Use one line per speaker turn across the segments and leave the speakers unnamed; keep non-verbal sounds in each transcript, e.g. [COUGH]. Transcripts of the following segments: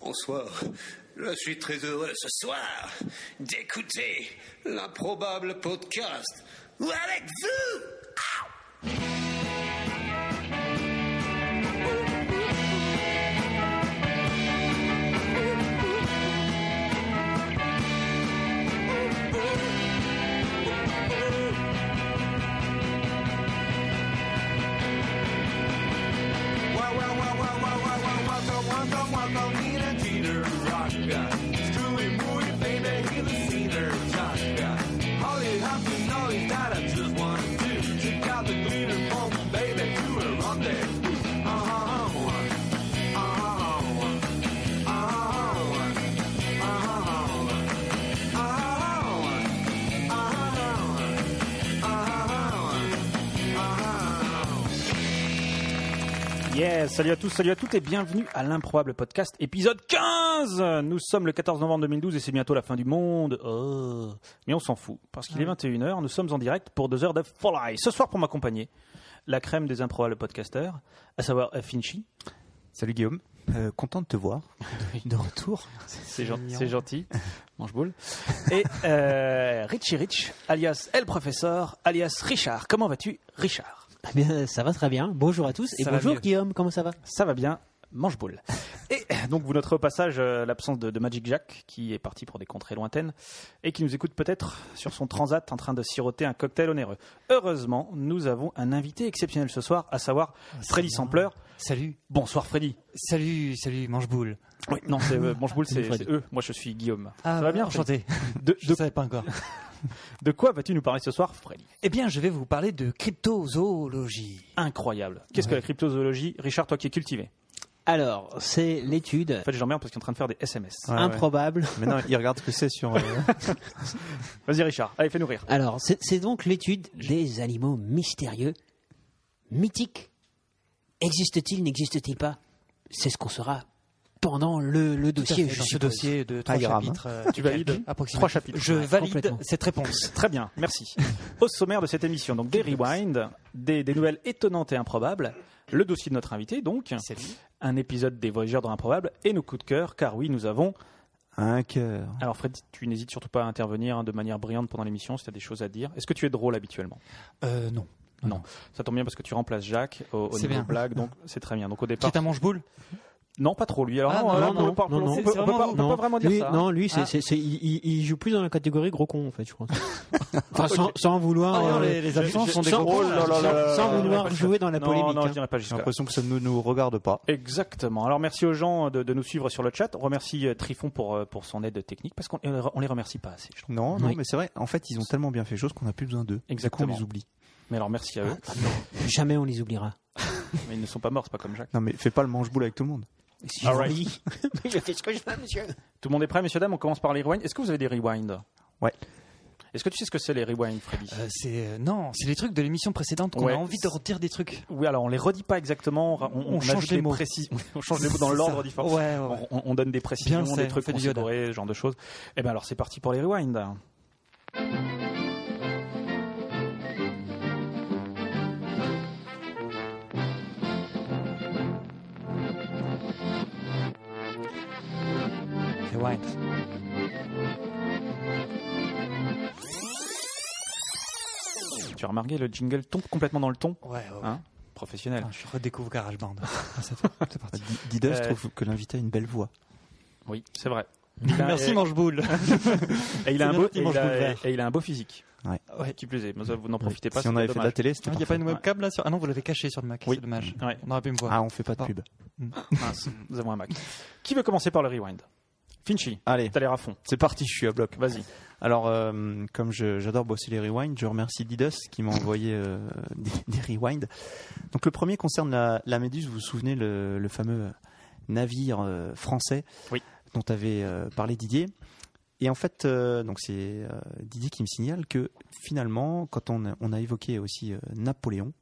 François, je suis très heureux ce soir d'écouter l'improbable podcast Ou avec vous.
Wow, wow, wow, wow, wow, wow, wow, wow, wow, wow, wow, wow, Nina Jeter, Rocka. Stewie Moody, baby, he's a senior, Joshka. Holly Hopkins, all he's got, I just want to do. She got the glitter from the baby to her rendezvous. Uh-huh, uh-huh, uh-huh, uh-huh, uh-huh, uh-huh, uh-huh, uh-huh.
Yes, salut à tous, salut à toutes et bienvenue à l'improbable podcast épisode 15 Nous sommes le 14 novembre 2012 et c'est bientôt la fin du monde. Oh. Mais on s'en fout, parce qu'il est 21h, nous sommes en direct pour deux heures de Folly. Ce soir pour m'accompagner, la crème des improbables podcasteurs, à savoir euh, Finchy.
Salut Guillaume, Euh, content de te voir, de retour.
C'est gen- c'est gentil. Mange boule. Et euh, Richie Rich, alias El Professeur, alias Richard. Comment vas-tu, Richard
Eh bien, ça va très bien. Bonjour à tous et
Ça va
bonjour
mieux.
Guillaume, comment ça va
Ça va bien, mange boule. [LAUGHS] Et donc, vous noterez au passage euh, l'absence de, de Magic Jack, qui est parti pour des contrées lointaines, et qui nous écoute peut-être sur son transat en train de siroter un cocktail onéreux. Heureusement, nous avons un invité exceptionnel ce soir, à savoir Freddy
bien.
Sampleur.
Salut,
Bonsoir Freddy.
salut, salut, mange boule.
Oui, non, c'est euh, mange boule, c'est
Salut, Freddy.
c'est eux. Moi, je suis Guillaume.
Ah,
Ça va bien Freddy
Enchanté.
de,
Je
de-
ne savais pas
[LAUGHS]
encore.
de quoi vas-tu nous parler ce soir, Freddy
eh bien, je vais vous parler de cryptozoologie.
Ah,
Incroyable. Qu'est-ce que la cryptozoologie Richard, toi qui es cultivé.
Alors, c'est l'étude
En fait, j'emmerde parce qu'il est en train de faire des SMS.
improbable.
Maintenant, il regarde ce que c'est sur. euh,
Vas-y, Richard. Allez, fais-nous rire.
Alors, c'est c'est donc l'étude des animaux mystérieux, mythiques. Existe-t-il, n'existe-t-il pas C'est ce qu'on saura pendant le, le dossier.
Dossier,
je
ce
suppose.
dossier [LAUGHS] de trois
Diagramme, hein.
chapitres. euh,
Tu valides
approximatif.
trois chapitres.
Je
Ouais,
valide
complètement.
cette réponse.
Très bien, merci. Au sommaire de cette émission, donc des rewinds, des, des nouvelles étonnantes et improbables, le dossier de notre invité, donc un épisode des Voyageurs dans l'improbable et nos coups de cœur, car oui, nous avons.
Un cœur.
Alors Fred, tu n'hésites surtout pas à intervenir hein, de manière brillante pendant l'émission si tu as des choses à dire. Est-ce que tu es drôle habituellement
Euh, non.
Non. Ça tombe bien parce que tu remplaces Jacques au, au
C'est
niveau
bien.
blague,
[LAUGHS]
donc c'est très bien. Donc au
Qui
départ,
est un mange boule
non, pas trop lui. Alors
Ah,
non,
non,
là,
non,
on peut pas-
non, non,
on peut
c'est
pas- on peut
vraiment
pas- on peut
non.
pas vraiment dire
lui,
ça. hein.
Non, lui, c'est-
Ah.
c'est- c'est- il, il- il joue plus dans la catégorie gros con, en fait, je pense. enfin, sans, sans vouloir.
Ah, non,
euh,
les, les absences
je-
sont des
sans,
gros rôles.
là, là, là, là,
sans- sans
là, là, là,
vouloir
là,
jouer dans la
Non,
polémique.
non, je
hein.
dirais pas
J'ai
jusqu'à
l'impression que ça ne nous regarde pas.
Exactement. Alors merci aux gens de, de nous suivre sur le chat. On remercie euh, Trifon pour, euh, pour son aide technique parce qu'on euh, on les remercie pas assez. Je trouve.
Non, non,
Oui.
mais c'est vrai. En fait, ils ont tellement bien fait les choses qu'on n'a plus besoin d'eux.
Exactement.
Du coup, on les oublie.
Mais alors merci à eux.
Jamais on les oubliera.
Mais ils ne sont pas morts, c'est pas comme Jacques.
Non, mais fais pas le mange-boule avec tout le monde.
Si
All
vous
right.
voulez. Mais je fais ce que je veux, monsieur.
Tout le monde est prêt, messieurs dames. On commence par les rewinds. Est-ce que vous avez des rewinds
Ouais.
Est-ce que tu sais ce que c'est les rewinds, Freddy
Euh, c'est euh, non, c'est les trucs de l'émission précédente qu'on
Ouais.
a envie de redire des trucs.
Oui, alors on les redit pas exactement. On, on-
On
on
change
ajoute
les
des
mots.
précis- [LAUGHS] On change les mots dans
C'est
l'ordre
ça.
différent.
Ouais, ouais, ouais.
On, on- on donne des précisions,
Bien,
des
c'est-
trucs
on fait du
considérés, ce genre de choses. Et bien alors c'est parti pour les rewinds.
Rewind.
Tu as remarqué, le jingle tombe complètement dans le ton
Ouais, ouais, ouais.
Hein professionnel.
Putain, je
[LAUGHS]
redécouvre GarageBand. Ah, c'est- c'est parti.
Dida, je
Euh,
Bah, trouve que l'invité a une belle voix.
Oui, c'est vrai.
[LAUGHS] Merci, mange boule.
Et il a un
C'est
beau,
notre
et il
dimanche
a-
boulevard.
et il a un beau physique.
Ouais.
Ouais.
Qui plus est, mais ça, vous n'en profitez pas.
si on
c'était
avait fait de la
dommage.
télé, c'était
Il n'y Hein, a pas
parfait.
une webcam là sur... Ah non, vous l'avez cachée sur le Mac,
Oui.
c'est dommage.
Ouais.
On aurait pu me voir.
Ah, on fait pas de
Ah.
pub.
Mince, nous avons un Mac. Qui veut commencer par le rewind Finchy,
Allez,
t'as l'air à fond.
c'est parti, je suis à bloc.
Vas-y.
Alors, euh, comme je- j'adore bosser les rewinds, je remercie Didas qui m'a envoyé euh, [LAUGHS] des, des rewinds. Donc, le premier concerne la, la Méduse. Vous vous souvenez le, le fameux navire euh, français
Oui.
dont avait euh, parlé Didier et en fait, euh, donc c'est euh, Didier qui me signale que finalement, quand on, a- on a évoqué aussi euh, Napoléon,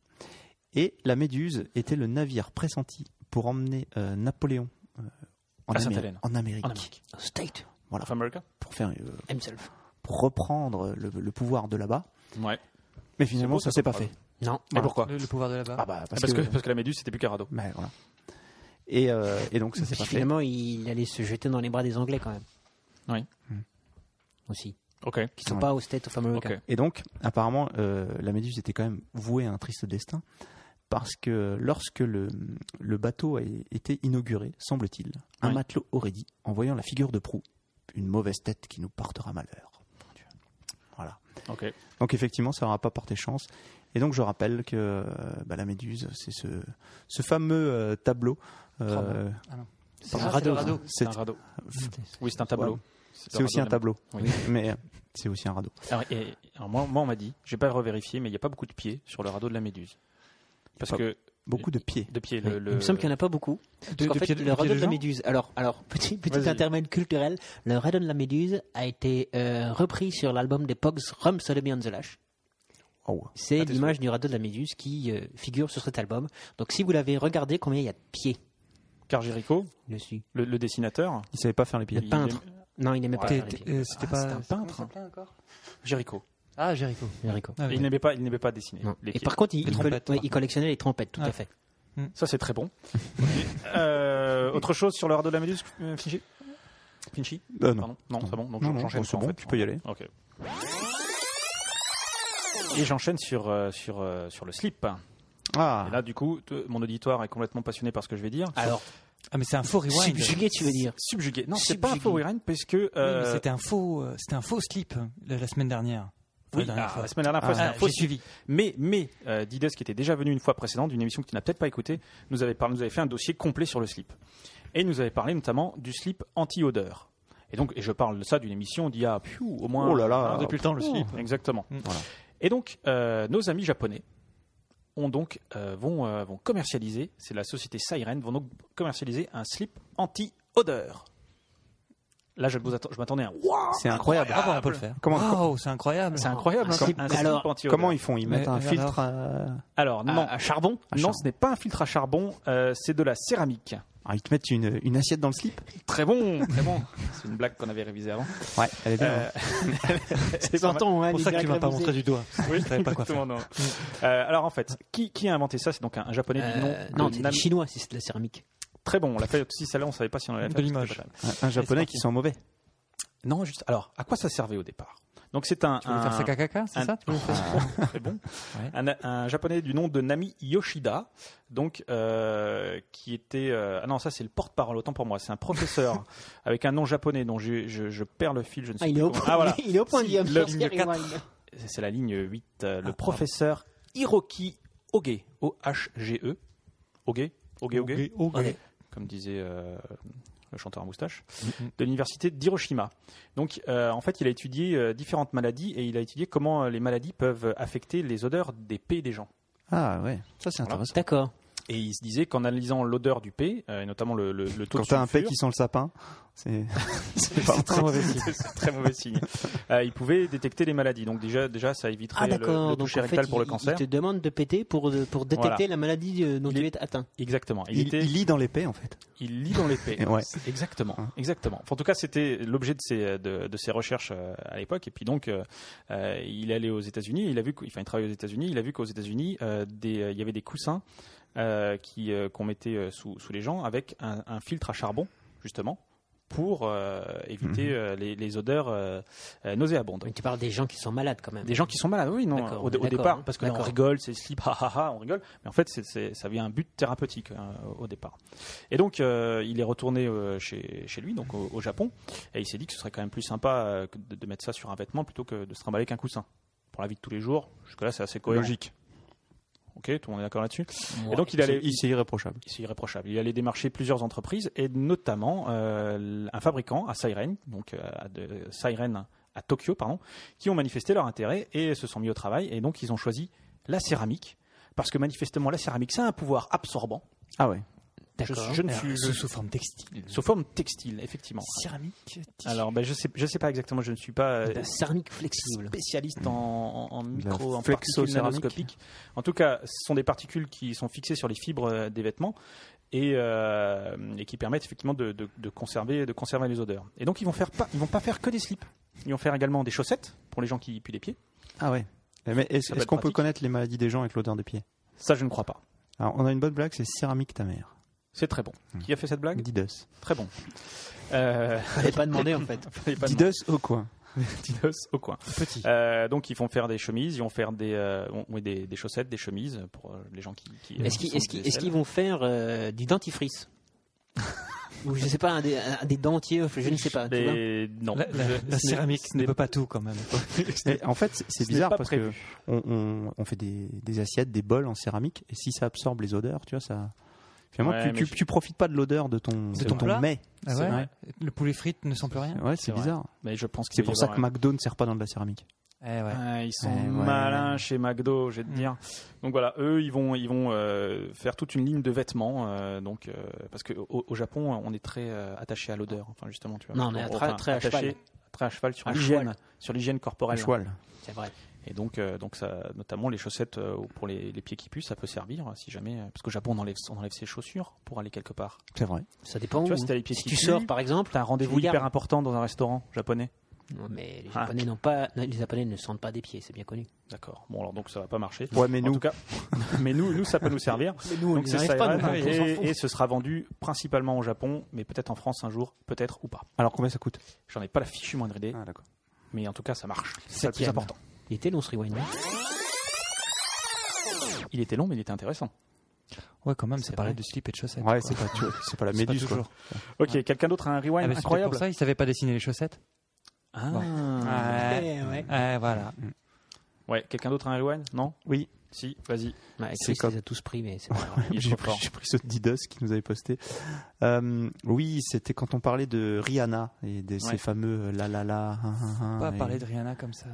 et la Méduse était le navire pressenti pour emmener euh, Napoléon euh, en,
À
Amé-
Sainte-Hélène.
en Amérique,
En Amérique.
State
Of America
pour faire euh,
himself.
pour reprendre le, le pouvoir de là-bas.
Ouais.
Mais finalement,
beau,
ça
ça,
s'est pas
comme
fait.
preuve.
Non.
Mais pourquoi
le, le pouvoir de là-bas.
Ah bah, parce,
parce que...
que.
parce que la Méduse, c'était plus Carado.
Mais voilà. Et, euh, et donc, ça s'est
Puis
pas fait.
finalement, il allait se jeter dans les bras des Anglais quand même. Hmm.
Oui.
Aussi.
Ok.
Qui sont
Ouais.
pas au State of America.
Ok.
Et donc, apparemment, euh, la Méduse était quand même vouée à un triste destin, parce que lorsque le, le bateau a été inauguré, semble-t-il, un
Oui.
matelot aurait dit, en voyant la figure de proue, une mauvaise tête qui nous portera malheur. Mon Dieu. Voilà.
Ok.
Donc effectivement, ça n'aura pas porté chance. Et donc je rappelle que euh, bah, la Méduse, c'est ce, ce fameux euh, tableau. euh,
Ah
pardon.
non. Ah, c'est le radeau.
C'est
C'est
un radeau.
Hmm.
Oui, c'est un tableau.
tableau. c'est aussi un tableau,
Oui.
[LAUGHS] mais euh, c'est aussi un radeau.
Alors, et- alors, moi, moi, on m'a dit, j'ai pas revérifié, mais il n'y a pas beaucoup de pieds sur le radeau de la méduse. Parce
Pas-
que
Beaucoup de pieds.
de pieds, le, le-
Il me semble qu'il n'y en a pas beaucoup. Parce
De-
qu'en
de
fait,
pieds de-
le
de pieds
radeau
de
de la
gens
Méduse. Alors, alors petit, petit
Vas-y.
intermède culturel. Le radeau de la Méduse a été euh, repris sur l'album des Pogs Rum Sodomy and the Lash.
Oh.
C'est
Ah, t'es
l'image du radeau de la Méduse qui euh, figure sur cet album. Donc, si vous l'avez regardé, combien il y a de pieds
Cargérico,
dessus
le, le dessinateur.
Ils savaient pas faire les pieds.
Le
Il-
peintre. Non, il n'aimait pas
Ouais.
faire les
T'es-
pieds.
euh, C'était
Ah,
pas
c'était un peintre. hein.
comment ça s'appelait encore
Jéricho.
Ah, Jericho.
Enrico.
Ah,
Il
oui.
n'aimait pas, il n'aimait pas dessiner.
Non.
les
Et
pieds.
par contre, il, il colle-
trompettes,
ouais,
par
il collectionnait les trompettes, tout
Ah.
Ouais.
à fait.
Ça, c'est très [LAUGHS] bon. Euh, autre chose sur le radeau de la méduse, euh, Finchy Finchy
Euh, non.
Pardon Non, c'est bon. Donc
Non, non,
j'enchaîne
c'est
sur-
bon, tu peux y aller.
Ok. Et j'enchaîne sur, euh, sur, euh, sur le slip.
Ah,
Et là, du coup, t- mon auditoire est complètement passionné par ce que je vais dire.
Alors,
Ah, mais c'est un faux rewind.
subjugué, tu veux dire
Subjugué. Non, c'est pas un
Subjugué.
faux rewind, parce que.
Oui,
euh,
mais C'était un faux, euh, c'était un faux slip euh, la, la semaine dernière. Enfin,
oui,
la dernière
ah,
fois.
la semaine dernière fois,
Ah,
c'était un
j'ai
faux
suivi.
Mais, mais euh, Dides, qui était déjà venu une fois précédente, d'une émission que tu n'as peut-être pas écoutée, nous avait, parlé, nous avait fait un dossier complet sur le slip. Et il nous avait parlé notamment du slip anti-odeur. Et donc, et je parle de ça d'une émission d'il y a pfiou, au moins
Oh là là. Mmh.
hein,
Depuis le temps, le slip.
Exactement.
Mm.
Voilà.
Et donc, euh, nos amis japonais ont donc, euh, vont, euh, vont commercialiser, c'est la société Siren, vont donc commercialiser un slip anti-odeur. Là, je, vous atta- je m'attendais à un Waouh
c'est incroyable.
Bravo, Ah, on peut le faire.
Comment-
Waouh, c'est incroyable.
C'est incroyable,
Un
hein,
slip-
un slip
alors,
anti-odeur.
Comment ils font Ils
Mais-
euh,
mettent un
mais
filtre euh, à-
Alors, non.
à, à charbon
À
non,
charbon.
ce n'est pas un filtre à charbon, euh, c'est de la céramique.
Ah, ils te mettent une, une assiette dans le slip
Très bon, très bon. C'est une blague qu'on avait révisée avant.
Ouais, elle est bien. hein.
Euh, C'est pas
T'entends, hein,
C'est pour
les
ça que tu
gars
m'as pas
grévisés.
montré du doigt.
Oui,
savais pas quoi faire.
exactement, non. Euh, alors en fait, qui, qui a inventé ça C'est donc un, un japonais du nom
Euh,
de
non, c'est
Nam-
des chinois si c'est de la céramique.
Très bon, on l'a fait aussi celle-là, on savait pas si on l'avait
De
fait.
Limoges.
c'était pas mal.
Un, un japonais qui sent mauvais.
Non, juste. Alors, à quoi ça servait au départ Donc c'est un,
Tu voulais faire
un-
ça caca, c'est
un-
ça
[LAUGHS] Très Ah. bon. Un, un japonais du nom de Nami Yoshida, donc euh, qui était. euh, ah non, ça c'est le porte-parole, autant pour moi. C'est un
[LAUGHS]
professeur avec un nom japonais dont je, je- je perds le fil, je ne sais
Ah, il
plus
est au
comment.
point,
Ah, voilà.
il est au point
Si,
Guillaume.
le-
sur ce
ligne
rewind.
C'est c'est la ligne 8.
Ah,
euh, le professeur Hiroki Oge, O-H-G-E. E. Oge, Oge, Oge,
Ok.
comme disait euh, le chanteur à moustache,
Mm-hmm.
de l'université d'Hiroshima. Donc, euh, en fait, il a étudié euh, différentes maladies et il a étudié comment euh, les maladies peuvent affecter les odeurs des pets des gens.
Ah ouais, ça c'est intéressant.
D'accord.
Et il se disait qu'en analysant l'odeur du pet, euh, et notamment le, le, le taux
Quand
de
t'as un
sulfure,
pet qui sent le sapin, c'est
[LAUGHS]
c'est pas
très mauvais signe. C'est très mauvais
[LAUGHS]
signe. Euh, il pouvait détecter les maladies. Donc déjà, déjà ça éviterait
Ah
le, le
d'accord. Donc
toucher
en fait,
rectal pour le
il-
cancer.
il te demande de péter pour euh, pour détecter
Voilà.
la maladie euh, dont
Il
tu
est-
es atteint.
Exactement. Il,
Il,
était,
il lit dans les pets en fait.
il lit dans l'épée.
[LAUGHS] Ouais.
Exactement.
Hein.
Exactement. Enfin, en tout cas, c'était l'objet de ses, de, de ses recherches euh, à l'époque. Et puis donc, euh, euh, il allait aux États-Unis. Il a vu, qu'- enfin, il travaillait aux États-Unis. Il a vu qu'aux États-Unis, euh, des, euh, il y avait des coussins euh, qui euh, qu'on mettait euh, sous, sous les gens avec un, un filtre à charbon, justement, pour euh,
Mhm.
éviter euh, les, les odeurs euh, euh, nauséabondes.
Mais tu parles des gens qui sont malades quand même.
Des gens qui sont malades, oui, non. Au,
D'accord, on est
au
d'accord,
départ,
hein.
parce que là, on
D'accord.
rigole, c'est slip, [LAUGHS] ha, ha, ha, on rigole. Mais en fait, c'est c'est- ça vient un but thérapeutique hein, au- au départ. Et donc, euh, il est retourné euh, chez, chez lui, donc au, au Japon, et il s'est dit que ce serait quand même plus sympa euh, que de, de mettre ça sur un vêtement plutôt que de se trimballer qu'un coussin. Pour la vie de tous les jours, jusque-là, c'est assez cohérent. Logique. Ok, tout le monde est d'accord là-dessus.
Ouais.
et donc, il allait,
C'est- C'est irréprochable.
c'est irréprochable. Il allait démarcher plusieurs entreprises et notamment euh, un fabricant à Siren, donc euh, à de- Siren à Tokyo, pardon, qui ont manifesté leur intérêt et se sont mis au travail. Et donc, ils ont choisi la céramique parce que manifestement, la céramique, ça a un pouvoir absorbant.
Ah ouais.
Je,
D'accord. Euh,
suis- je ne
Alors,
suis
sous,
je-
sous forme textile.
sous forme textile, effectivement.
Céramique. tissu.
Alors, ben, je sais, je sais pas exactement. Je ne suis pas euh,
La céramique [LAUGHS] flexible.
spécialiste en, en- en micro, en particules
flexo-céramique.
nanoscopiques. En tout cas, ce sont des particules qui sont fixées sur les fibres euh, des vêtements et, euh, et qui permettent effectivement de, de- de conserver, de conserver les odeurs. Et donc, ils vont faire pas, ils vont pas faire que des slips. Ils vont faire également des chaussettes pour les gens qui puent les pieds.
Ah ouais. Mais est-ce
Ça peut
est-ce
être
qu'on peut
pratique.
connaître les maladies des gens avec l'odeur des pieds
Ça, je ne crois pas.
Alors on a une bonne blague, c'est céramique ta mère.
C'est très bon.
Hmm.
Qui a fait cette blague
Didus.
Très
[LAUGHS]
bon. Euh, [LAUGHS]
Fallait pas demander en fait.
fallait pas
Didus au coin.
Dinos au coin.
Petit.
Euh, donc ils font faire des chemises, ils vont faire des, euh, oui, des, des chaussettes, des chemises pour euh, les gens qui. qui
Est-ce qu'ils
qui
est-ce
sont
qu'ils- est-ce qu'ils vont faire euh, du [LAUGHS] dentifrice Ou je sais pas, un des, un des dentiers, enfin, je ne sais pas. tu vois.
des... Non.
La, la- la
Je- ce n'est-
céramique
ce
ne
n'est
peut pas tout quand même.
[LAUGHS]
Et en fait, c'est- c'est
ce n'est
bizarre
pas
parce
prévu.
que on, on- on fait des, des assiettes, des bols en céramique, et si ça absorbe les odeurs, tu vois, ça. Finalement,
Ouais,
tu,
mais
tu,
je-
tu profites pas de l'odeur de ton,
De ton
ton
plat
mets.
Ah
C'est
ouais
vrai.
Le poulet frite ne sent plus rien.
Ouais, c'est
vrai.
bizarre.
Mais je pense qu'il
C'est
va
pour
y
ça
avoir
que McDo ne sert pas dans de la céramique.
Eh ouais.
Ah, ils sont
Eh ouais.
malins chez McDo, j'ai de dire. Donc voilà, eux, ils vont, ils vont euh, faire toute une ligne de vêtements. euh, donc euh, parce que au, au Japon, on est très euh, attaché à l'odeur. Enfin justement, tu vois.
Non, on est à- très- très à cheval.
très à cheval sur
À
l'hygiène,
cheval.
sur l'hygiène corporelle.
Choual.
C'est vrai.
Et donc, euh, donc ça, notamment les chaussettes euh, pour les, les pieds qui puent, ça peut servir si jamais. euh, Parce qu'au Japon, on enlève, on enlève ses chaussures pour aller quelque part.
C'est vrai.
Ça dépend.
Tu vois,
où.
si t'as les pieds
Si
qui
tu
puent,
sors par exemple,
T'as un rendez-vous
les gardes.
hyper important dans un restaurant japonais.
Non, mais les
Ah.
Japonais n'ont pas, non, les Japonais ne sentent pas des pieds, c'est bien connu.
D'accord. Bon alors donc ça va pas marcher.
Ouais, mais
En
nous.
tout cas, [LAUGHS] mais nous, nous ça peut nous
[LAUGHS]
servir.
Mais nous,
Donc c'est Siren,
nous, on s'en fout.
et, et ce sera vendu principalement au Japon, mais peut-être en France un jour, peut-être ou pas.
Alors combien ça coûte Ah,
J'en ai pas la fichue moindre idée,
d'accord.
mais en tout cas ça marche. C'est ça le plus
Septième.
important.
Il était long ce rewind. hein.
Il était long, mais il était intéressant.
Ouais, quand même,
C'est
ça parlait
vrai.
de slip et de chaussettes.
Ouais,
quoi.
c'est pas,
[LAUGHS]
tu vois, [LAUGHS] c'est pas la
C'est pas
méduse. quoi.
toujours.
Ok, quelqu'un d'autre a un rewind
Ah, bah, c'était
incroyable.
pour ça, ils savaient pas dessiner les chaussettes.
Ah.
Ouais.
Ouais, ouais.
Ouais, voilà.
Ouais, quelqu'un d'autre a un rewind Non
Oui.
Si, vas-y.
Ouais,
C'est
Chris
comme-
les a tous pris, mais c'est pas grave.
Il est
J'ai
trop
pris,
fort.
j'ai pris ce Didus qui nous avait posté. Euh, oui, c'était quand on parlait de Rihanna et de
Ouais.
ses fameux euh, la la la. hein, hein, hein,
Pas
et-
parler de Rihanna comme ça.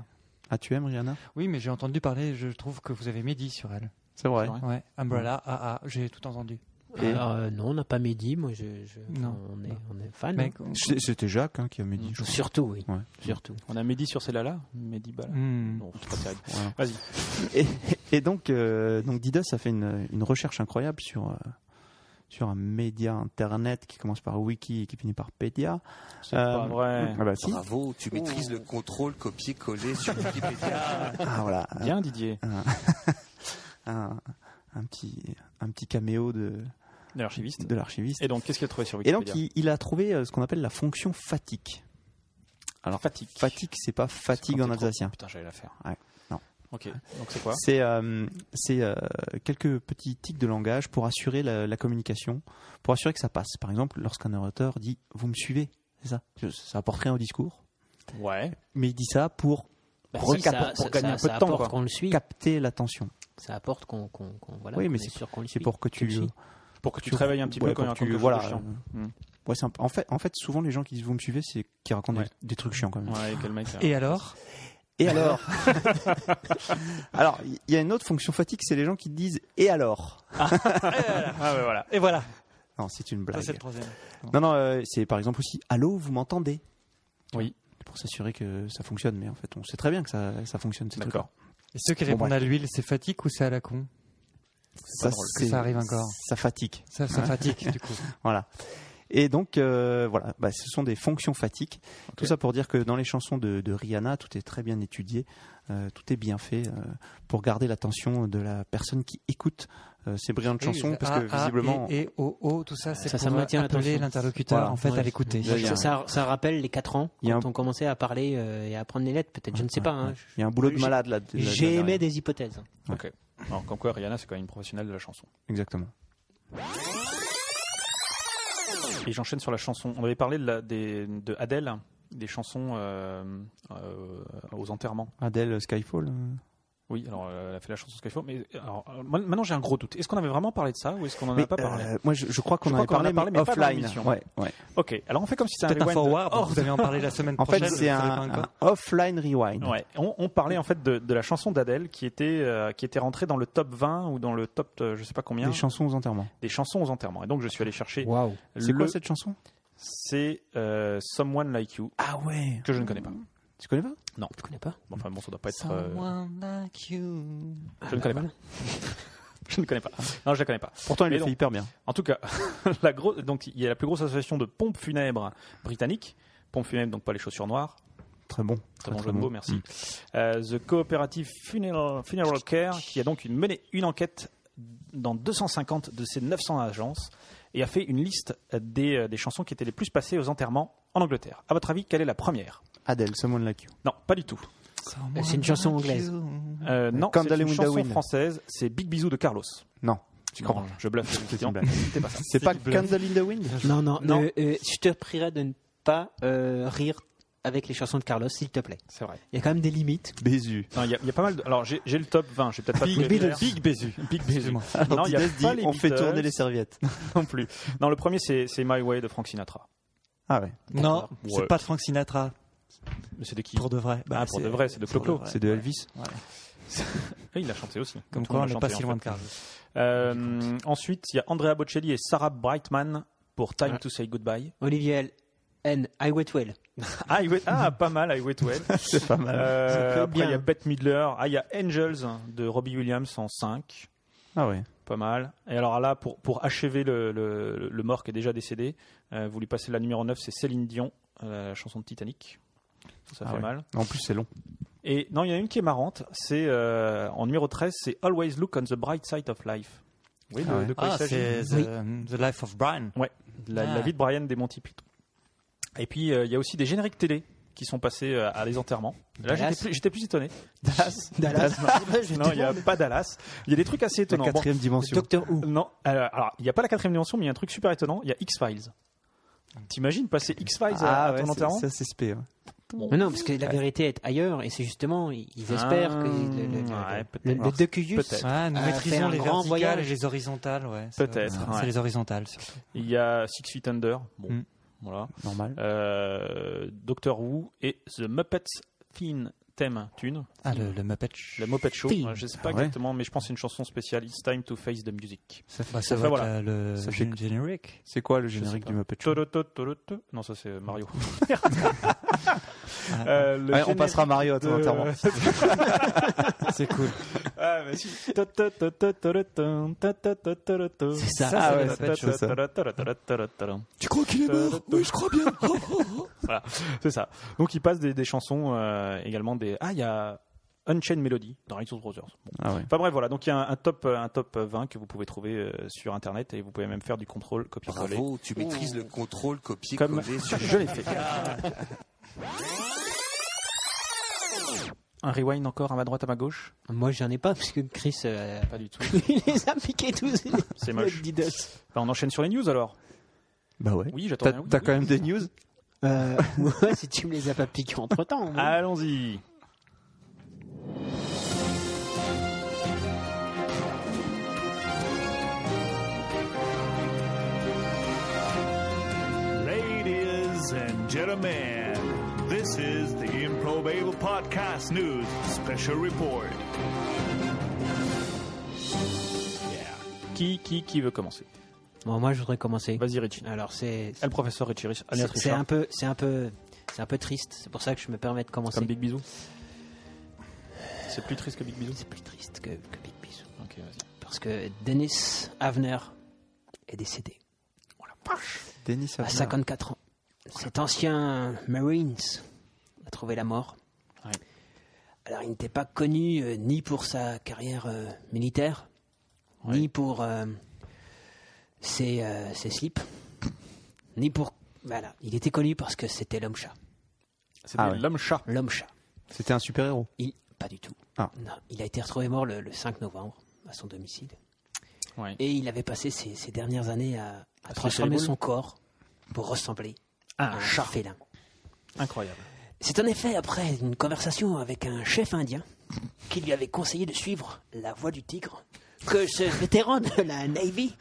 Ah, tu aimes Rihanna
Oui, mais j'ai entendu parler, je trouve que vous avez médit sur elle.
C'est vrai.
Ouais.
Ouais, Umbrella, ah ah, j'ai tout entendu.
[LAUGHS] Et-
Alors, euh, non, on n'a pas Mehdi, moi je, je-
Non.
on est, on est fan.
Mec,
C'est- C'était Jacques hein, qui a dit. je
hein. Surtout, oui.
Ouais.
Surtout.
On a Mehdi sur celle-là, Mehdi
Mm.
Bala.
hmm.
Non, c'est pas terrible.
Voilà.
Vas-y.
Et, et donc, euh, donc Didas a fait une, une recherche incroyable sur, euh, sur un média internet qui commence par wiki et qui finit par pedia.
C'est
Euh,
pas vrai.
Ah bah si.
Bravo, tu maîtrises le contrôle copier-coller [LAUGHS] sur Wikipédia.
Ah, voilà.
Bien Didier.
Un, un petit, un petit caméo de,
L'archiviste.
de l'archiviste.
Et donc, qu'est-ce qu'il a trouvé sur
Et donc,
Wikipédia
il, il a trouvé euh, ce qu'on appelle la fonction fatigue. Alors,
Fatigue.
fatigue, c'est pas fatigue
Quand
en
t'es trop-
alsacien.
Putain, j'allais la faire.
Ouais. Non.
Ok, donc c'est quoi
C'est euh, c'est, euh, quelques petits tics de langage pour assurer la, la communication, pour assurer que ça passe. Par exemple, lorsqu'un orateur dit « vous me suivez », c'est ça Je- Ça apporte rien au discours,
Ouais.
mais il dit ça pour
Bah,
Pour
si,
cap-
ça,
pour
ça-
gagner
ça-
un peu de
ça
temps,
apporte
quoi.
qu'on le suit.
capter l'attention.
Ça apporte qu'on qu'on- qu'on- voilà,
Oui, mais
qu'on est sûr qu'on le
C'est
suit.
pour que tu...
le suis.
Pour que tu te
tu-
réveilles un petit peu
ouais,
quand il
pour que
raconte
tu-
quelque
voilà,
chose de chiant.
euh,
Hmm.
ouais, c'est un peu- en, fait, en fait, souvent, les gens qui disent « vous me suivez », c'est qui racontent
Ouais.
des, des trucs chiants quand même.
Ouais, quel mec. ça.
Et alors
Et alors
[LAUGHS]
Alors, il y a une autre fonction fatigue, c'est les gens qui disent « et alors
Ah ouais, voilà.
Et voilà, ?»
Non, c'est une
ça
blague.
c'est le troisième.
Non, non, euh, c'est par exemple aussi Allô, vous m'entendez
Oui.
Pour s'assurer que ça fonctionne, mais en fait, on sait très bien que ça, ça fonctionne, ces
D'accord.
trucs-là.
Et ceux qui
Bon,
répondent à l'huile, c'est fatigue ou c'est à la con
Ça,
drôle que
c'est-
ça arrive encore.
Ça fatigue.
Ça, ça fatigue du coup.
Voilà. Et donc, euh, voilà, bah, ce sont des fonctions fatiques. Tout ça pour dire que dans les chansons de, de Rihanna, tout est très bien étudié, euh, tout est bien fait euh, pour garder l'attention de la personne qui écoute euh, ces brillantes chansons, parce que
Ah, ah,
visiblement,
Et, et oh, oh, tout ça, c'est
Ça,
pour
ça maintient
appeler
l'attention.
l'interlocuteur
Voilà.
en fait
Ouais.
à l'écouter.
Ouais.
hein. Ça, ça- ça rappelle les 4 ans
Il y a
quand
un-
on commençait à parler euh, et à apprendre les lettres, peut-être. Je ne sais
Ouais,
pas. hein.
ouais. il y a un boulot de
J'ai-
malade là. de- là-
J'ai
derrière.
émis des hypothèses.
Ok. Alors, comme quoi, Rihanna, c'est quand même une professionnelle de la chanson.
Exactement.
Et j'enchaîne sur la chanson. On avait parlé de, la- des, de Adèle, des chansons euh, euh, aux enterrements.
Adèle Skyfall. euh,
Oui, alors euh, elle a fait la chanson Skyfall. Mais alors, euh, moi, maintenant, j'ai un gros doute. Est-ce qu'on avait vraiment parlé de ça ou est-ce qu'on n'en
Mais,
a pas parlé
euh, moi, je, je crois qu'on
Je
en
crois qu'on en
avait
a
parlé,
parlé,
mais
mais pas dans
offline.
l'émission.
Ouais, ouais.
Ok, alors on fait comme si c'était un
Peut-être un
rewind.
forward,
hors-
vous allez en parler la semaine
En
prochaine.
fait, c'est
vous savez
un,
pas encore.
un offline rewind.
Oh. Ouais. On, on parlait en fait de, de la chanson d'Adèle qui était euh, qui était rentrée dans le top 20 ou dans le top euh, je sais pas combien
Les chansons aux enterrements.
des chansons aux enterrements. Et donc je suis allé chercher
Waouh.
C'est quoi
le-
cette chanson
c'est euh, Someone Like You
Ah ouais.
que je ne connais pas.
Tu connais pas
Tu connais pas
Bon, enfin bon, ça doit pas être. euh,
Someone like you.
Je ne connais pas. Je ne connais pas. Non, je la connais pas.
Pourtant, elle
Mais
le
non.
fait hyper bien.
En tout cas, [LAUGHS] la grosse. Donc il y a la plus grosse association de pompes funèbres britanniques. Pompes funèbres, donc pas les chaussures noires.
Très bon. Hmm.
Très bon jeu de mots, merci. Euh, The Cooperative Funeral, Funeral Care, qui a donc une- mené une enquête dans 250 de ses 900 agences et a fait une liste des, euh, des chansons qui étaient les plus passées aux enterrements en Angleterre. À votre avis, quelle est la première
Adèle, Someone Like You.
Non, pas du tout.
C'est une chanson anglaise.
Euh, non,
Comme
c'est
Dolly
une chanson
Windowin.
française. C'est Big Bisou de Carlos.
Non.
Tu comprends Je [LAUGHS] bluffe.
C'est une
évidemment.
blague. C'est pas Candle in the Wind
Non, non,
Non.
euh, euh, je te prierai de ne pas euh, rire avec les chansons de Carlos, s'il te plaît.
C'est vrai.
Il y a quand même des limites.
Bézu.
Non, Il y, a- il y a pas mal. De... Alors j'ai j'ai le top 20. Je vais peut-être pas
Big,
tous les
Big,
faire.
Bézu. Big Bézu.
[LAUGHS] Non, il y a
Antides dit,
pas les
on fait
Beatles.
tourner les serviettes.
[LAUGHS] non plus. Non, le premier c'est c'est My Way de Frank Sinatra.
Ah ouais.
Non,
Ouais.
c'est pas de Frank Sinatra,
Mais c'est de qui
pour de vrai. Bah,
Ah, pour de vrai, c'est de
pour
Clo-Clo.
vrai.
C'est de Elvis.
Et Il l'a chanté aussi.
Comme
Tout le
quoi, on
monde l'a
n'est pas
chanté,
si
en
loin
fait.
de Carlos.
Euh, ensuite, il y a Andrea Bocelli et Sarah Brightman pour Time to Say Goodbye.
Olivier N. I Wait Well.
Ah, I wait- ah, [LAUGHS] pas mal, I Wait Well.
[LAUGHS]
[LAUGHS]
C'est pas mal.
Euh,
peut
après,
bien.
il y a Bette Midler. Ah, il y a Angels de Robbie Williams en 5.
Ah ouais.
Pas mal. Et alors là, pour, pour achever le, le, le mort qui est déjà décédé, euh, vous lui passez la numéro 9, c'est Céline Dion, euh, la chanson de Titanic. Ça
Ah
fait
ouais.
mal.
En plus, c'est long.
Et non, il y en a une qui est marrante. C'est euh, en numéro 13, c'est Always Look on the Bright Side of Life. Oui, de,
Ah ouais.
de quoi
Ah,
il s'agit
c'est
Oui.
the, The Life of Brian.
la, la
Ah.
vie de Brian des Monty Python. Et puis, euh, il y a aussi des génériques télé qui sont passés euh, à les enterrements. Là, j'étais
Dallas.
plus, j'étais plus étonné.
Dallas.
non, il n'y a pas Dallas. Il y a des trucs assez
La
étonnants. Bon,
quatrième dimension.
Docteur Who.
non, euh, alors, il n'y a pas la quatrième dimension, mais il y a un truc super étonnant. Il y a X-Files. T'imagines passer X-Files à- à
Ah ouais,
ton
c'est
enterrement
c'est assez spé, ouais.
Mais non, parce que la vérité est ailleurs, et c'est justement, ils ils espèrent
Ah,
que le, le, le,
ouais, peut-être.
le- le
Alors,
Docuyus-
peut-être.
Ah, nous
Ah, fait
maîtrisons
un
les
grand
verticales
voyage.
et les horizontales, ouais. c'est-
Peut-être,
C'est
ouais.
les horizontales, surtout.
Il y a Six Feet Under. Bon,
Mm.
voilà.
Normal.
Euh, Doctor Who et The Muppets Thin Theme Tune.
Ah, le, le Muppet Show.
La Muppet Show.
Theme.
Ouais, Je sais pas
Ah ouais.
exactement, mais je pense que c'est une chanson spéciale. It's time to face the music.
Ça, bah, ça
ça,
va être
voilà.
euh, le
Ça fait-
gén- générique.
C'est quoi le
sais
générique
pas.
du Muppet Show
Torotot, torotot. Non, ça c'est Mario.
Ah,
Euh, le
Ouais, On passera Mario à ton
générique de- [LAUGHS]
enterrement.
C'est cool.
Ah, mais si. Tototototoroton, totototoroton.
C'est ça.
Ah ouais,
c'est
ça doit être ça.
Tototototoroton.
Tu crois qu'il est
mort Oui,
je crois
[LAUGHS]
bien.
Oh, C'est ça. Donc il passe des, des chansons euh, également des. Ah, il y a Unchained Melody dans Ringtone Brothers. Bon.
Ah ouais.
Enfin bref, voilà. Donc il y a un, un top, euh, un top 20 que vous pouvez trouver euh, sur internet et vous pouvez même faire du contrôle copier-coller.
Bravo, tu maîtrises le contrôle
Comme
copier-coller sur
[LAUGHS] je l'ai fait. Un rewind encore à ma droite, à ma gauche
Moi, j'en ai pas, parce que Chris, euh, [LAUGHS]
Pas du tout.
il les a piqués tous.
C'est moche.
Avec Didos.
Bah, on enchaîne sur les news alors.
Bah ouais.
Oui, j'attends.
T'as
rien. Oui,
t'as
oui.
quand même des news
Euh, [LAUGHS] ouais, si tu me les as pas piqués entre temps.
Ah. Allons-y.
Ladies and gentlemen, this is the Improbable Podcast News Special Report.
Qui, qui, qui veut commencer
Bon, moi, je voudrais commencer.
Vas-y, Richie.
Alors, c'est.
Ah, Le professeur Richie Rich, alias
C'est c'est
Richard.
un peu, c'est un peu, c'est un peu triste. C'est pour ça que je me permets de commencer.
Comme Big Bisou. C'est plus triste que Big Bisou.
C'est plus triste que, que Big Bisou.
Ok, vas-y.
Parce que Dennis Avner est décédé
Denis
Ah,
à 54 ans. Cet ancien Marines a trouvé la mort.
Ouais.
Alors, il n'était pas connu euh, ni pour sa carrière euh, militaire,
Ouais.
ni pour euh, ses, euh, ses slips, ni pour. Voilà, il était connu parce que c'était l'homme-chat.
C'était
Ah ouais.
l'homme chat.
L'homme-chat.
C'était un super-héros.
Il, pas du tout.
Ah.
Non, il a été retrouvé mort le, le 5 novembre à son domicile.
Ouais.
Et il avait passé ses, ses dernières années à, à
se
transformer
lécher les
son corps pour ressembler à un chat félin.
Incroyable.
C'est en effet après une conversation avec un chef indien qui lui avait conseillé de suivre la voie du tigre que ce vétéran de la Navy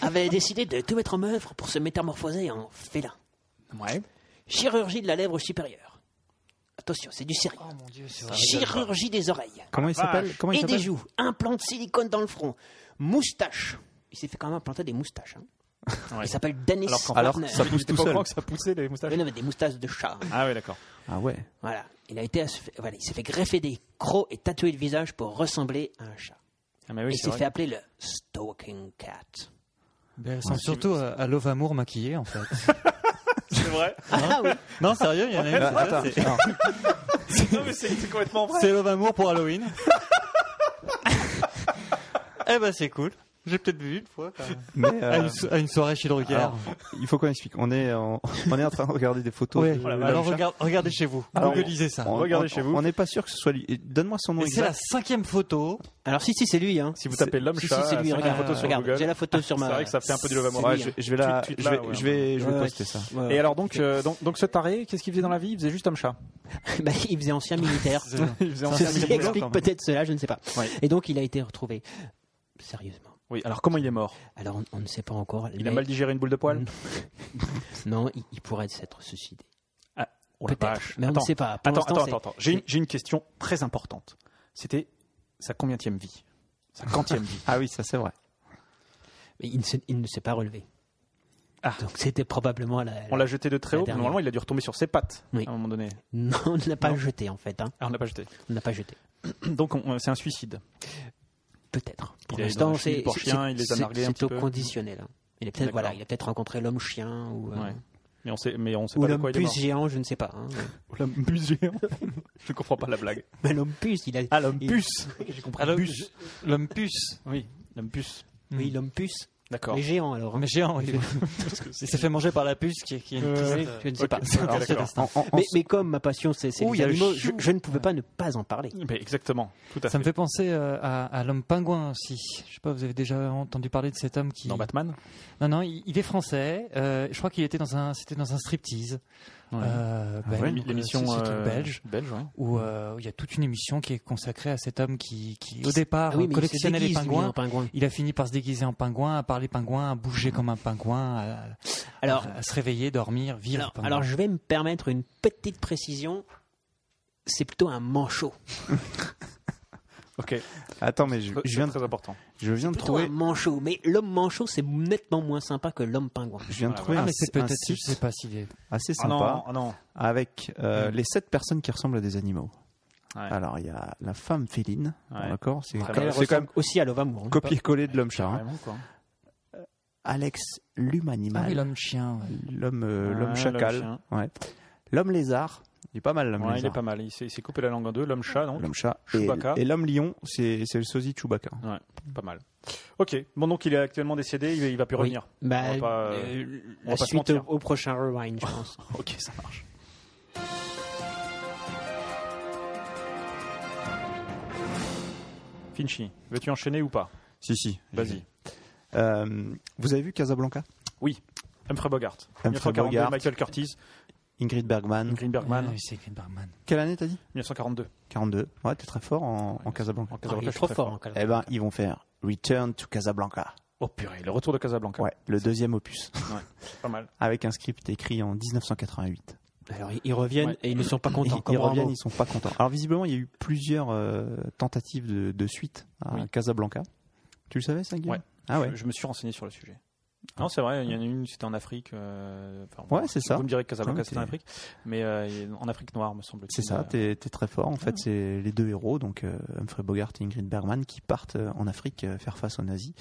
avait décidé de tout mettre en œuvre pour se métamorphoser en félin.
Ouais.
Chirurgie de la lèvre supérieure. Attention, c'est du sérieux. Chirurgie des oreilles.
Comment il s'appelle Comment il
et des
s'appelle
joues, implant de silicone dans le front, moustache. Il s'est fait quand même implanter des moustaches. hein.
[LAUGHS] Ouais.
Il s'appelle Dennis
Alors qu'en-
Wagner.
alors, ça pousse
J'étais
tout
pas au
seul.
courant que ça poussait les moustaches.
Oui, non, mais des moustaches de chat. hein.
Ah ouais, d'accord.
Ah ouais.
Voilà. Il a été, à se fa- voilà, il s'est fait greffer des crocs et tatouer le visage pour ressembler à un chat.
Ah, mais oui,
il
c'est
s'est
vrai.
fait appeler le stalking cat.
Il ressemble Bah, surtout à, à Love Amour maquillé, en fait.
C'est vrai.
Ah oui.
non, sérieux, il y en a une. c'est ça, Ah,
[LAUGHS]
c'est-
non, mais c'est c'est
[LAUGHS]
complètement vrai.
C'est Love Amour pour Halloween. eh ben, c'est cool. J'ai peut-être vu une fois.
Mais, euh,
À, une so- à une soirée chez Drucker.
alors, il faut qu'on explique. On est en, [LAUGHS] on est en train de regarder des photos.
Ouais.
de-
Voilà,
Alors
Madame
regarde- regardez chez vous.
Alors,
Googlisez ça.
on-
Regardez
on-
chez vous.
On n'est pas sûr que ce soit lui. Et Donne-moi son nom
Et c'est la
exact.
cinquième photo.
Alors si, si, c'est lui. Hein.
Si vous tapez l'homme
Si, si,
chat,
c'est lui.
cinq
Regarde,
photos sur
regarde,
Google.
j'ai la photo [LAUGHS] sur
[LAUGHS]
ma.
C'est vrai
[LAUGHS]
que ça fait un peu du love and
C'est
roll.
Ouais,
lui,
je,
hein.
je vais la,
Tweet- tweet
je vais,
là, ouais.
je vais, je vais
Ouais,
poster ça.
Ouais,
Et
ouais.
alors donc, euh, donc, donc ce taré, qu'est-ce qu'il faisait dans la vie Il faisait juste homme chat.
Bah, il faisait
[LAUGHS]
ancien militaire.
Il faisait
Ce qui explique peut-être cela, je ne sais pas.
Ouais.
Et donc il a été retrouvé. Sérieusement.
Oui, alors comment il est mort
Alors on, on ne sait pas encore.
Il
mais- Mm.
a mal digéré une boule de poil
Non, il, il pourrait s'être suicidé.
Oh la
Peut-être.
vache.
Mais on
Attends.
ne sait pas. Pour
Attends,
l'instant,
attends,
c'est-
attends, attends. J'ai une, j'ai une question très importante. C'était sa combienième vie Sa quantième
[LAUGHS]
vie
Ah oui, ça c'est vrai.
Mais il ne s'est, il ne s'est pas relevé.
Ah.
Donc c'était probablement la.
On l'a jeté de très
La
haut,
dernière.
normalement il a dû retomber sur ses pattes
Oui.
à un moment donné.
Non, on ne l'a pas jeté en fait. hein.
Ah, on l'a pas jeté.
On ne l'a pas jeté.
[COUGHS] Donc on- c'est un suicide.
Peut-être. Pour
est allé
l'instant,
dans la
c'est
chenille pour
c'est-
chiens, il les a
c'est-
nargués un
c'est
petit
au
peu.
conditionnel. hein. Il a peut-être
D'accord.
voilà, il a peut-être rencontré l'homme chien ou, euh,
Ouais. Mais on sait, mais on sait
ou
pas de
l'homme
quoi il est
puce
mort.
géant, je ne sais pas.
[LAUGHS]
hein.
L'homme puce géant. [LAUGHS] Je comprends pas la blague.
Mais l'homme puce, il a
Ah, l'homme
il- [LAUGHS]
puce
Ah, l'homme- L'homme puce.
Oui, l'homme puce.
Oui, l'homme puce,
D'accord.
mais géant alors. hein. Euh,
Mais géant, oui. il s'est fait manger par la puce qui, qui est une
Je
tristesse.
ne sais [LAUGHS] pas.
Ok, d'accord.
En- en- en-
Mais, mais comme ma passion c'est c'est
Ouh, il
les
y a le
animaux, je,
chiot.
je ne pouvais pas ne pas en parler.
Mais exactement, tout à
[LAUGHS] Ça
fait.
me fait penser euh, à, à l'homme pingouin aussi. Je sais pas, vous avez déjà entendu parler de cet homme qui.
Dans Batman
Non, non, il, il est français. Euh, je crois qu'il était dans un, c'était dans un striptease. Euh, belge,
Ouais,
donc, euh,
L'émission
c'est- c'est un truc
euh,
belge
Belge, ouais.
où euh, où il y a toute une émission qui est consacrée à cet homme qui, qui au départ
Ah oui, mais il se
collectionnait les
déguise, lui,
pingouins.
en pingouin.
Il a fini par se déguiser en pingouin, à parler pingouin, à bouger comme un pingouin, à,
Alors,
à se réveiller, dormir, vivre.
alors,
Ah, pingouin.
alors, je vais me permettre une petite précision. C'est plutôt un manchot.
Ok.
Attends, mais je, je
C'est
viens de,
très important.
je viens de
Plutôt un
trouver,
manchot. Mais l'homme manchot, c'est nettement moins sympa que l'homme pingouin.
je viens de
Ah,
trouver
ah,
un,
mais c'est
un
peut-être, je sais
site
pas s'il est.
assez
Ah non,
sympa
ah non.
avec euh,
Mm.
les sept personnes qui ressemblent à des animaux.
Ouais.
Alors il y a la femme féline,
Ouais.
d'accord, c'est
Très
quand-
bien.
Elle
c'est quand même
ressemble aussi à l'homme amour. hein.
copier-coller de l'homme chat. hein.
Vraiment, quoi.
Alex l'homme
Ah oui,
animal,
l'homme chien. ouais.
l'homme euh,
Ouais,
l'homme
l'homme
chacal,
chien.
ouais. l'homme lézard. Il est pas mal l'homme
Ouais, il est
lézard.
pas mal. Il s'est il s'est coupé la langue en deux. L'homme chat, donc.
L'homme chat et,
Chewbacca.
et l'homme lion, c'est c'est le sosie de Chewbacca.
Ouais, pas mal. Ok. Bon, donc il est actuellement décédé. Il, il va plus
Oui.
revenir.
Bah,
On va pas, euh,
euh,
on va pas
la
se
suite au,
mentir.
au prochain rewind, je pense.
Ok, ça marche. Finchy, veux-tu enchaîner ou pas
Si si,
Vas-y.
Euh, vous avez vu Casablanca
Humphrey Bogart.
Humphrey
1942,
Bogart. Mm.
Michael Curtis,
Ingrid Bergman.
Green
Ah
Bergman,
oui, c'est Ken Bergman.
Quelle année t'as dit Ah,
1942.
42. Ouais, t'es très fort en, en Casablanca.
En
Ah,
Casablanca,
il est
je suis
trop
très
fort encore.
Eh ben, ils vont faire Return to Casablanca.
Oh purée, le retour de Casablanca.
Ouais, le deuxième opus. [LAUGHS]
Pas mal.
Avec un script écrit en 1988.
Alors, ils, ils reviennent
Ouais.
et ils ne sont pas
Ils,
contents.
ils
comme
reviennent,
Rambo.
ils sont pas contents. Alors visiblement, il y a eu plusieurs euh, tentatives de, de suite à Casablanca. Tu le savais ça, Guillaume
Ouais.
Ah ouais.
Je,
Ah.
je me suis renseigné sur le sujet. Non, c'est vrai, il y en a une, c'était en Afrique. euh, enfin,
Ouais,
bon,
c'est ça.
Vous me direz que Casablanca,
Ouais,
c'était en
t'es-
Afrique, mais euh, il est en Afrique noire, me semble-t-il.
C'est ça,
Euh,
t'es t'es très fort. En fait, c'est les deux héros, donc euh, Humphrey Bogart et Ingrid Bergman, qui partent euh, en Afrique euh, faire face aux nazis.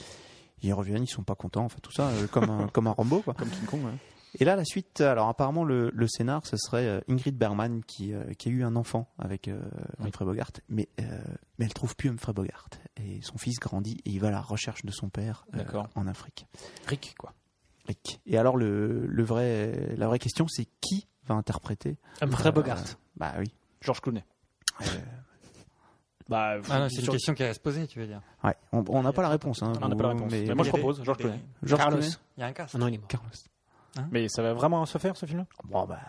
Ils reviennent, ils sont pas contents, enfin tout ça, euh,
[LAUGHS]
comme, un, comme un Rambo. Quoi.
Comme King Kong, ouais.
Et là, la suite, alors apparemment, le, le scénar, ce serait euh, Ingrid Bergman qui, euh, qui a eu un enfant avec euh, Humphrey Bogart, mais, euh, mais elle trouve plus Humphrey Bogart. Et son fils grandit et il va à la recherche de son père euh,
D'accord.
en Afrique.
Rick, quoi.
Rick. Et alors, le, le vrai, la vraie question, c'est qui va interpréter
Humphrey
Euh,
Bogart.
Bah oui.
Georges Clooney.
Euh,
Bah,
Ah non, c'est une
sur-
question qui reste posée, tu veux dire.
Ouais, on on n'a pas la réponse. Hein,
On n'a pas la
vous-
réponse.
mais-
Mais moi, je
il y avait-
propose Georges Clooney.
Georges
Carlos.
Clooney
Il y a un casque.
Ah non, il est mort.
Carlos.
Mais ça va vraiment se faire ce film
Bon, bah.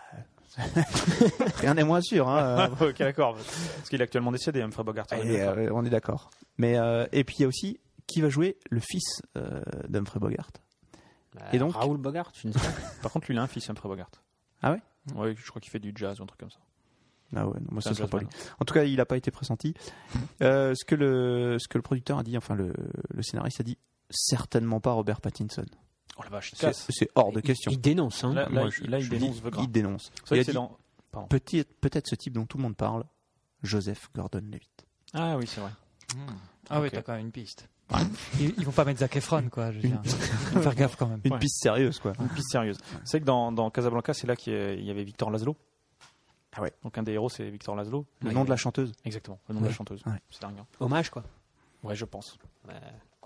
[LAUGHS] Rien n'est moins sûr.
[LAUGHS]
Hein.
Ok, d'accord. Parce qu'il est actuellement décédé, Humphrey Bogart. on est
Et,
d'accord.
euh, on est d'accord. Mais euh, et puis il y a aussi qui va jouer le fils euh, d'Humphrey Bogart. Et donc-
Bah, Raoul Bogart, je ne sais pas.
Par contre, lui, il a un fils, Humphrey Bogart.
Ah ouais
euh, Ouais, je crois qu'il fait du jazz ou un truc comme ça.
Ah ouais, non, moi
C'est
ce
un
sera pas lui.
jazzman.
En tout cas, il n'a pas été pressenti. Euh, ce que le ce que le producteur a dit, enfin le, le scénariste a dit, certainement pas Robert Pattinson.
Oh la vache, il
C'est
casse.
c'est hors de
Il-
question.
Il dénonce. hein.
Là,
Moi,
là,
je-
il- là, il
je dis,
dénonce Vegra.
Il dénonce.
C'est vrai
Il
que
a
c'est
dit,
dans- Pardon.
Peut-être peut-être ce type dont tout le monde parle, Joseph Gordon-Levitt.
Ah oui, c'est vrai.
Ah oui,
Ok.
t'as quand même une [LAUGHS] piste. Ils, ils vont pas mettre Zac Efron, quoi. Je veux dire. Faut faire gaffe quand même.
Une
Ouais.
piste sérieuse quoi.
Une piste [LAUGHS] sérieuse. C'est que dans, dans Casablanca, c'est là qu'il y a- il y avait Victor Laszlo.
Ah ouais.
Donc un des héros, c'est Victor Laszlo.
Le
Ouais,
nom
il-
de la chanteuse.
Exactement, le nom de
Ouais.
la chanteuse.
Ouais.
C'est dingue. hein.
Hommage, quoi.
Ouais, je pense.
Ouais.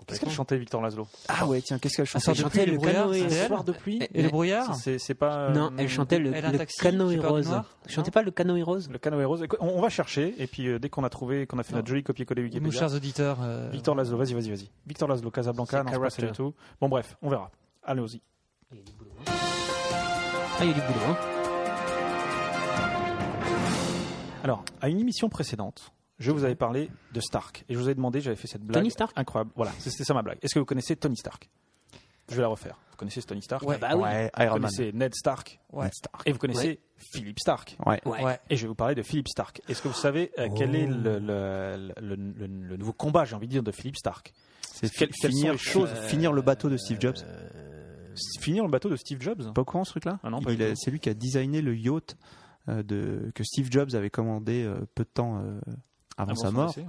Qu'est-ce qu'elle chantait, Victor Laslo
Ah ouais, tiens, qu'est-ce qu'elle
Un
chante
soir de
chantait le
pluie, le brouillard,
canoë.
c'était
Un
elle
soir
de pluie
Et le brouillard
Eh, C'est c'est pas. euh,
Non, elle chantait le,
Elle a un
le
taxi,
canoë
j'ai peur du
rose.
noir.
Elle chantait pas le canoë rose
Le canoë rose. Écoute, On, on va chercher, et puis euh, dès qu'on a trouvé, qu'on a fait
Non.
notre joli copier-coller
Nos
Wikipédia.
chers auditeurs, euh,
Victor Laszlo, vas-y, vas-y, vas-y. Victor Laszlo, Casablanca,
C'est
non, c'est pas ça
character.
du tout. Bon, bref, on verra. Allons-y.
hein.
Ah, il y a du boulot. hein.
Alors, à une émission précédente, je vous avais parlé de Stark, et je vous avais demandé, j'avais fait cette blague.
Tony Stark
Incroyable. Voilà, c'était ça ma blague. Est-ce que vous connaissez Tony Stark Je vais la refaire. Vous connaissez ce Tony Stark
Ouais, bah oui.
Ouais,
Vous
Iron Man.
connaissez Ned Stark
Ouais.
Ned Stark.
et vous connaissez Philippe Stark.
Ouais.
Ouais.
ouais.
Et je vais vous parler de Philippe Stark. Est-ce que vous savez euh, quel est le, le- le- le- le nouveau combat, j'ai envie de dire, de Philippe Stark
C'est
Quelles-
fi-
quelles sont
finir,
les choses,
euh, finir le bateau de Steve Jobs.
Euh.
Finir le bateau de Steve Jobs
Pas au courant ce truc-là
Ah non, pas
Il
du
a-
tout.
C'est lui qui a designé le yacht euh, de, que Steve Jobs avait commandé euh, peu de temps euh, avant sa
son
mort.
décès, ouais.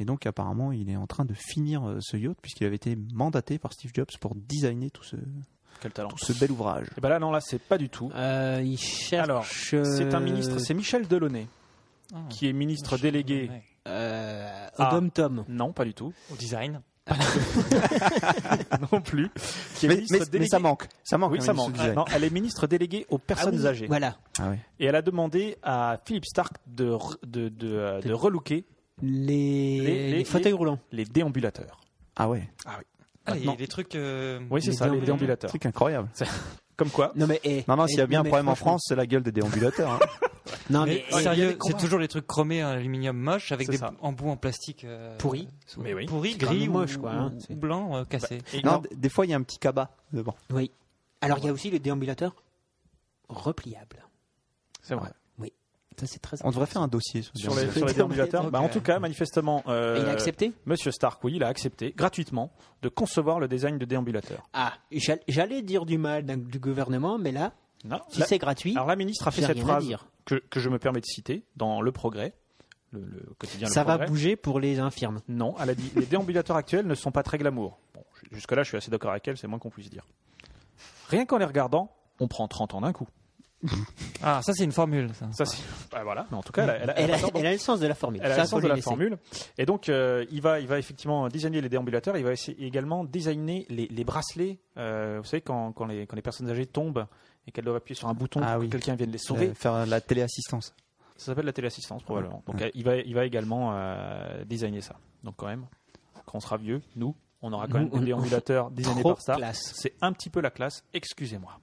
Et donc apparemment, il est en train de finir euh, ce yacht puisqu'il avait été mandaté par Steve Jobs pour designer tout ce,
Quel talent.
tout ce bel ouvrage.
Et ben là, non, là, c'est pas du tout.
Euh, il cherche.
Alors, C'est un ministre, c'est Michel Delaunay,
Ah.
qui est ministre délégué.
Ouais.
Euh,
Ah.
Dom Tom.
Non, pas du tout. [LAUGHS]
Au design.
non plus. Qui est
Mais,
ministre
mais- mais
délégué-
ça manque, ça manque.
Oui,
hein,
ça
il se
manque.
disait.
Non, elle est ministre déléguée aux personnes
oui,
âgées.
Voilà.
Ah ouais.
Et elle a demandé à Philippe Stark de, re- de, de, euh, de relooker Les-
Les,
les-
les
les-
fauteuils roulants.
les déambulateurs.
Ah ouais,
Ah, il y
Maintenant.
a des trucs.
Oui, c'est
Les
ça, les
déambulateurs.
déambulateurs.
truc incroyable.
Comme quoi,
Non mais eh,
Non, non,
eh,
s'il y a bien un
mais
problème en
franchement-
France, c'est la gueule des déambulateurs.
[LAUGHS]
hein.
Non
Mais
mais, eh, il y a des
sérieux, c'est
combats.
toujours les trucs chromés en aluminium moche avec
C'est
des
ça.
en bout en plastique euh,
Pourri.
sous-
Mais oui.
pourri,
quand
gris
même
ou,
moche, quoi, hein.
ou
C'est-
blanc euh, cassé.
Non, d- des fois, il y a un petit cabas devant.
Oui. Alors il y a aussi les déambulateurs repliables.
c'est vrai.
Ça c'est très.
On devrait faire un dossier sur,
Sur les,
ça.
sur les déambulateurs. Bah, en
Ok.
tout cas, manifestement, euh,
Et il a accepté
Monsieur Stark, oui, il a accepté gratuitement de concevoir le design de déambulateurs.
Ah, j'all- j'allais dire du mal d'un- du gouvernement, mais là,
Non,
si
la-
c'est gratuit,
Bah, Alors la ministre a fait
j'ai
cette
rien à
phrase
dire.
que, que je me permets de citer dans Le Progrès, le, le quotidien
ça
Le
va
Progrès.
bouger pour les infirmes.
Non, elle a dit les déambulateurs actuels ne sont pas très glamour. Bon, j- jusque-là, je suis assez d'accord avec elle, c'est moins qu'on puisse dire. Rien qu'en les regardant, on prend 30 ans d'un coup.
Ah, ça c'est une formule. Ça.
Ça, c'est. Bah, voilà, mais en tout cas, elle a, elle a-
Elle
elle
a,
a raison.
elle a le sens de la formule.
Elle a
Ça,
le sens
faut
de
lui
la
laisser.
formule. Et donc, euh, il, va, il va effectivement designer les déambulateurs. Il va essayer également designer les, les bracelets. Euh, vous savez, quand, quand, les, quand les personnes âgées tombent et qu'elles doivent appuyer sur un bouton
Ah
pour
oui.
que quelqu'un vienne les sauver,
Euh, faire la téléassistance.
ça s'appelle la téléassistance, probablement. Donc, euh, il, va, il va également euh, designer ça. Donc, quand même, quand on sera vieux, nous, on aura quand
Nous,
même des
on-
déambulateurs designés
Trop
par ça.
classe.
C'est un petit peu la classe, excusez-moi.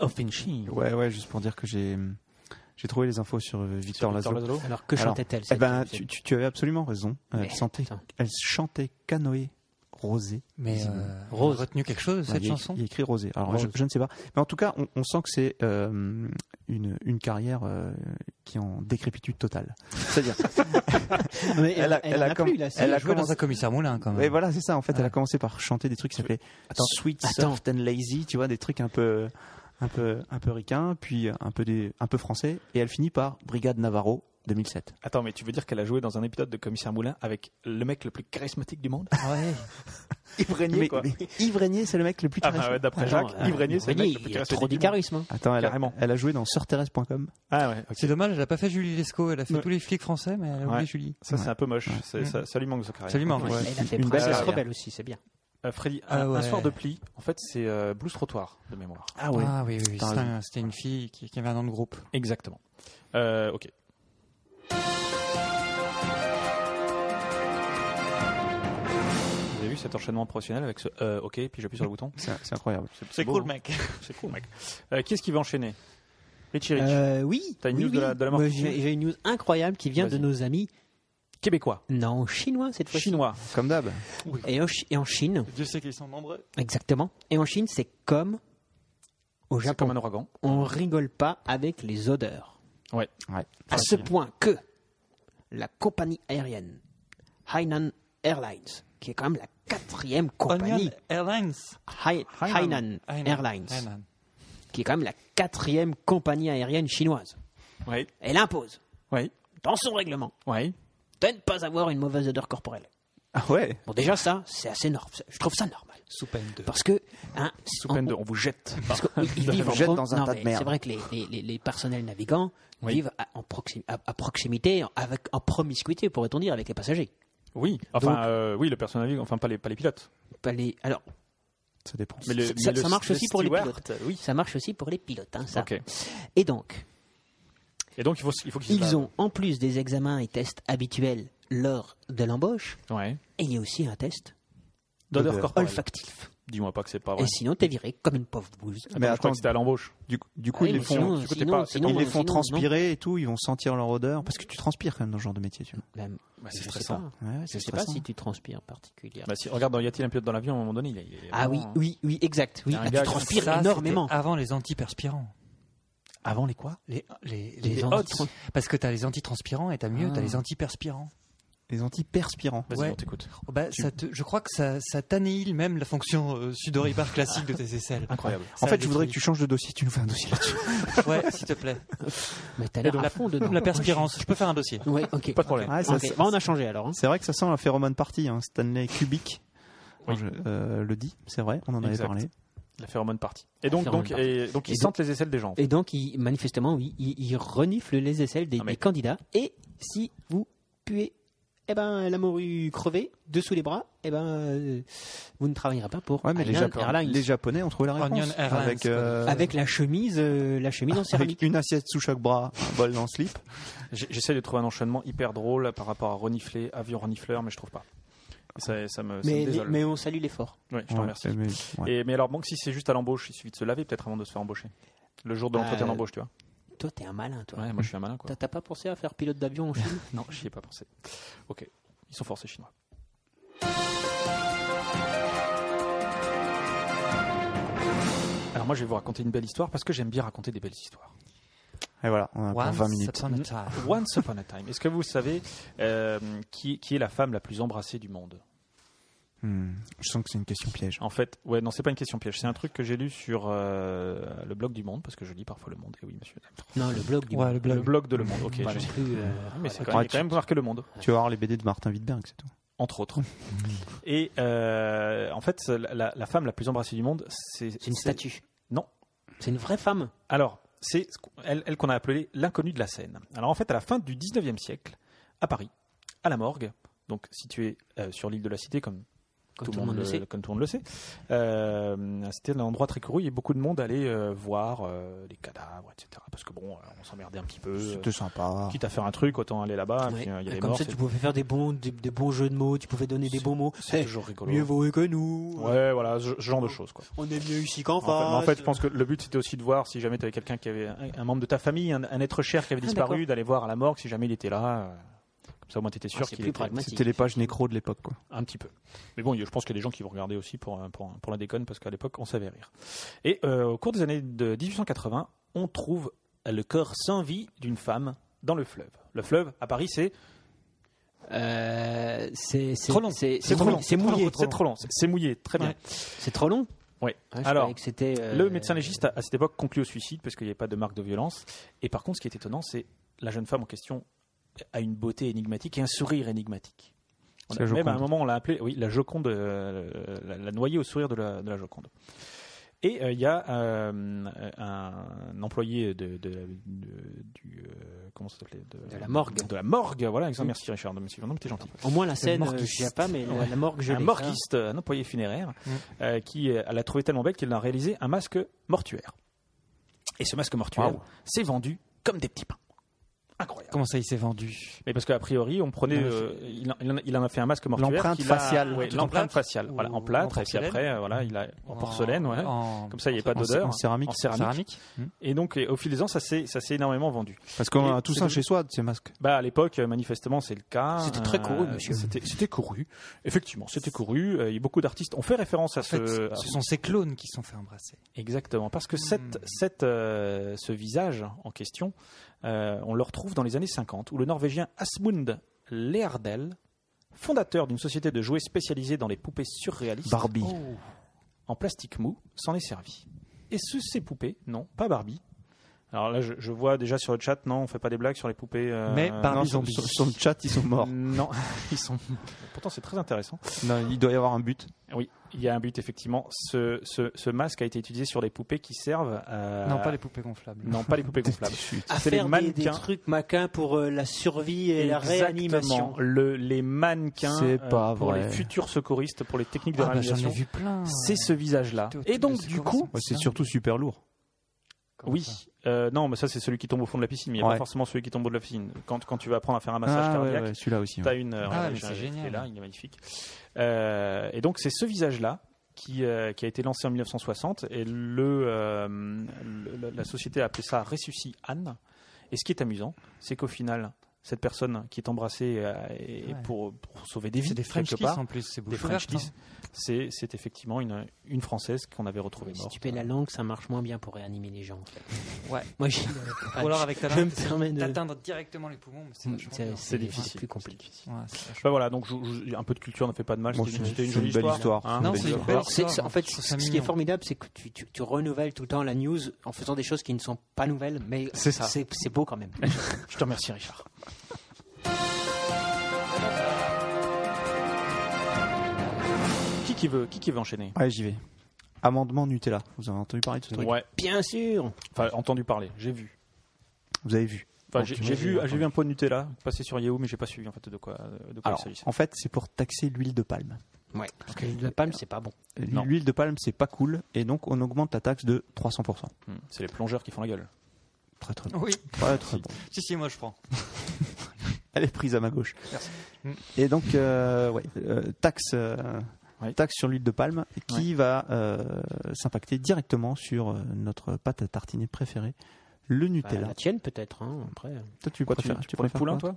Offenshing.
Ouais, ouais, juste pour dire que j'ai j'ai trouvé les infos sur euh, Victor
Victor
Lazlo.
Laszlo.
Alors que
Alors,
chantait-elle
Eh
cette-
ben,
cette-
tu, tu- tu avais absolument raison. Euh, Elle
Mais,
chantait,
putain.
elle chantait canoë rosé.
Mais
Visible.
euh, Rose retenu quelque chose de
Ouais,
cette
il y a-
chanson
Il y a écrit rosé. Alors
Rose.
Je, je ne sais pas, mais en tout cas, on, on sent que c'est euh, une une carrière euh, qui est en décrépitude totale. [LAUGHS] C'est-à-dire,
Mais elle,
a-
elle
elle
en
a
a
comme-
plus, là, si.
Elle
Elle
a
a
joué dans
commencé-
un commissaire Moulin quand même.
et voilà, c'est ça. En fait, elle a commencé par chanter des trucs qui s'appelaient Sweet,
Attends.
Soft and Lazy, tu vois, des trucs un peu un peu un peu ricain, puis un peu des, un peu français, et elle finit par Brigade Navarro 2007.
Attends, mais tu veux dire qu'elle a joué dans un épisode de Commissaire Moulin avec le mec le plus charismatique du monde
Ouais.
Yves Régnier,
mais,
quoi.
mais Yves Régnier, c'est le mec le plus
[LAUGHS] Ah bah
charismatique.
ouais, d'après
Attends,
Jacques, Yves Régnier, c'est le mec le plus
il y a
charismatique
trop du
du monde.
charisme. hein.
Attends, elle a,
Carrément.
elle a joué dans surterresse.com.
Ah ouais, ok.
C'est dommage, elle a pas fait Julie Lescaut. Elle a fait
Ouais.
tous les flics français, mais elle a oublié
Ouais.
Julie.
Ça, c'est un peu moche. C'est-
Mm.
Ça, ça lui manque ce charisme.
Absolument.
Ouais, Elle a fait
Une belle
Princesse
carrière.
Rebelle aussi, c'est bien.
Euh, Freddy,
Ah
un, un
ouais.
soir de pli, en fait, c'est euh, Blues Trottoir de mémoire.
Ah
Ah oui, oui, oui.
T'as
c'était
raison.
un- C'était une fille qui, qui avait un nom de groupe.
Exactement. Euh, ok. Vous avez vu cet enchaînement professionnel avec ce euh, ok, puis j'appuie sur le bouton
C'est c'est incroyable.
C'est cool, mec. C'est cool, mec. Euh, qui est-ce qui va enchaîner Richie Rich.
Euh, oui.
T'as une
oui,
news de
oui.
la- de la mort
Moi,
qui tue.
J'ai j'ai une news incroyable qui vient de
Vas-y.
nos amis,
Québécois.
non, chinois cette fois-ci.
Chinois.
Comme d'hab.
Et en, Chi- et en Chine,
Dieu sait qu'ils sont nombreux.
exactement. Et en Chine, c'est comme au
C'est
Japon.
comme un ouragan.
On rigole pas avec les odeurs.
Ouais.
Ouais.
À ce point que la compagnie aérienne Hainan Airlines, qui est quand même la quatrième compagnie
Onion Airlines.
Hai- Hainan, Airlines,
Airlines.
qui est quand même la quatrième compagnie aérienne chinoise,
Oui.
elle impose
Oui.
dans son règlement
Oui.
de ne pas avoir une mauvaise odeur corporelle.
Ah ouais.
Bon, déjà, ça, c'est assez normal. Je trouve ça normal.
Sous peine de.
Parce que. hein,
Sous
en- Bah,
peine de, on vous
[LAUGHS]
jette.
Parce qu'ils vivent en
jette
pro-
dans un
non,
tas
mais
de merde.
C'est vrai que les, les- les- les personnels navigants
Oui.
vivent à, en proxi- à- à proximité, en- avec, en promiscuité, pourrait-on dire, avec les passagers.
Oui, enfin, euh, oui, le personnel navigue, enfin, pas les, pas les pilotes.
Pas les- alors,
Ça dépend.
Mais le-
ça,
mais le-
ça marche
le
aussi pour les
steward,
pilotes.
Oui.
Ça marche aussi pour les pilotes. hein, ça.
Ok.
Et donc,
Et donc, il faut, il faut qu'ils
ils ont en plus des examens et tests habituels lors de l'embauche,
Ouais.
il y a aussi un
Oh
test
D'odeur
Odeur.
corporelle.
olfactif.
Dis-moi pas que c'est pas vrai.
Et sinon, t'es viré comme une pauvre bouse.
Mais
Mais
Ah, je crois
attends,
que c'était à l'embauche.
du, coup- du coup,
Ah oui,
ils les
mais
font,
sinon,
du coup, t'es
sinon-
pas-
sinon,
ils les
non,
font
sinon, non.
transpirer et tout, ils vont sentir leur odeur. Parce que tu transpires quand même dans ce genre de métier, tu vois.
Ben,
c'est
je sais
stressant.
pas.
Ouais, ouais,
Je
c'est
sais pas
stressant.
si tu transpires particulièrement.
Bah, si, regarde, dans y a-t-il un pilote dans l'avion à un moment donné il est- il est
Ah oui,
vraiment- hein.
oui, oui, exact. Oui,
Un
Ah,
gars
tu
qui-
transpires
Ça, c'était
énormément.
Avant les antiperspirants.
Avant les quoi
Les, les,
Les
les
hot.
anti- Parce que t'as les antitranspirants et t'as mieux, t'as
Ah.
les antiperspirants.
Les antiperspirants.
Vas-y,
Ouais.
on t'écoute.
Oh, bah, ça te- je crois que ça, ça t'annihile même la fonction euh, sudoripare classique de tes aisselles.
Incroyable.
En
Ça
fait, je voudrais que tu
détruit.
changes de dossier. Tu nous fais un dossier
[LAUGHS]
là-dessus.
Ouais, s'il te plaît.
Mais t'as l'air
donc,
[LAUGHS]
à fond dedans.
La perspirance, je peux faire un dossier.
Ouais, ok.
Pas de problème.
Ouais, ça,
Ok,
c'est-
bah, on a changé alors. hein.
C'est vrai que ça sent la Pheromone Party, hein, Stanley Kubik.
Oui.
Je euh, le dis, c'est vrai, on en avait
Exact.
parlé.
La phéromone partie. Et donc,
phéromone
donc,
party.
et, donc ils
Et
sentent les aisselles des gens. en fait.
Et donc, il, manifestement, oui, il, il renifle les aisselles des,
Ah, mais-
des candidats. Et si vous puez, eh ben, la morue crevée dessous les bras, eh ben, euh, vous ne travaillerez pas pour
Ouais, mais les,
Hainan
Japonais-
Airlines.
les Japonais ont trouvé la
Onion
réponse.
Airlines,
avec, euh,
Avec la chemise, euh, la
Ah,
chemise en
avec
céramique.
une assiette sous chaque bras, un bol dans le slip.
J'ai- J'essaie de trouver un enchaînement hyper drôle par rapport à renifler, avion renifleur, mais je trouve pas. Ça, ça me, ça me
Mais,
désole.
mais on salue l'effort.
Ouais, je te
Ouais,
remercie.
mais- ouais.
Et, mais alors, bon, si c'est juste à l'embauche, il suffit de se laver peut-être avant de se faire embaucher. Le jour de l'entretien
Euh,
d'embauche, tu vois.
Toi, t'es un malin, toi.
Bah, Ouais, moi je suis un malin quoi.
T'as- T'as pas pensé à faire pilote d'avion
[LAUGHS]
en Chine
Non, j'y ai pas pensé. Ok, ils sont forts ces Chinois. Alors moi je vais vous raconter une belle histoire parce que j'aime bien raconter des belles histoires.
Et voilà, on a pour 20 minutes.
upon a time.
Once upon a time. Est-ce que vous savez euh, qui, qui est la femme la plus embrassée du monde
Hmm, Je sens que c'est une question piège.
En fait, ouais, non, c'est pas une question piège. C'est un truc que j'ai lu sur euh, le blog du Monde parce que je lis parfois le Monde. Et oui, monsieur.
Non, le blog du
Ouais, le blog.
Le blog de le Monde. Ok.
Pas
je- Ah,
non plus, euh,
Mais
voilà.
c'est quand, même- il y a quand même marqué le Monde.
Ah.
Tu vas voir les BD de Martin Wittberg, c'est tout.
entre
[LAUGHS]
autres. Et euh, en fait, la, la- la femme la plus embrassée du monde, c'est
C'est une
c'est-
statue.
Non.
C'est une vraie femme.
Alors, c'est ce qu'on- elle, elle qu'on a appelée l'inconnue de la Seine. Alors en fait, à la fin du 19e siècle, à Paris, à la morgue, donc située euh, sur l'île de la Cité, comme
Comme tout le monde le sait.
comme tout le monde le sait. Euh, c'était un endroit très couru et beaucoup de monde allait euh, voir euh, les cadavres, etc. Parce que bon, euh, on s'emmerdait un petit peu. euh,
C'était sympa.
quitte à faire un truc, autant aller là-bas. et
Ouais. Bah,
puis, euh, il y a les
Comme
morts,
ça,
c'est-
tu pouvais faire des bons, des, des bons jeux de mots, tu pouvais donner des bons mots.
c'est
Eh,
toujours rigolo.
mieux vaut eux que nous. Ah,
Ouais, voilà, ce ce genre de choses. Quoi.
On est mieux ici qu'en
En fait, mais
face.
en fait, je pense que le but c'était aussi de voir si jamais tu avais quelqu'un qui avait un, un membre de ta famille, un, un être cher qui avait
Ah,
disparu,
d'accord.
d'aller voir à la morgue si jamais il était là. euh, Comme ça, au moins, tu étais sûr
Ah, c'est
qu'il
plus
était
pragmatique.
C'était les pages nécro de l'époque, quoi.
un petit peu. Mais bon, il y a- je pense qu'il y a des gens qui vont regarder aussi pour, euh, pour, pour la déconne parce qu'à l'époque, on savait rire. Et euh, au cours des années de 1880, on trouve le corps sans vie d'une femme dans le fleuve. Le fleuve, à Paris, c'est
Euh, c'est c'est-
trop long.
C'est c'est mouillé. C'est mouillé.
C'est trop long. C'est- C'est mouillé. Très bien.
Ouais. C'est trop long.
Ouais.
Ah, je
Alors,
croyais que c'était, euh,
Le médecin légiste, à, à cette époque, conclut au suicide parce qu'il n'y avait pas de marque de violence. Et par contre, ce qui est étonnant, c'est la jeune femme en question a une beauté énigmatique et un sourire énigmatique. On
C'est
a-
la
même à un
Joconde.
moment, on l'a appelée oui, la Joconde, euh, la, la noyée au sourire de la, de la Joconde. Et euh, il y a euh, un employé de, de, de- du, euh, comment ça s'appelait
De la morgue. Mm.
De la morgue, voilà. exact. Merci Richard, de me suivre. Non, mais t'es gentil.
Au moins la scène, euh,
morguiste.
je sais pas, mais la- la morgue, je
un
l'ai.
morguiste, un employé funéraire, euh, qui euh, l'a trouvé tellement belle qu'il en a réalisé un masque mortuaire. Et ce masque mortuaire
Waouh.
s'est vendu comme des petits pains. Incroyable.
Comment ça, il s'est vendu
Mais parce qu'a priori, on prenait,
Non, mais
euh, il, en- il en a, il en a fait un masque mortuaire.
L'empreinte
qu'il a-
faciale.
ouais,
Tout en
l'empreinte
plâtre
faciale. Voilà,
Ou
en plâtre,
en
et puis
porcelaine
après, euh, voilà, il a, en porcelaine, ouais.
en-
Comme ça, il n'y a
en-
pas
En,
d'odeur. hein.
en céramique.
En céramique.
céramique.
Et donc, et au fil des ans, ça s'est ça s'est énormément vendu.
Parce qu'on
Et
a tout
c'est
ça
de-
chez soi, de ces masques.
Bah à l'époque, euh, manifestement, c'est le cas. Euh,
C'était très couru, monsieur.
C'était c'était couru. Effectivement, c'était couru. Euh, Il y a beaucoup d'artistes ont fait référence à
En fait,
ce. à-
ce sont ces clones qui se sont fait embrasser.
Exactement, parce que cette,
Hmm.
cette, euh, ce visage en question, euh, on le retrouve dans les années 50, où le Norvégien Asmund Leardel, fondateur d'une société de jouets spécialisée dans les poupées surréalistes Oh.
Barbie.
en plastique mou, s'en est servi. Et ce, ces poupées, non, pas Barbie, Alors là, je, je vois déjà sur le chat, non, on fait pas des blagues sur les poupées. euh,
Mais par-
non,
non, sur,
zombies.
sur- sur le chat, ils sont morts.
[LAUGHS]
non, [LAUGHS] ils sont. Pourtant, c'est très intéressant.
Non, il doit y avoir un but.
Oui, il y a un but effectivement. Ce, ce, ce masque a été utilisé sur des poupées qui servent. à-
Non, pas les poupées gonflables.
Non, pas les poupées
[LAUGHS]
gonflables.
À
C'est les
faire des, des
mannequins.
trucs maquins pour euh, la survie et la
Exactement.
réanimation.
Le, les mannequins euh,
C'est pas
pour
vrai.
les futurs secouristes, pour les techniques de
Ah, bah, J'en ai
réanimation.
vu plein.
c'est ce visage-là.
T'es au truc
Et donc,
de
du coup,
Ouais, c'est surtout super lourd.
oui. euh, non, mais ça, c'est celui qui tombe au fond de la piscine. mais Il n'y a
Ouais.
pas forcément celui qui tombe au fond de la piscine. Quand, quand tu vas apprendre à faire un massage
Ah,
Ah,
ouais,
cardiaque,
ouais, celui-là aussi. ouais.
T'as une. regardez,
mais
j'ai un
c'est
gif qui est
génial.
là, il est magnifique. Euh, et donc c'est ce visage-là qui, euh, qui a été lancé en 1960 et le, euh, le- la- la société a appelé ça Ressuscit Anne. Et ce qui est amusant, c'est qu'au final, cette personne qui est embrassée euh, et
Ouais.
pour, pour sauver des vies
C'est des French
quelque
Kiss
part,
en plus, c'est
des
bouche
French
ouverte.
Kiss, c'est c'est effectivement une, une française qu'on avait retrouvée
Si
morte.
tu paies la langue, ça marche moins bien pour réanimer les gens. en fait.
Ouais.
[LAUGHS] Moi, j'ai-
hein. Ou alors avec ta
je me
langue,
permets de.
d'atteindre directement les poumons, mais
Hmm,
c'est
Mm,
vachement
c'est-
bien.
C'est
difficile.
plus compliqué.
Ouais, c'est vachement-
Bah voilà, donc je- je- un peu de culture ne fait pas de mal.
Bon,
C'était
c'est-
une, c'était une
c'est une
jolie
belle
histoire.
histoire.
hein.
Non,
Une belle
c'est une
histoire.
belle-
Alors, c'est- c'est- en fait,
Je trouve
ce
ça
qui est
mignon.
formidable, c'est que tu, tu- tu renouvelles tout le temps la news en faisant des choses qui ne sont pas nouvelles, mais
C'est ça.
c'est c'est beau quand même.
Je te remercie, Richard. Qui qui veut, qui qui veut enchaîner
Ouais, j'y vais. Amendement Nutella. Vous avez entendu parler de ce truc
Ouais,
Bien sûr.
enfin entendu parler, j'ai vu.
Vous avez vu.
Enfin,
Donc,
j'ai
tu
j'ai
m'as
vu,
entendu.
j'ai vu un pot de Nutella passer sur Yahoo, mais j'ai pas suivi en fait de quoi, de quoi
Ah,
il
Alors,
s'agissait.
en fait, c'est pour taxer l'huile de palme.
Ouais. Parce que la palme, c'est pas bon.
Non.
L'huile de palme, c'est pas cool, et donc on augmente la taxe de 300%.
Hmm, C'est les plongeurs qui font la gueule.
Très très bon.
Oui,
Très, très bon.
si, si, moi je prends.
Elle est prise à ma gauche. Et donc, euh, ouais, euh, taxe, euh,
Ouais.
taxe sur l'huile de palme qui va euh, s'impacter directement sur euh, notre pâte à tartiner préférée, le
Bah,
Nutella.
la tienne peut-être. hein, après.
Toi, tu
Quoi, tu,
préfères,
tu, prends le
préfères
poulain,
quoi
toi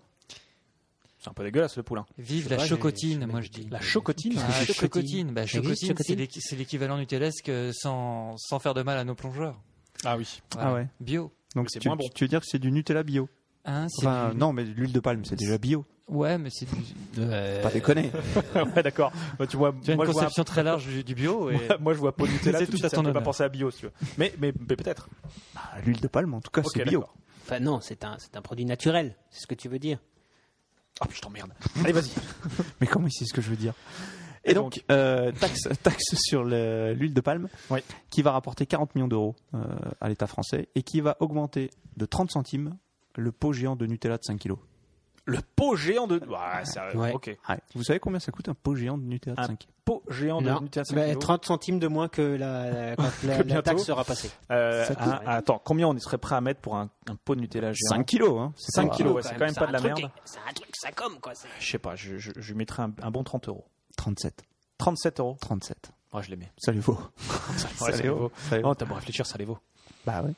C'est un peu dégueulasse le poulain.
Vive
Je
la
sais pas,
chocotine,
j'ai-
moi je dis.
La chocotine
Ah,
Chocotine.
chocotine,
Ça
bah,
existe,
chocotine, c'est
chocotine
l'équ- c'est l'équivalent nutellesque euh, sans, sans faire de mal à nos plongeurs.
Ah oui.
Voilà.
Ah ouais.
Bio.
Donc,
Mais c'est
tu,
moins bon.
tu veux dire que c'est du Nutella bio
Hein, c'est
Enfin,
du-
non, mais l'huile de palme, c'est déjà bio.
Ouais, mais c'est du...
Euh,
Pas
[LAUGHS]
déconner.
[LAUGHS] ouais, d'accord. Bah, tu vois,
Tu as une
moi, je vois un
conception très large du, du bio et
[LAUGHS] moi, je vois pot de Nutella,
C'est
tout de
tout à
suite, ça
ton
ne pas
honneur.
penser à bio, si tu veux. Mais, mais, mais peut-être.
Ah, L'huile de palme, en tout cas,
Ok,
c'est bio.
d'accord.
Enfin, non, c'est un, c'est un produit naturel. C'est ce que tu veux dire.
Ah, puis je t'emmerde. Allez, vas-y.
Mais comment c'est ce que je veux dire Et donc, euh, taxe, [LAUGHS] taxe sur le- l'huile de palme,
Ouais.
qui va rapporter 40 millions d'euros euh, à l'État français et qui va augmenter de 30 centimes le pot géant de Nutella de 5 kilos.
Le pot géant de. Ah Ouais, ça-
Ouais.
ok.
Vous savez combien ça coûte un pot géant de Nutella de
Un
5
Pot géant de
Non.
Nutella de 5
Bah,
kilos.
30 centimes de moins que [LAUGHS] la, quand la-
Que
la
bientôt.
taxe sera passée.
Euh,
Ça coûte.
un- un- attends, combien on serait prêt à mettre pour un, un pot de Nutella géant
5 kilos, hein c'est
5
pas-
kilos, ouais, c'est quand même pas de la
C'est un
merde.
truc- C'est un truc, ça comme quoi. c'est-
Je sais pas, je, je, je mettrais un, un bon 30 euros.
37,
37 euros
37.
Ouais, je les mets.
Ça les vaut.
Ouais, ça les vaut.
Ça les vaut.
Oh, t'as beau réfléchir, ça les vaut.
Bah ouais.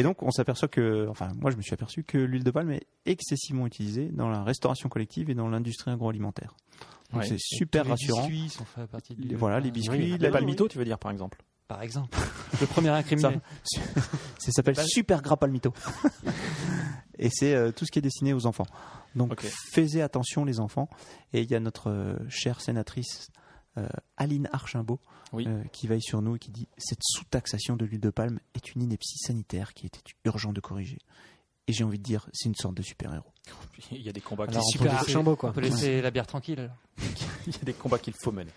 Et donc, on s'aperçoit que, enfin, moi, je me suis aperçu que l'huile de palme est excessivement utilisée dans la restauration collective et dans l'industrie agroalimentaire. Donc,
Ouais.
c'est super
tous les
rassurant.
biscuits sont faits à partir de
Les- voilà, les biscuits,
La
la
palmito, tu veux dire, par exemple
Par exemple, [LAUGHS] le premier incriminé.
Ça s'appelle
Pas-
Super Gras Palmito. Bah, [LAUGHS] et c'est euh, tout ce qui est destiné aux enfants. Donc,
Ok.
faisez attention, les enfants. Et il y a notre euh, chère sénatrice euh, Aline Archimbaud
Oui.
euh, qui veille sur nous et qui dit Cette sous-taxation de l'huile de palme est une ineptie sanitaire qui était urgent de corriger. Et j'ai envie de dire, c'est une sorte de super-héros.
Il y a des combats qui-
Alors, on peut
Super
laisser-
Archambault, quoi.
On peut laisser la bière tranquille. alors.
[LAUGHS] il y a des combats qu'il faut mener.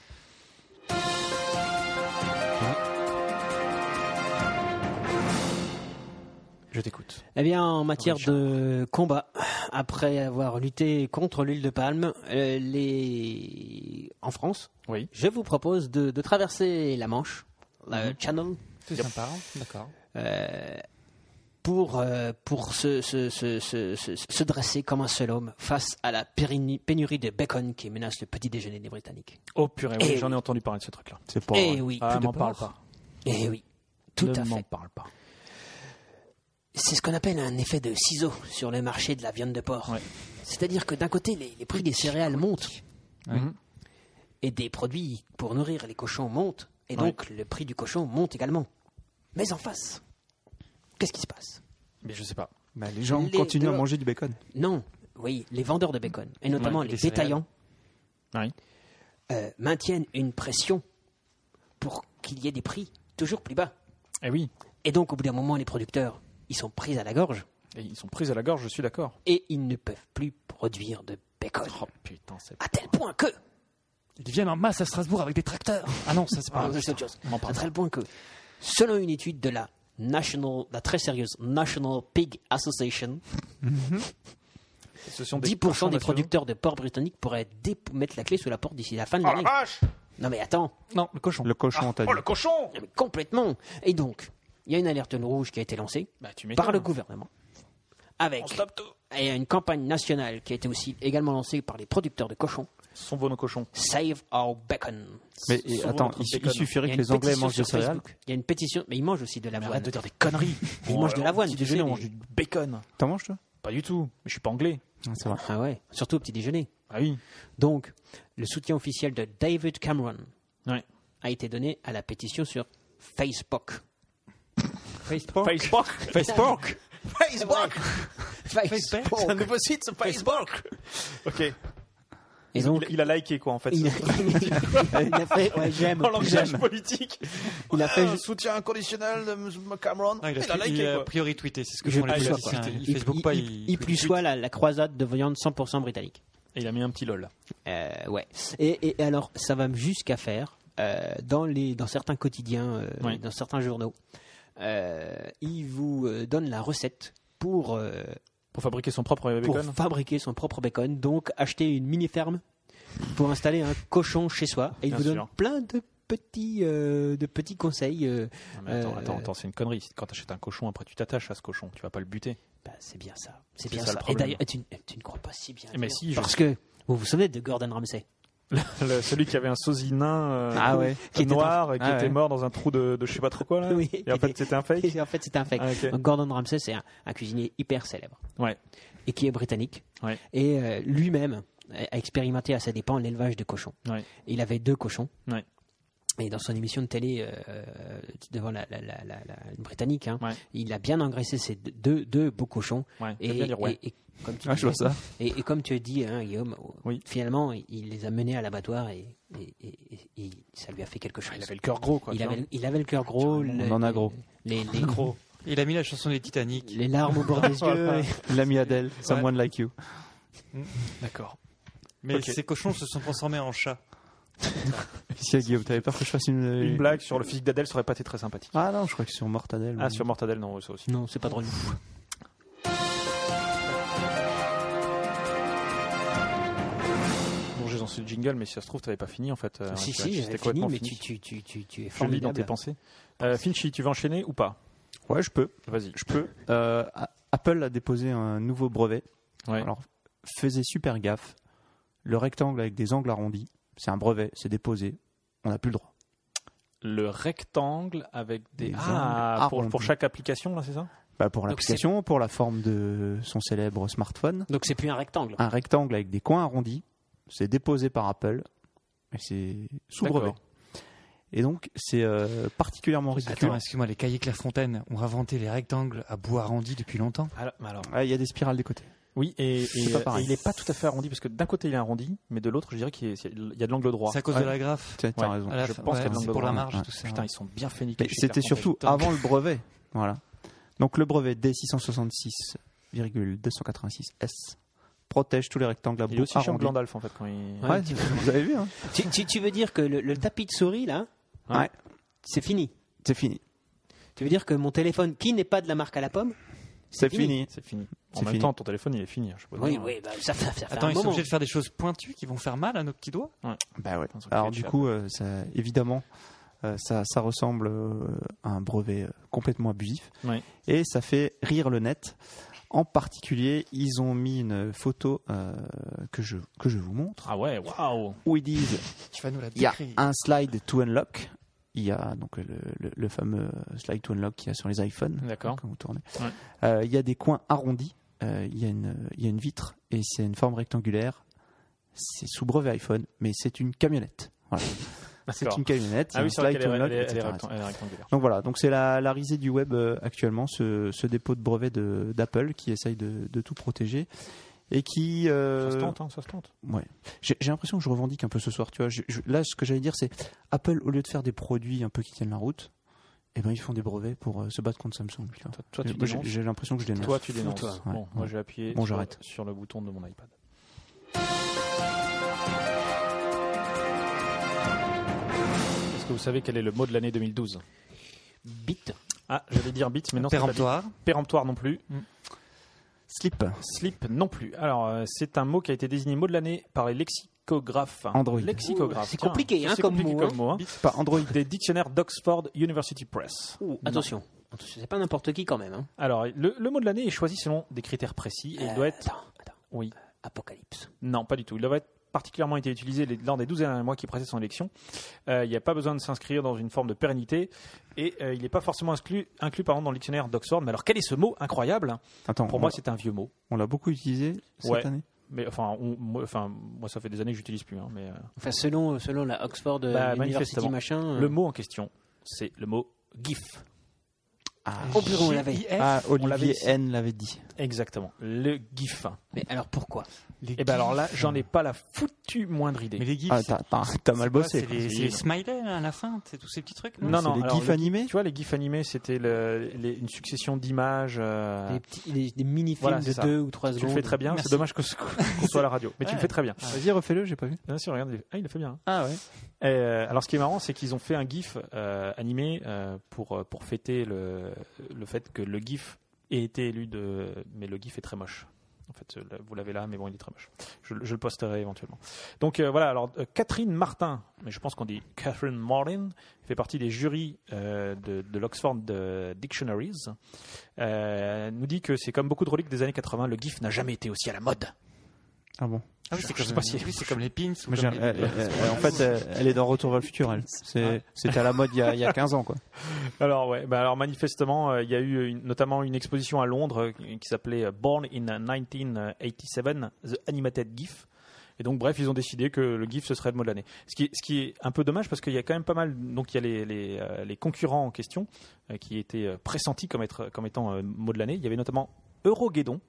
Je t'écoute.
Eh bien, en matière de combat, après avoir lutté contre l'huile de palme, euh, les... en France,
Oui.
je vous propose de, de traverser la Manche, le Channel,
C'est sympa, hein. d'accord.
euh, pour, euh, pour se, se- se- se- se- se dresser comme un seul homme face à la périni- pénurie de bacon qui menace le petit déjeuner des Britanniques.
Oh purée,
Eh
oui,
oui.
j'en ai entendu parler de ce truc-là.
C'est pas.
Eh oui,
Ah,
plus de
m'en parle
porc.
pas.
Eh oui, tout
ne
à
m'en
fait.
parle pas.
C'est ce qu'on appelle un effet de ciseau sur le marché de la viande de porc.
Ouais.
C'est-à-dire que d'un côté, les, les prix des céréales montent
Ouais.
Mhm.
et des produits pour nourrir les cochons montent, et donc le prix du cochon monte également. Mais en face, qu'est-ce qui se passe
Mais je sais pas.
Bah, les gens
Les-
continuent à
de-
manger du bacon.
Non, oui, les vendeurs de bacon, et notamment
Ouais,
les
des céréales.
détaillants,
Oui.
euh, maintiennent une pression pour qu'il y ait des prix toujours plus bas.
Eh oui.
Et donc, au bout d'un moment, les producteurs, ils ils sont pris à la gorge
Et ils sont pris à la gorge, je suis d'accord.
et ils ne peuvent plus produire de bacon.
Oh putain, c'est
À tel point que.
Ils viennent en masse à Strasbourg avec des tracteurs. Ah non, ça c'est pas.
Ah, c'est autre chose.
on en parle
À tel point que, selon une étude de la National, la très sérieuse National Pig Association,
Ce sont des
10% des
nationaux.
producteurs de porc britanniques pourraient dé- mettre la clé sous la porte d'ici Ah, la fin
Ah,
de l'année. non mais attends,
Non, le cochon.
Le cochon,
Ah, oh,
t'as dit.
non mais complètement. Et donc, il y a une alerte rouge qui a été lancée
Bah, tu m'étonnes.
par le gouvernement, avec
On stoppe tout.
et une campagne nationale qui a été aussi également lancée par les producteurs de cochons,
Ce sont vos nos cochons.
Save Our Bacon.
Mais et
Souvent
attends,
notre
il, su- il
bacon.
Il
suffirait
y a
que
une
les Anglais
pétition
mangent des
sur
céréales.
Facebook. Il y a une pétition, mais ils mangent aussi de l'avoine.
Arrête de dire des conneries.
Ils
Bon,
mangent de
alors,
l'avoine,
au petit
désolé,
déjeuner, on
mais-
mange du bacon.
T'en manges, toi
Pas du tout. Mais je suis pas anglais.
Non, C'est vrai.
Ah ouais, surtout au petit déjeuner.
Ah oui.
Donc, le soutien officiel de David Cameron
Ouais.
a été donné à la pétition sur Facebook.
Facebook
Facebook.
Facebook
Facebook Facebook
nouveau site, c'est Facebook. ok.
Et donc,
Il, il a liké quoi en fait.
il a, [LAUGHS] il a fait, ouais, j'aime,
En langage
j'aime.
politique.
Il a fait,
soutien inconditionnel de M. Cameron.
Ah, il
Il a
a-
liké,
il a
quoi.
a priori tweeté, c'est ce que
je
font les
plus sois
politiciens.
pas.
Ils
Il-
Facebook
il-
pas,
il-
ils
il plus
tweetent.
soit la, la croisade de viande 100% britannique.
Et il a mis un petit lol.
Euh, ouais. Et, et- et alors, ça va jusqu'à faire, euh, dans, les, dans certains quotidiens, euh,
Ouais.
dans certains journaux, euh, ils vous euh, donnent la recette pour, euh,
Pour fabriquer son propre
pour
bacon.
fabriquer son propre bacon. Donc, acheter une mini-ferme pour installer un cochon chez soi. Et ils
Bien
vous donnent
sûr.
plein de petits, euh, de petits conseils. euh,
Non, mais attends,
Euh,
attends, attends, c'est une connerie. Quand t'achètes un cochon, après tu t'attaches à ce cochon. Tu vas pas le buter.
bah, c'est bien ça. C'est
C'est
bien
ça,
ça.
le
Et
problème.
d'ailleurs, tu, ne- tu ne crois pas si bien.
Eh ben,
dire.
si, je-
Parce que vous vous souvenez de Gordon Ramsay
Le- celui qui avait un sosie nain euh,
Ah ouais.
Qui était
noir et qui
Ah
était
ouais.
mort dans un trou de, de je sais pas trop quoi là.
Oui.
Et en fait c'était un fake.
[LAUGHS] Et en fait, c'est un fake.
Ah, ok.
Donc, Gordon Ramsay, c'est un, un cuisinier hyper célèbre.
Ouais.
Et qui est britannique.
Ouais.
Et euh, lui-même a a expérimenté à ses dépens l'élevage de cochons.
Ouais.
Il avait deux cochons.
Ouais.
Et dans son émission de télé euh, devant la, la- la- la- la- une britannique, hein,
Ouais.
il a bien engraissé ses deux, deux- deux beaux cochons.
Ouais.
Et,
J'aime bien dire ouais.
et- et comme tu
Ah, je vois
dis-
ça.
et, et comme tu as dit, hein, Guillaume,
Oui.
finalement, il les a menés à l'abattoir et, et- et- et- et ça lui a fait quelque chose.
Ah, Il avait le cœur gros quoi.
Il
tu vois.
avait, il avait le cœur gros. le-
On en a gros.
Les,
[LAUGHS]
les-
[LAUGHS] Il a mis la chanson des Titanic.
les larmes au bord des yeux. et-
[LAUGHS] L'ami Adèle, someone like you.
D'accord. Mais
Ok.
ces cochons se sont transformés en chats.
Si, Guillaume, t'avais peur que je fasse une.
Une blague sur le physique d'Adèle ça aurait pas été très sympathique.
Ah non, je crois que sur Mortadelle.
Ah sur Mortadelle non ça aussi.
Non, c'est pas drôle.
Bon j'ai lancé le jingle mais si ça se trouve t'avais pas fini en fait. euh,
si,
tu vois,
si, j'avais
c'était
fini,
complètement
mais
fini.
tu, tu, tu, tu, tu es
Je lis
formidable.
dans tes pensées. Euh, Finchy tu veux enchaîner ou pas
Ouais, je peux.
Vas-y.
Je peux. Euh, A- Apple a déposé un nouveau brevet.
Ouais.
Alors, faisait super gaffe. Le rectangle avec des angles arrondis, c'est un brevet, c'est déposé. On n'a plus le droit.
Le rectangle avec des
Des
ah
angles
pour, pour
arrondis.
chaque application là c'est ça
Bah, pour
Donc,
l'application, pour la forme de son célèbre smartphone,
Donc c'est plus un rectangle.
un rectangle avec des coins arrondis, c'est déposé par Apple et c'est sous
D'accord.
brevet. Et donc, c'est euh, particulièrement ridicule.
Attends, excuse-moi, les cahiers Clairefontaine ont inventé les rectangles à bois arrondi depuis longtemps.
Alors, alors
Ah, Il y a des spirales des côtés.
Oui, et,
C'est
et-
pas pareil.
et il n'est pas tout à fait arrondi parce que d'un côté il est arrondi, mais de l'autre je dirais qu'il est- il y a de l'angle droit.
C'est à cause
Ouais.
de la graphe.
Tu as
Ouais.
raison.
À la
je
fin-
pense
ouais,
qu'elle
c'est
demande
pour la
vraiment-
marge,
ouais.
tout ça.
Putain, ils sont bien fait niquer.
Mais
chez
c'était
Carpenter.
surtout
Putain.
avant le brevet. Voilà. Donc le brevet D666,286S protège tous les rectangles à
Il est
bout
aussi chiant que
arrondi.
Gandalf en fait quand il.
Ouais, vous avez vu, hein
Tu, tu, tu veux dire que le, le tapis de souris, là,
Ouais.
c'est fini
[LAUGHS] C'est fini.
Tu veux dire que mon téléphone, qui n'est pas de la marque à la pomme
C'est
fini.
fini.
C'est fini. En
C'est
même
fini.
temps, ton téléphone il est fini. hein, Je peux
Oui,
dire.
oui, bah, ça, ça, ça fait
Attends,
un
ils sont
moment.
obligés de faire des choses pointues qui vont faire mal à nos petits doigts.
Bah ouais.
Un truc
Alors
qui est
du
cher.
coup, euh, ça- évidemment, euh, ça, ça ressemble euh, à un brevet euh, complètement abusif.
Ouais.
Et ça fait rire le net. En particulier, ils ont mis une photo euh, que, je, que je vous montre
Ah ouais, waouh.
où ils disent
Tu vas nous la
Il y a
décrire.
un slide to unlock. Il y a donc le, le- le fameux slide to unlock qu'il y a sur les iPhones.
D'accord.
Quand vous tournez.
Ouais.
Euh, il y a des coins arrondis. Euh, il, y a une, il y a une vitre et c'est une forme rectangulaire. C'est sous brevet iPhone, mais c'est une camionnette. Voilà.
[LAUGHS]
C'est
D'accord.
une camionnette. il y a
Ah oui,
un
c'est vrai
slide
qu'elle est,
to unlock,
elle est- elle est
etc.
rectan- elle est rectangulaire.
Donc voilà, donc c'est la, la risée du web euh, actuellement, ce, ce dépôt de brevet de- d'Apple qui essaye de, de tout protéger et qui. euh,
Ça se tente, hein, ça se tente.
Ouais. J'ai j'ai l'impression que je revendique un peu ce soir. Tu vois, Je- je- là, ce que j'allais dire, c'est Apple, au lieu de faire des produits un peu qui tiennent la route, eh ben, ils font des brevets pour euh, se battre contre Samsung. putain.
Toi, toi,
Moi,
tu
j'ai-
dénonces.
J'ai l'impression que je dénonce.
Toi, tu dénonces.
toi.
Bon,
Ouais,
moi
ouais.
j'ai appuyé
Bon,
sur-
j'arrête.
sur le bouton de mon iPad. Est-ce que vous savez quel est le mot de l'année 2012
Bit.
Ah, j'allais dire bit, mais non, c'est pas bit.
Péremptoire,
Péremptoire non plus.
slip,
Slip non plus. Alors, euh, c'est un mot qui a été désigné mot de l'année par les lexicographes.
Android.
Lexicographes.
C'est
Tiens,
compliqué, hein,
c'est
comme
compliqué
mot, hein.
hein.
pas Android.
Des dictionnaires d'Oxford University Press.
Ouh, attention. Attention, c'est pas n'importe qui quand même. Hein.
Alors, le, le mot de l'année est choisi selon des critères précis et il
Euh,
doit être.
Attends, attends. Euh,
Oui.
Apocalypse.
Non, pas du tout. Il devrait être particulièrement été utilisé les- lors des 12 derniers mois qui précèdent son élection. Euh, il n'y a pas besoin de s'inscrire dans une forme de pérennité et euh, il n'est pas forcément inclus, inclus pardon, dans le dictionnaire d'Oxford. Mais alors, quel est ce mot incroyable
Attends,
Pour
on,
moi, c'est un vieux mot.
on l'a beaucoup utilisé cette
Ouais.
année.
Mais enfin, on- moi, enfin, moi, ça fait des années que j'utilise plus. hein, mais euh,
Enfin, selon, selon la Oxford euh,
Bah,
University
manifestement.
Hmm.
machin. euh,
le mot en question, c'est le mot GIF. Ah,
Au bureau, on l'avait.
JIF,
Ah, Olivier
l'avait-
N l'avait dit.
Exactement. Le GIF.
Mais alors pourquoi
les
Et ben alors là,
gifs.
j'en ai pas la foutue moindre idée.
Mais les gifs.
Ah,
c'est-
t'as- t'as t'as mal
c'est quoi,
bossé.
C'est les, c'est les smileys là, à la fin, c'est tous ces petits trucs. là.
Non,
C'est
non,
les
alors,
gifs
le-
animés.
Tu vois, les GIFs animés, c'était le- les- une succession d'images. euh,
Des, petits- des- des mini-films
Voilà, c'est
de
ça.
2 ou 3 secondes.
Tu le fais très bien,
Merci.
c'est dommage que ce- qu'on soit à la radio. Mais tu le
Ouais.
fais très bien.
Vas-y, refais-le, j'ai pas vu.
Bien sûr, regarde, il- ah, il le fait bien. hein.
Ah ouais.
Et, euh, alors, ce qui est marrant, c'est qu'ils ont fait un GIF euh, animé euh, pour, euh, pour fêter le, le fait que le GIF ait été élu de. Mais le GIF est très moche. En fait, euh, là, vous l'avez là, mais bon, il est très moche. Je, le- je le posterai éventuellement. Donc euh, voilà, alors euh, Catherine Martin, mais je pense qu'on dit Catherine Martin, fait partie des jurys euh, de, de l'Oxford euh, Dictionaries, euh, nous dit que c'est comme beaucoup de reliques des années 80, le GIF n'a jamais été aussi à la mode.
Ah bon.
Ah oui, c'est
Je
comme,
sais pas si-
oui, c'est comme les pins. ou
Mais j'ai-
comme les-
elle- elle- elle- en fait, elle, elle est dans Retour vers le futur.
[LAUGHS]
elle.
Hein
C'est- C'était à la mode il y a, il y a 15 ans, quoi.
Alors ouais, bah alors manifestement, euh, il y a eu une- notamment une exposition à Londres euh, qui s'appelait euh, Born in 1987, The Animated GIF. Et donc bref, ils ont décidé que le GIF ce serait le mot de l'année. Ce qui, ce qui est un peu dommage parce qu'il y a quand même pas mal, donc il y a les, les, euh, les concurrents en question euh, qui étaient euh, pressentis comme, être, comme étant euh, mot de l'année. Il y avait notamment Euroguédon.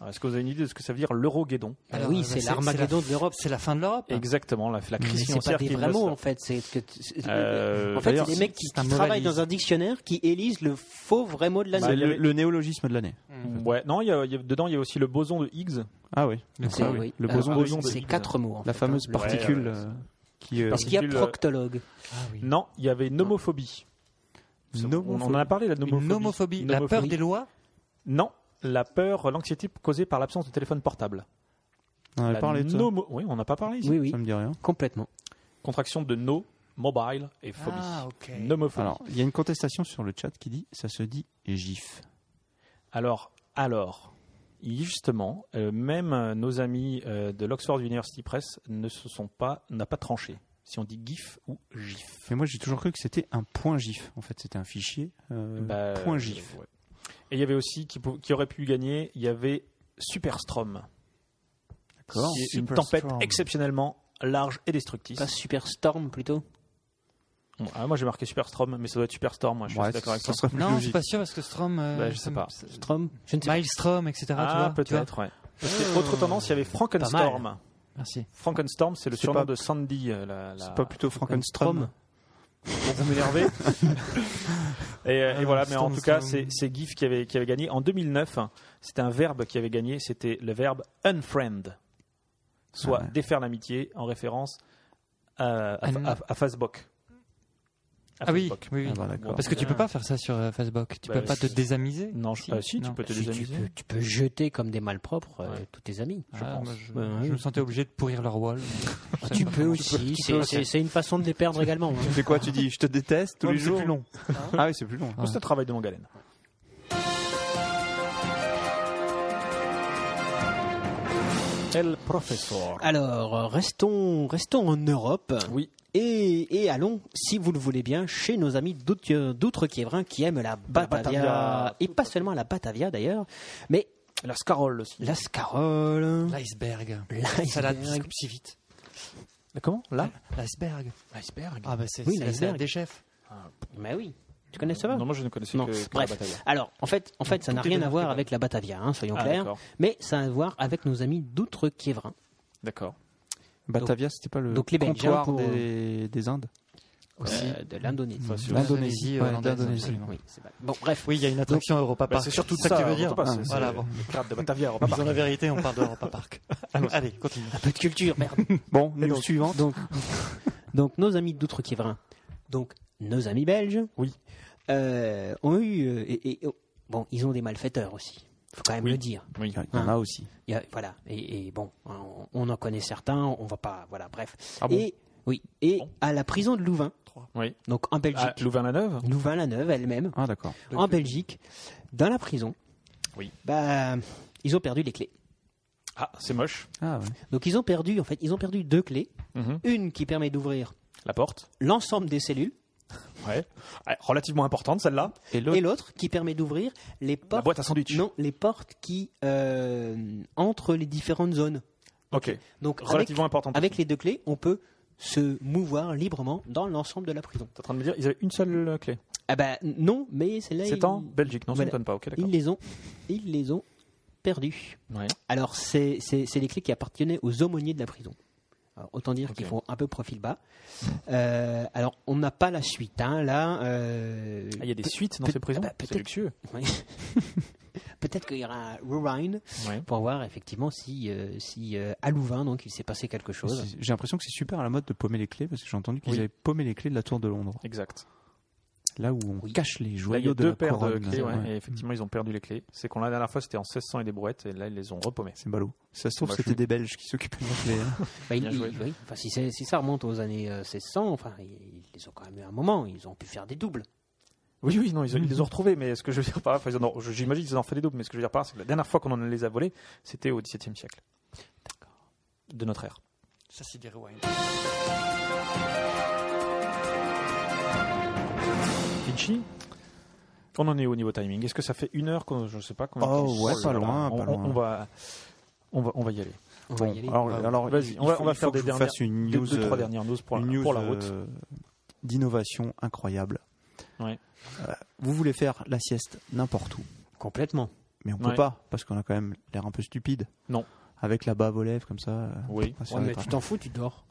Alors, Est-ce que vous avez une idée de ce que ça veut dire l'Euroguédon
Ah
Alors,
oui,
bah,
c'est
c'est-
l'Armageddon
[LAUGHS]
de l'Europe.
C'est la fin de l'Europe.
Exactement, la, la
Ah. Mais
crise
C'est
financière
pas des
qui
vrais
bosse-
mots hein. en fait. C'est que tu- c'est-
Euh,
en fait, c'est
d'ailleurs,
des mecs qui,
c'est un
qui
mot
travaillent
valise.
dans un dictionnaire qui élisent le faux vrai mot de l'année.
C'est
Bah, il y
le,
avait-
le néologisme de l'année.
Ouais, non, il y a- il y a- dedans il y a aussi le boson de Higgs.
Ah oui.
C'est- oui.
Le
Alors,
boson
boson de euh,
C'est
Higgs.
quatre mots. Euh, en
La
fait,
fameuse
hein. Le-
particule
ouais,
euh, qui. euh,
Parce qu'il y a
particule, euh,
proctologue.
Non, il y avait nomophobie. On
nomophobie.
en a parlé, la nomophobie.
Une nomophobie, la peur
Nomophobie.
des lois.
Non, la peur, l'anxiété causée par l'absence de téléphone portable.
On en a
La
parlé de ça.
nomo- Oui, on n'a pas parlé ici.
Oui, oui,
Ça me dit rien.
complètement.
Contraction de no, mobile et phobie.
Ah, ok.
Nomophobie.
Alors, il y a une contestation sur le chat qui dit ça se dit gif.
Alors, alors, justement, euh, même euh, nos amis euh, de l'Oxford University Press ne se sont pas, n'a pas tranché. Si on dit GIF ou GIF.
Mais moi, j'ai toujours cru que c'était un point gif. En fait, c'était un fichier. euh,
Bah,
point
euh,
gif.
ouais. Et il y avait aussi, qui, pou- qui aurait pu gagner, il y avait Superstrom.
D'accord.
qui est une
Superstrom.
tempête exceptionnellement large et destructrice.
Pas Super Storm plutôt
Bon, ah, moi j'ai marqué Superstrom, mais ça doit être Superstorm, moi je suis
Ouais,
assez d'accord avec
ça
toi.
serait plus
Non, je suis
logique.
pas sûr parce que Strom. euh,
Bah, je
ça
sais
me-
pas.
c'est-
Storm Je ne
Bah,
sais pas.
Milestrom, etc. tu
Ah,
vois, tu vois.
peut-être, ouais. Parce que, autre tendance, il y avait Frankenstorm.
Merci.
Frankenstorm, c'est le
C'est
surnom
pas-
de Sandy. euh, la- la-
C'est pas plutôt Frankenstrom
Vous m'énervez. et, euh, et voilà, mais en
Storm,
tout cas,
Storm.
c'est c'est GIF qui avait, qui avait gagné. En 2009, hein, c'était un verbe qui avait gagné, c'était le verbe unfriend, soit
Ah ouais.
défaire l'amitié en référence à, à,
Un-
à, à Facebook. À
Ah oui,
Facebook.
oui, oui.
Ah bah, d'accord.
Parce que tu peux pas faire ça sur euh, Facebook. Tu
Bah,
peux pas te
je-
désamiser.
Non, je- euh, si, tu
non.
peux te
Si, tu,
désamuser.
peux, Euh, tu peux jeter comme des malpropres euh,
Ouais.
tous tes amis.
Ah,
je pense.
moi, je,
Ouais, ouais.
je me sentais obligé de pourrir leur wall.
Ah, tu peux aussi. c'est- C'est c'est une façon de les perdre également. hein.
Tu [LAUGHS] fais quoi Tu dis je te déteste tous
Non,
les
mais
jours
c'est plus long.
Ah oui, c'est plus long.
Ouais.
C'est un travail de longue haleine. El professeur.
Alors, euh, restons, restons en Europe.
Oui.
Et, et allons, si vous le voulez bien, chez nos amis d'outre- d'outre-Quiévrain qui aiment la Batavia.
Batavia.
Et pas seulement la Batavia d'ailleurs, mais
La Scarole aussi.
la Scarole.
L'iceberg.
L'iceberg.
Ça la discoupe si vite.
comment Là
L'iceberg.
L'iceberg
Ah bah c'est
Oui,
c'est-
l'iceberg.
c'est la des chefs.
Mais oui, tu connais ça va
Non, moi je ne connaissais
Non.
que, que
Bref.
la Batavia.
Alors, en fait, en fait ça n'a
Tout est
rien à
bien
voir
marqué,
avec la Batavia, hein, soyons
Ah,
clairs,
d'accord.
mais ça a à voir avec nos amis d'outre-Quiévrain.
D'accord.
Bah, Batavia, c'était pas le
donc les Belges, hein,
comptoir
pour-
des, des Indes
aussi.
aussi.
Euh, de l'Indonésie.
Enfin, sur-
L'Indonésie,
Ouais,
hollandaise,
d'Indonésie.
absolument.
Oui, c'est pas- Bon, bref.
Oui, il y a une attraction Europa
Bah,
Park.
c'est surtout
ça,
ça,
que tu veux
on
dire.
repasse,
Ah,
c'est-
voilà, bon. Ah,
Les crabes de Batavia, on va pas
Disons la vérité, on parle d'Europa [LAUGHS] Park. Allez, continue.
Un peu de culture,
[LAUGHS]
merde.
Bon,
Et
news
donc-
suivante.
Donc, donc nos amis d'Outre-Quiévrin, donc nos amis belges,
Oui.
euh, ont eu. euh, et, et- bon, ils ont des malfaiteurs aussi. faut quand même
Oui.
le dire.
Oui.
Il y en a aussi.
Il y a- voilà. Et, et bon, on, on en connaît certains. On va pas. Voilà. Bref.
Ah bon
et oui. Et
Bon.
à la prison de Louvain.
Oui.
Donc en
Ah,
Belgique.
Louvain-la-Neuve
Louvain-la-Neuve elle-même.
Ah, d'accord.
en Belgique, dans la prison.
Oui.
Bah, ils ont perdu les clés.
Ah, c'est moche.
Ah, ouais.
Donc ils ont perdu. En fait, ils ont perdu deux clés.
Mhm.
Une qui permet d'ouvrir
La porte
l'ensemble des cellules.
Ouais. Ah, Relativement importante, celle-là.
Et
et
l'autre
l'autre qui permet d'ouvrir les
La
portes.
boîte à sandwich.
Non, les portes qui euh, entre les différentes zones.
Ok.
Donc avec,
Relativement importante.
avec les deux clés, on peut se mouvoir librement dans l'ensemble de la prison.
T'es en train de me dire, ils avaient une seule euh, clé.
Ah bah non, mais celle-là
C'est
ils,
en Belgique, non, ça ne
voilà.
m'étonne pas. Ok,
ils
d'accord.
les ont, ils les ont perdues.
Ouais.
Alors c'est c'est c'est les clés qui appartenaient aux aumôniers de la prison. Alors, autant dire
Ok.
qu'ils font un peu profil bas. Euh, alors on n'a pas la suite hein, là. euh,
Ah, il y a des
peut-
suites dans
peut-
ces prisons
ah bah,
C'est
peut-être- [LAUGHS]
luxueux.
Oui. Peut-être qu'il y aura un rewind
Ouais.
pour voir effectivement si, euh, si euh, à Louvain donc il s'est passé quelque chose.
C'est- J'ai l'impression que c'est super à la mode de paumer les clés parce que j'ai entendu qu'ils
Oui.
avaient paumé les clés de la tour de Londres,
Exact.
là où on
Oui.
cache les
Là, il y
joyaux
a
de
deux
la
paires de
couronne.
clés, ouais,
Ouais.
et effectivement, ils ont perdu les clés. C'est qu'on la dernière fois, c'était en 1600 et des brouettes, et là, ils les ont repaumées.
C'est ballot. Ça se trouve,
Bah, je
c'était des Belges qui s'occupaient de la clé. hein.
Bah, il-
Bien joué.
il- oui. Enfin, si, c'est- si ça remonte aux années euh, 1600, enfin, ils, ils les ont quand même eu un moment. Ils ont pu faire des doubles.
Oui, oui, non, ils, ils les ont retrouvés, mais ce que je veux dire par là, enfin, ils en ont- je- j'imagine qu'ils en ont fait des doubles, mais ce que je veux dire par là, c'est que la dernière fois qu'on en les a volés, c'était au XVIIe siècle. De notre ère.
Ça, c'est des rewinds.
Vinci on en est au niveau timing. Est-ce que ça fait une heure qu'on, je sais pas combien. de
Oh,
temps-
ouais,
là
pas
là,
loin,
on,
pas
on-
loin.
on va, on va, on va y aller.
On va
Bon,
y aller.
alors, alors,
Vas-y,
il
on va,
faut-
on va
il
faire
faut
des
que je vous
dernières,
fasse une
deux-
news,
deux, trois
euh,
dernières news pour, la-
une news
pour la route.
euh, d'innovation incroyable.
Ouais.
Euh, vous voulez faire la sieste n'importe où,
Complètement.
mais on peut
Ouais.
pas parce qu'on a quand même l'air un peu stupide.
Non.
Avec la bave aux lèvres comme ça. euh,
Oui.
ça
Ouais,
va
mais
pas.
tu t'en fous, tu dors.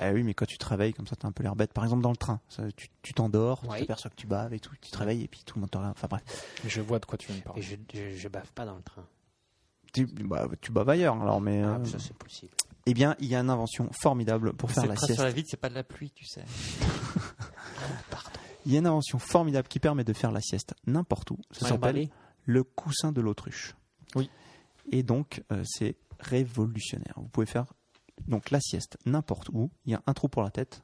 Eh oui, mais quand tu travailles comme ça, t'as un peu l'air bête. Par exemple, dans le train, ça, tu tu t'endors,
Ouais.
tu t'aperçois que tu baves et tout, tu te réveilles et puis tout le monde te regarde. Enfin bref.
Je vois de quoi tu veux me parler.
Et je, je, je bave pas dans le train.
tu, bah, tu baves ailleurs alors mais
Ah,
euh,
ça c'est possible.
eh bien il y a une invention formidable pour faire
C'est
la
le train sur
sieste
la vide, c'est pas de la pluie, tu sais.
il y a une invention formidable qui permet de faire la sieste n'importe où ça
Ouais, bah
s'appelle
emballé.
le coussin de l'autruche oui et donc euh, c'est révolutionnaire vous pouvez faire donc la sieste n'importe où il y a un trou pour la tête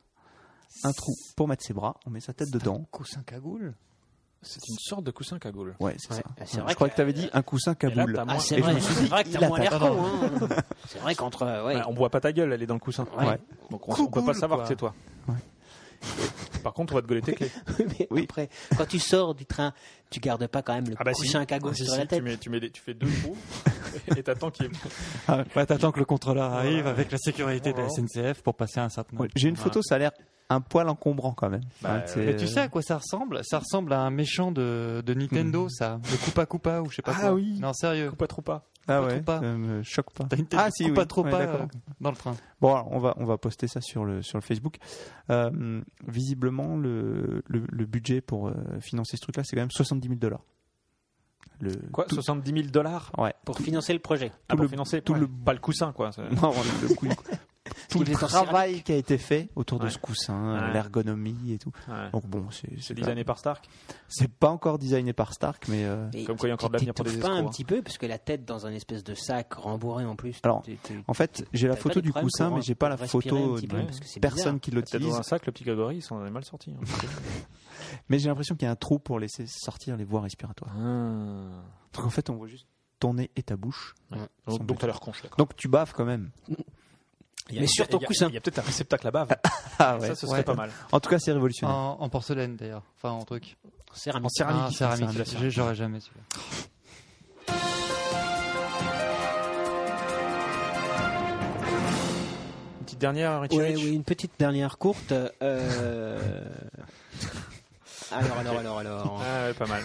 un trou pour mettre ses bras on met sa tête dedans
Coussin cagoule.
C'est une sorte de coussin cagoule.
ouais c'est
Ouais, c'est
ça
vrai
je crois
que-
que tu avais dit un coussin
Et
caboule
là, t'as
Ah,
moins-
c'est
et je me
vrai.
suis
C'est
dit,
vrai que
il
t'as moins
attaque.
l'air con.
[LAUGHS]
hein. c'est vrai qu'entre. euh, ouais.
Ouais, Bah, on voit pas ta gueule, elle est dans le coussin.
Ouais.
Donc on, on peut pas
Coucoule,
savoir
quoi.
que c'est toi. [LAUGHS] Par contre, on va te gauler tes clés.
Mais après, quand tu sors du train, tu gardes pas quand même le coussin à cagoule
Ah bah Si,
sur
si,
la tête.
Tu, mets, tu, mets des- tu fais deux [LAUGHS] trous et t'attends qu'il y ait.
Ah, ouais, t'attends.
Tant que le contrôleur arrive
Ouais.
avec la sécurité de la SNCF pour passer un certain
Ouais, j'ai une photo ça a l'air un poil encombrant quand même
Bah,
Hein, c'est-
Mais tu sais à quoi ça ressemble Ça ressemble à un méchant de, de Nintendo, ça. Le Koopa Koopa ou je sais pas
Hmm. Ah
quoi.
oui.
Non, sérieux.
Ou pas trop pas.
ah
pas
ouais
trop pas.
ça me choque pas
T'as une tête
ah
de
si
Koopa
oui.
Troopa,
Ouais, d'accord.
euh, dans le train.
Bon, alors, on va on va poster ça sur le sur le Facebook. Euh, visiblement, le, le le budget pour euh, financer ce truc-là, c'est quand même 70 000 dollars. Le
Quoi
tout,
70 000 dollars
Ouais.
Pour financer le projet.
ah, pour
le-
financer
tout
ouais.
le-
Pas le coussin, quoi.
[LAUGHS]
c'est-
[LAUGHS] Non, le, coup- tout
qu'il
le
est en
travail qui a été fait autour de
Ouais.
ce coussin,
Ouais.
l'ergonomie et tout.
Ouais.
Donc bon, c'est
C'est
c'est pas,
designé par Stark.
c'est pas encore designé par Stark, mais euh,
Et
Comme quoi, il y a encore de
tu
l'avenir pour des
t'étouffes pas
escrocs,
un
hein.
petit peu, parce que la tête dans un espèce de sac rembourré en plus.
Alors,
tu- tu-
en fait, j'ai la
T'avais
photo
pas des
du
problèmes
coussin,
pour,
mais j'ai pas la
pour respirer un
photo
petit
de
peu, parce que c'est
personne qui
Peut-être dans
l'utilise.
un sac, le petit Grégory, il s'en est mal sorti. hein.
Mais j'ai l'impression qu'il y a un trou pour laisser sortir les voies respiratoires.
Ah.
Donc en fait, on voit juste ton nez et ta bouche.
Donc, donc t'as l'air con, je suis d'accord.
Donc tu baves quand même.
Il y a-
Mais sur
il y a-
ton
il y a-
coussin.
Il y a peut-être un réceptacle à bave.
Ah
Ça, ce serait pas mal.
En tout cas, c'est
En,
révolutionnaire.
en porcelaine d'ailleurs. Enfin, en truc.
Ah,
céramique.
En céramique.
Ah, céramique.
céramique.
J'ai- J'aurais jamais celui
Une petite dernière, Richie
Ouais,
Rich
oui, une petite dernière courte.
[LAUGHS]
euh, [LAUGHS] alors, alors, alors, alors.
Ah ouais, pas mal.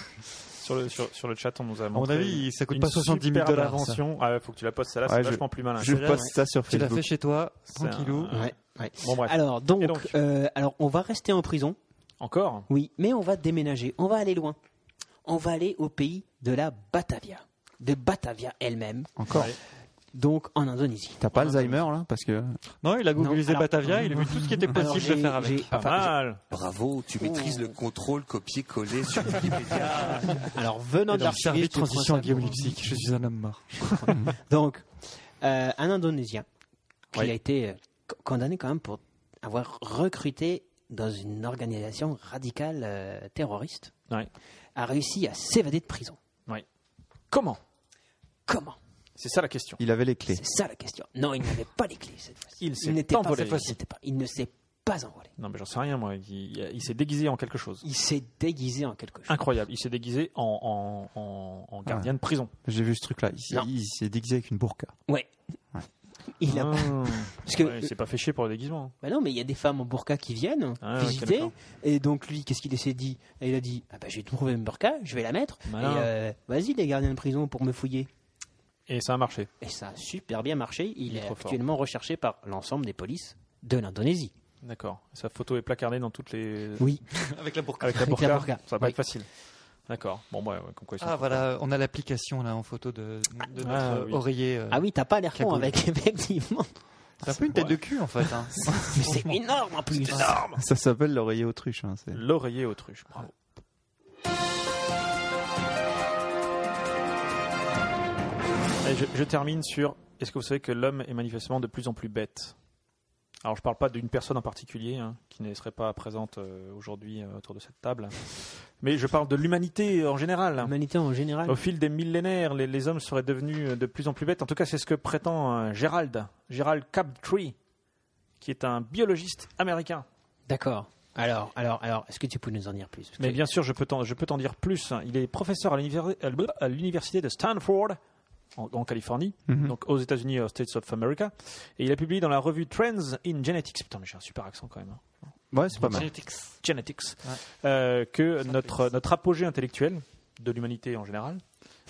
Sur le, sur, sur le chat, on nous a
mon
montré
avis, ça coûte
une
pas 70 000
superbe
dollars, ça.
invention. Ah, ouais, faut que tu la postes, celle-là,
Ouais,
c'est
je-
vachement plus malin.
Je
Celle-là,
poste
ouais.
ça sur
Tu l'as
Facebook.
fait chez toi,
C'est un-
tranquillou.
Ouais. Ouais.
Bon, bref.
Alors, donc,
Et donc
euh, alors, on va rester en prison,
Encore
oui, mais on va déménager, on va aller loin. On va aller au pays de la Batavia, de Batavia elle-même,
Encore.
donc en Indonésie.
T'as pas Alzheimer là Parce que.
Non, il a
googlisé
googlisé
alors-
Batavia, il a vu tout ce qui était
Alors,
possible de
j'ai-
faire avec. Ah.
j'ai- enfin,
mal.
Bravo, tu maîtrises le contrôle copier-coller sur Wikipédia.
Alors, venant
Et
de
dans le service
l'archiviste
de transition à
français-
Guillaume Lipsic, je suis un homme mort.
Donc, euh, un Indonésien qui
Oui.
a été euh, co- condamné quand même pour avoir recruté dans une organisation radicale euh, terroriste,
Ouais.
a réussi à s'évader de prison.
Comment
Comment
C'est ça la question.
Il avait les clés.
C'est ça la question. Non, il n'avait pas les clés cette fois-ci.
Il s'est
n'était
envolé.
cette fois-ci, c'était pas- Il ne s'est pas envolé.
Non, mais j'en sais rien, moi. Il, il s'est déguisé en quelque chose.
Il s'est déguisé en quelque chose.
Incroyable. Il s'est déguisé en, en- en- en gardien de prison.
J'ai vu ce truc là. Il s'est-
Non.
il s'est déguisé avec une burqa.
Ouais. Il a...
Ah.
Parce [LAUGHS] que
Ouais, il s'est pas fait chier pour le déguisement.
Bah non, mais il y a des femmes en burqa qui viennent
Ah, ouais, ok,
visiter.
d'accord.
et donc lui, qu'est-ce qu'il s'est dit Il a dit ah bah, je vais trouver une burqa, je vais la mettre.
Malin.
Et euh, vas-y les gardiens de prison pour me fouiller.
Et ça a marché.
Et ça a super bien marché. Il,
est
est,
trop fort.
actuellement recherché par l'ensemble des polices de l'Indonésie.
D'accord. Sa photo est placardée dans toutes les.
Oui.
[LAUGHS] Avec la burqa. Avec la
Avec
burqa.
la burqa.
Ça va pas
Oui.
être facile. D'accord. Bon, bah, ouais, comme quoi ils sont.
Ah voilà, on a l'application là en photo de, de notre
Ah,
euh,
oui.
oreiller. euh.
Ah oui, t'as pas l'air con
Cagoule.
avec [LAUGHS] effectivement.
C'est un peu une tête
Ouais.
de cul en fait. hein.
Mais c'est énorme en plus.
Ça s'appelle l'oreiller autruche. hein, c'est-
L'oreiller autruche. Bravo.
Ah.
Et je, je termine sur est-ce que vous savez que l'homme est manifestement de plus en plus bête Alors je parle pas d'une personne en particulier hein, qui ne serait pas présente euh, aujourd'hui euh, autour de cette table, mais je parle de l'humanité en général. hein.
L'humanité en général.
Au fil des millénaires, les, les hommes seraient devenus euh, de plus en plus bêtes. En tout cas, c'est ce que prétend euh, Gérald, Gérald Cabtree, qui est un biologiste américain.
D'accord. Alors, alors, alors, est-ce que tu peux nous en dire plus Parce
Mais
que-
bien sûr, je peux t'en, je peux t'en dire plus. Il est professeur à, l'univers- à l'université de Stanford, en, en Californie, donc aux États-Unis, aux States of America. Et il a publié dans la revue Trends in Genetics, putain, mais j'ai un super accent quand même, hein.
Ouais, c'est pas mal.
Genetics, Euh, que notre, notre apogée intellectuelle de l'humanité en général,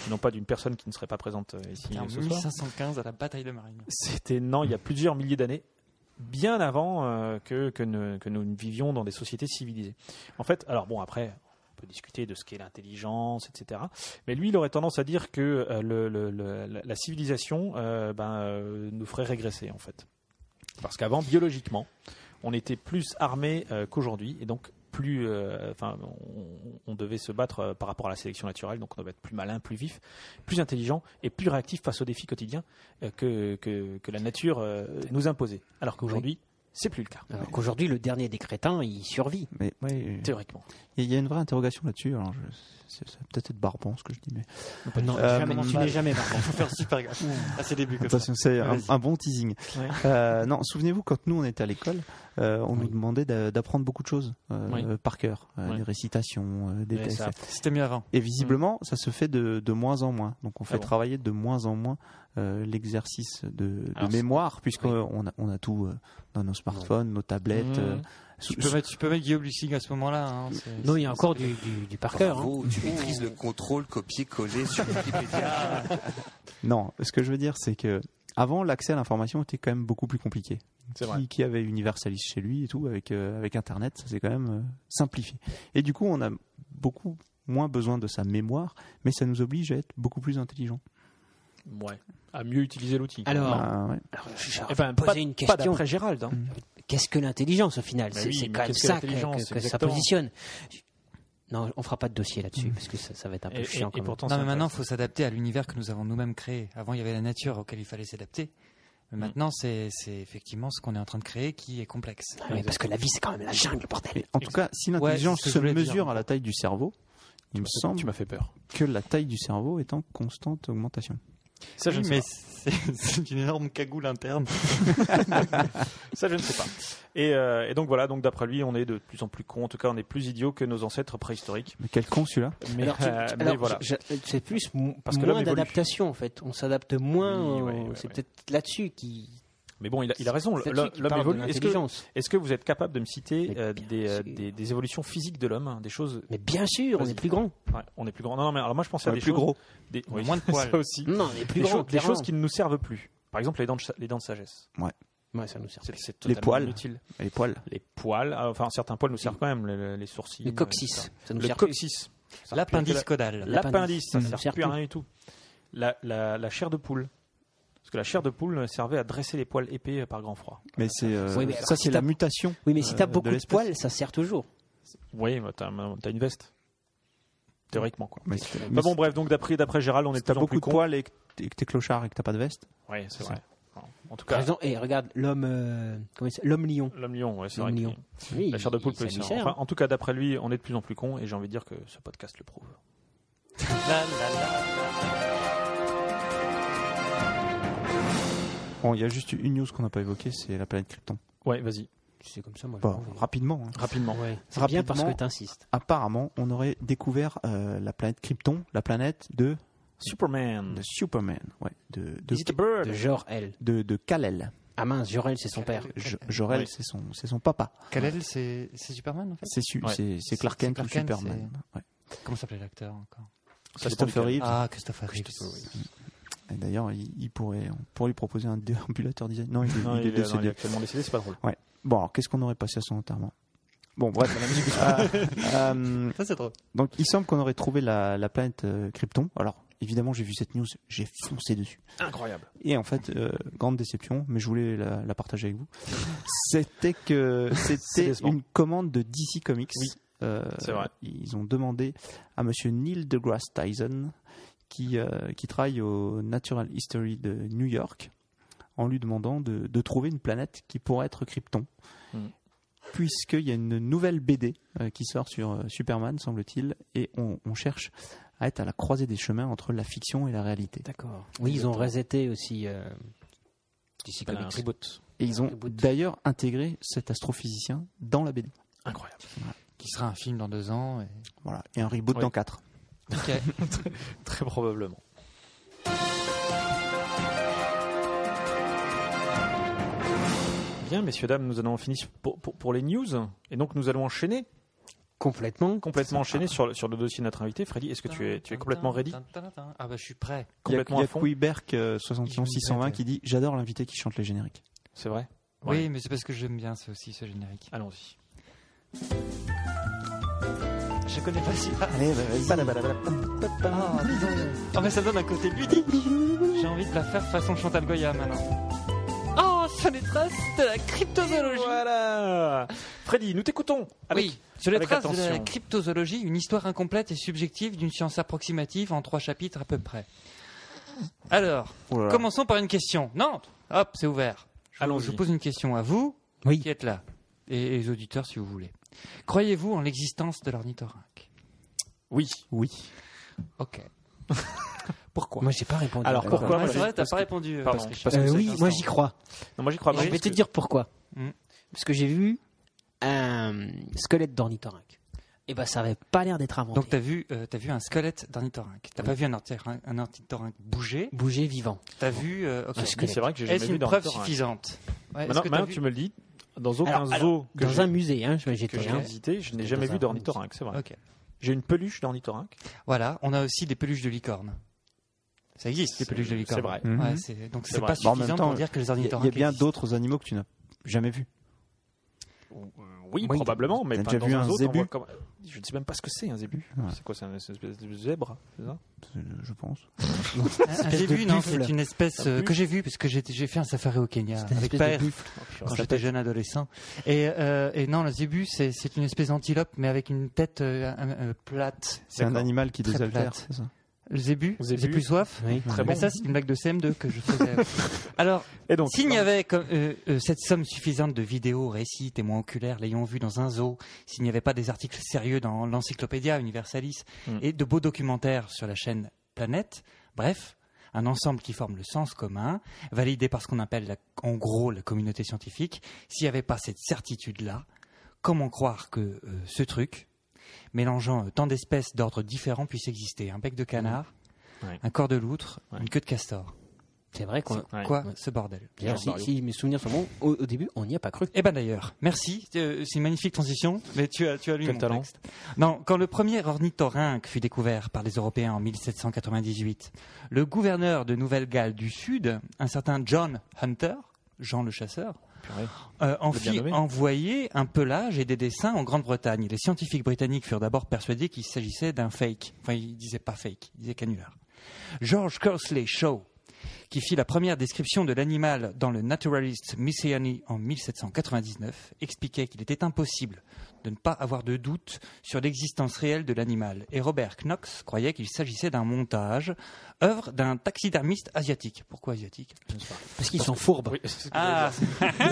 non pas d'une personne qui ne serait pas présente euh, ici
En
ce soir,
1515 à la bataille de Marine.
c'était non, il y a plusieurs milliers d'années, bien avant euh, que, que, ne- que nous ne vivions dans des sociétés civilisées. En fait, alors bon, après, on peut discuter de ce qu'est l'intelligence, etc. Mais lui, il aurait tendance à dire que euh, le- le- le- la, la civilisation euh, ben, euh, nous ferait régresser, en fait. Parce qu'avant, biologiquement, on était plus armés euh, qu'aujourd'hui, et donc plus, euh, enfin, on, on devait se battre euh, par rapport à la sélection naturelle, donc on devait être plus malin, plus vif, plus intelligent et plus réactif face aux défis quotidiens euh, que, que, que la nature euh, nous imposait. Alors qu'aujourd'hui, c'est plus le cas,
Alors qu'aujourd'hui, le dernier des crétins, il survit.
Mais ouais, euh,
théoriquement.
il y a une vraie interrogation là-dessus. Alors, je- c'est- ça va peut-être être barbant ce que je dis, mais
Non,
Euh,
jamais,
mais-
tu n'es jamais marrant.
Faut faire super gaffe à ses débuts comme ça.
attention, c'est un,
Vas-y.
un bon teasing.
Ouais.
Euh, non, souvenez-vous quand nous on était à l'école, euh, on nous demandait d'a- d'apprendre beaucoup de choses euh,
Oui.
euh, par cœur, euh,
Ouais.
des récitations, euh, des
Mais
textes.
ça- Mm.
C'était mieux avant.
Et visiblement, ça se fait de, de moins en moins. Donc, on fait
Ah bon
travailler de moins en moins euh, l'exercice de, de
Alors, c'est-
mémoire, puisqu'on a, on a tout euh, dans nos smartphones, nos tablettes.
Mm.
Mmh.
euh,
Tu
sous-
peux mettre, tu peux mettre Guillaume Lussig à ce moment-là. hein, c'est-
Non, il y a encore du, du, du par cœur. hein.
Bravo, tu maîtrises le contrôle copier-coller sur Wikipédia.
Non, ce que je veux dire, c'est que avant, l'accès à l'information était quand même beaucoup plus compliqué.
C'est
Qui,
vrai.
qui avait Universalist chez lui et tout, avec, euh, avec Internet, ça s'est quand même euh, simplifié. Et du coup, on a beaucoup moins besoin de sa mémoire, mais ça nous oblige à être beaucoup plus intelligents.
ouais, à mieux utiliser l'outil.
Alors,
Bah, ouais.
alors, je- je vais
Eh ben,
poser
pas-
une
Pas
question.
d'après Gérald. hein.
Qu'est-ce que l'intelligence au final
Mais
C'est
Bah oui,
c'est
mais
quand même
qu'est-ce que
ça que,
l'intelligence,
que- que ça
exactement. Hum.
positionne. Je- Non, on fera pas de dossier là-dessus parce que ça, ça va être un peu
Et, et-
chiant.
et
quand même.
pourtant,
Non,
c'est
mais maintenant,
intéressant.
il faut s'adapter à l'univers que nous avons nous-mêmes créé. Avant, il y avait la nature auquel il fallait s'adapter. Mais Maintenant, c'est c'est effectivement ce qu'on est en train de créer qui est complexe.
Ah oui, parce que la vie, c'est quand même la jungle, bordel.
Mais en tout cas, si
Ouais,
l'intelligence
c'est ce que
se
je voulais
mesure
dire.
à la taille du cerveau, il me semble
Tu m'as fait peur.
que la taille du cerveau est en constante augmentation.
Ça, je
Oui,
ne sais
mais
pas.
c'est c'est une énorme cagoule interne.
Ça, je ne sais pas. Et, euh, et donc voilà, donc d'après lui, on est de plus en plus cons. En tout cas, on est plus idiots que nos ancêtres préhistoriques.
Mais quel con celui-là
Mais,
Alors, tu-
euh,
tu-
mais
alors,
voilà.
je- je- c'est plus m-
Parce que l'homme
moins
évolue.
d'adaptation en fait. On s'adapte moins.
Oui, ouais,
au-
ouais,
c'est
ouais.
peut-être là-dessus qui.
Mais bon, il a, il a raison.
c'est
L'homme
là-dessus qui
l'homme
parle de
évolue. Est-ce que,
l'intelligence.
est-ce que vous êtes capable de me citer
Mais
euh,
bien
des, euh,
sûr.
des- des évolutions physiques de l'homme, hein, des choses
Mais bien sûr, on
Vas-y.
est plus grand.
Ouais, on est plus grand. Non, non, mais alors moi je pensais à
On est
des
plus
choses-
gros.
des-
On a moins de poils.
[LAUGHS] ça aussi.
Non, on est plus
des,
grand.
choses, des
clairement.
choses qui ne nous servent plus. Par exemple, les dents de, sa- les dents de sagesse.
Ouais.
Ouais, ça nous sert.
C'est- c'est
Les
totalement
poils.
inutile.
Les poils.
Les poils, ah, enfin certains poils nous servent quand même, les, les sourcils.
Le
etc.
coccyx. Ça nous
Le
sert
coccyx. Ça sert
L'appendice
plus à-
caudal.
L'appendice, ça
L'appendice.
ne
Ça
sert
sert
plus à
plus.
rien du tout. La, la, la chair de poule. Parce que la chair de poule servait à dresser les poils épais euh, par grand froid.
Mais c'est euh,
Oui, mais alors
ça,
si
c'est la
t'as-
mutation.
Oui, mais si
euh,
t'as
de
beaucoup de,
l'espèce.
poils, ça sert toujours.
Oui, mais bah, t'as t'as une veste. Théoriquement, quoi.
Mais si t'as-
Bah bon, bref, donc d'après d'après Gérald, on
si
est de
t'as
plus en
beaucoup
plus
de poils et que t'es- que t'es clochard et que t'as pas de veste.
Oui, c'est vrai. Bon, En tout
Par
cas,
exemple, et regarde l'homme, euh, comment il s'appelle l'homme lion.
l'homme lion, ouais, c'est
L'homme
vrai.
lion.
que
Oui,
La chair de poule
ça
peut
lui
y
sert. hein.
servir. Enfin, en tout cas, d'après lui, on est de plus en plus con et j'ai envie de dire que ce podcast le prouve.
Bon, il y a juste une news qu'on n'a pas évoquée, c'est la planète Krypton.
Ouais, vas-y,
C'est comme ça, moi. je
Bon,
m'en vais.
rapidement. hein.
rapidement.
Ouais. C'est bien parce que
Rapidement.
t'insistes.
Apparemment, on aurait découvert euh, la planète Krypton, la planète de,
[LAUGHS] Superman.
de Superman, ouais, de de,
Hmm. Is it a bird?
De genre L.
de, de Kal-El.
Ah mince, Jorel, c'est son père.
Jo- Jorel,
Ouais.
c'est son c'est son papa.
Kal-El, c'est c'est Superman en fait
C'est su-
Ouais.
c'est- c'est
C'est-
Clark
c'est
Kent ou
Clark Kent,
Superman. Ouais.
Comment s'appelait l'acteur encore
Ça, c'est
Christopher
pour lequel
Reeve.
Ah, Christopher Reeves.
Et D'ailleurs, il, il pourrait on pourrait lui proposer un déambulateur design. Non, il est,
Non,
il est
il est- non, il
décédé.
est actuellement décédé, c'est pas drôle.
Bon, alors qu'est-ce qu'on aurait passé à son enterrement Bon, bref.
[LAUGHS]
Euh, euh,
Ça, c'est drôle.
donc, il semble qu'on aurait trouvé la, la planète euh, Krypton. Alors, évidemment, j'ai vu cette news, j'ai foncé dessus.
Incroyable.
Et en fait, euh, grande déception, mais je voulais la, la partager avec vous. C'était que
[LAUGHS] C'est
c'était
décevant.
une commande de DC Comics.
Oui,
Euh,
c'est vrai.
Ils ont demandé à Monsieur Neil deGrasse Tyson, qui euh, qui travaille au Natural History de New York, en lui demandant de, de trouver une planète qui pourrait être Krypton.
Mm.
Hmm. Puisqu'il y a une nouvelle BD euh, qui sort sur euh, Superman, semble-t-il, et on, on cherche à être à la croisée des chemins entre la fiction et la réalité.
D'accord. Oui, ils ont reseté aussi. euh, DC
Un
Comics.
reboot.
Et ils ont
Reboot.
d'ailleurs intégré cet astrophysicien dans la BD.
Incroyable.
Qui sera un film dans deux ans. et-
Voilà. Et un reboot
Oui.
dans 4.
Très probablement. Bien, messieurs, dames, nous allons finir pour, pour- pour les news. Et donc, nous allons enchaîner,
Complètement.
complètement enchaîner sur le, sur le dossier de notre invité. Freddy, est-ce que tu es, tu es complètement ready
Ah, bah, je suis prêt.
Complètement
il y
à
a, euh,
fond
Quiberk 71 620
Quiberg.
qui dit J'adore l'invité qui chante les génériques.
C'est vrai Ouais.
Oui, mais c'est parce que j'aime bien c'est aussi ce générique.
Allons-y.
Je connais pas celui-là.
Allez, vas-y.
Ah, dis donc. Ah, mais ça donne un côté ludique. J'ai envie de la faire façon Chantal Goya maintenant. Oh, sur les traces de la cryptozoologie.
Voilà Freddy, nous t'écoutons avec
oui, sur les
avec
traces de la
attention.
cryptozoologie, une histoire incomplète et subjective d'une science approximative en trois chapitres à peu près. Alors,
Oh là là.
commençons par une question. Non, hop, c'est ouvert. Je, vous-
Allons-y.
je vous pose une question à vous
Oui.
qui êtes là et, et les auditeurs si vous voulez. Croyez-vous en l'existence de l'ornithorynque
Oui. Ah,
Oui.
Ok.
Moi, j'ai pas répondu.
Alors,
D'accord.
pourquoi
Ah, c'est
Parce
vrai, t'as
que-
pas répondu. euh,
Pardon,
Patrick.
parce que
Euh,
c'est
oui,
un
moi
instant.
j'y crois.
Non, moi j'y crois
Et
pas. Hmm.
je vais
parce
te
que-
dire pourquoi.
Mm.
Parce que j'ai vu un squelette d'ornithorynque. Et ben, ça avait pas l'air d'être inventé.
Donc t'as vu, euh, t'as vu un squelette d'ornithorynque. T'as pas vu un ornithorynque, un ornithorynque bouger.
Bouger vivant.
T'as vu. euh, ok.
Un
Mais
squelette.
Ah, c'est vrai que j'ai jamais
Est-ce
vu
une
dans
preuve
le terrain.
suffisante Ouais, est-ce
Maintenant,
que t'as
maintenant que
vu-
tu me le dis, dans aucun
Alors,
zoo que
Dans
j'ai-
un musée, hein, je-
que
j'étais.
j'ai
hein.
visité, je n'ai
C'était
jamais
dans
vu
un
d'ornithorynque, c'est vrai.
Ok.
J'ai une peluche d'ornithorynque.
Voilà, on a aussi des peluches de licorne. Ça existe, des peluches de licorne.
C'est vrai.
Mhm.
Ouais, c'est- donc
C'est
c'est
vrai.
pas
Bon, en
suffisant
même temps,
pour dire que les
Il y a-
ornithorynques.
il y a bien
existent.
d'autres animaux que tu n'as jamais vus.
Oui,
Oui,
probablement, mais pas
t'as déjà
dans
vu un
zoo, t'en
zébu
vois comme- Je ne sais même pas ce que c'est un zébu.
Ouais.
C'est quoi, c'est une espèce de zèbre c'est ça Oh,
euh, Je pense.
Un- Un
espèce de
zébu, ah, non,
buffle.
c'est une espèce euh, que j'ai vue parce que j'ai j'ai fait un safari au Kenya
C'était une
avec
espèce de
père quand j'étais jeune adolescent. Et, euh, et non, le zébu, c'est c'est une espèce d'antilope mais avec une tête euh, un- euh, plate.
C'est un
D'accord.
animal qui
Très
désaltère,
plate.
c'est ça
Le zébu,
Zébu.
j'ai plus soif.
Oui.
Ah
Très
Mais
bon.
ça, c'est une blague de CM2 que je
[LAUGHS]
faisais. Alors,
Et donc,
S'il n'y avait comme, euh, euh, cette somme suffisante de vidéos, récits, témoins oculaires l'ayant vu dans un zoo, s'il n'y avait pas des articles sérieux dans l'encyclopédia Universalis
Mm.
et de beaux documentaires sur la chaîne Planète, bref, un ensemble qui forme le sens commun, validé par ce qu'on appelle la- en gros la communauté scientifique, s'il n'y avait pas cette certitude-là, comment croire que euh, ce truc, mélangeant euh, tant d'espèces d'ordres différents, puisse exister Un bec de canard,
Hmm. Ouais.
un corps de loutre,
Ouais.
une queue de castor.
C'est vrai qu'on.
C'est
Ouais.
quoi
Ouais.
ce bordel
D'ailleurs, si, si mes souvenirs sont bons, au, au début, on n'y a pas cru.
Eh ben d'ailleurs, merci. Euh, C'est une magnifique transition, mais tu as, tu as lu
Quel
mon
talent.
texte. Non, quand le premier ornithorynque fut découvert par les Européens en 1798, le gouverneur de Nouvelle-Galles du Sud, un certain John Hunter, Jean le chasseur,
Purée.
euh, en
Le bien
fit
nommé.
envoyer un pelage et des dessins en Grande-Bretagne. Les scientifiques britanniques furent d'abord persuadés qu'il s'agissait d'un fake. Enfin, ils disaient pas fake, ils disaient canular. George Cursley Shaw, qui fit la première description de l'animal dans le Naturalist Messiani en 1799, expliquait qu'il était impossible de ne pas avoir de doute sur l'existence réelle de l'animal. Et Robert Knox croyait qu'il s'agissait d'un montage, œuvre d'un taxidermiste asiatique. Pourquoi asiatique
Parce qu'ils sont fourbes.
Ah,
[LAUGHS]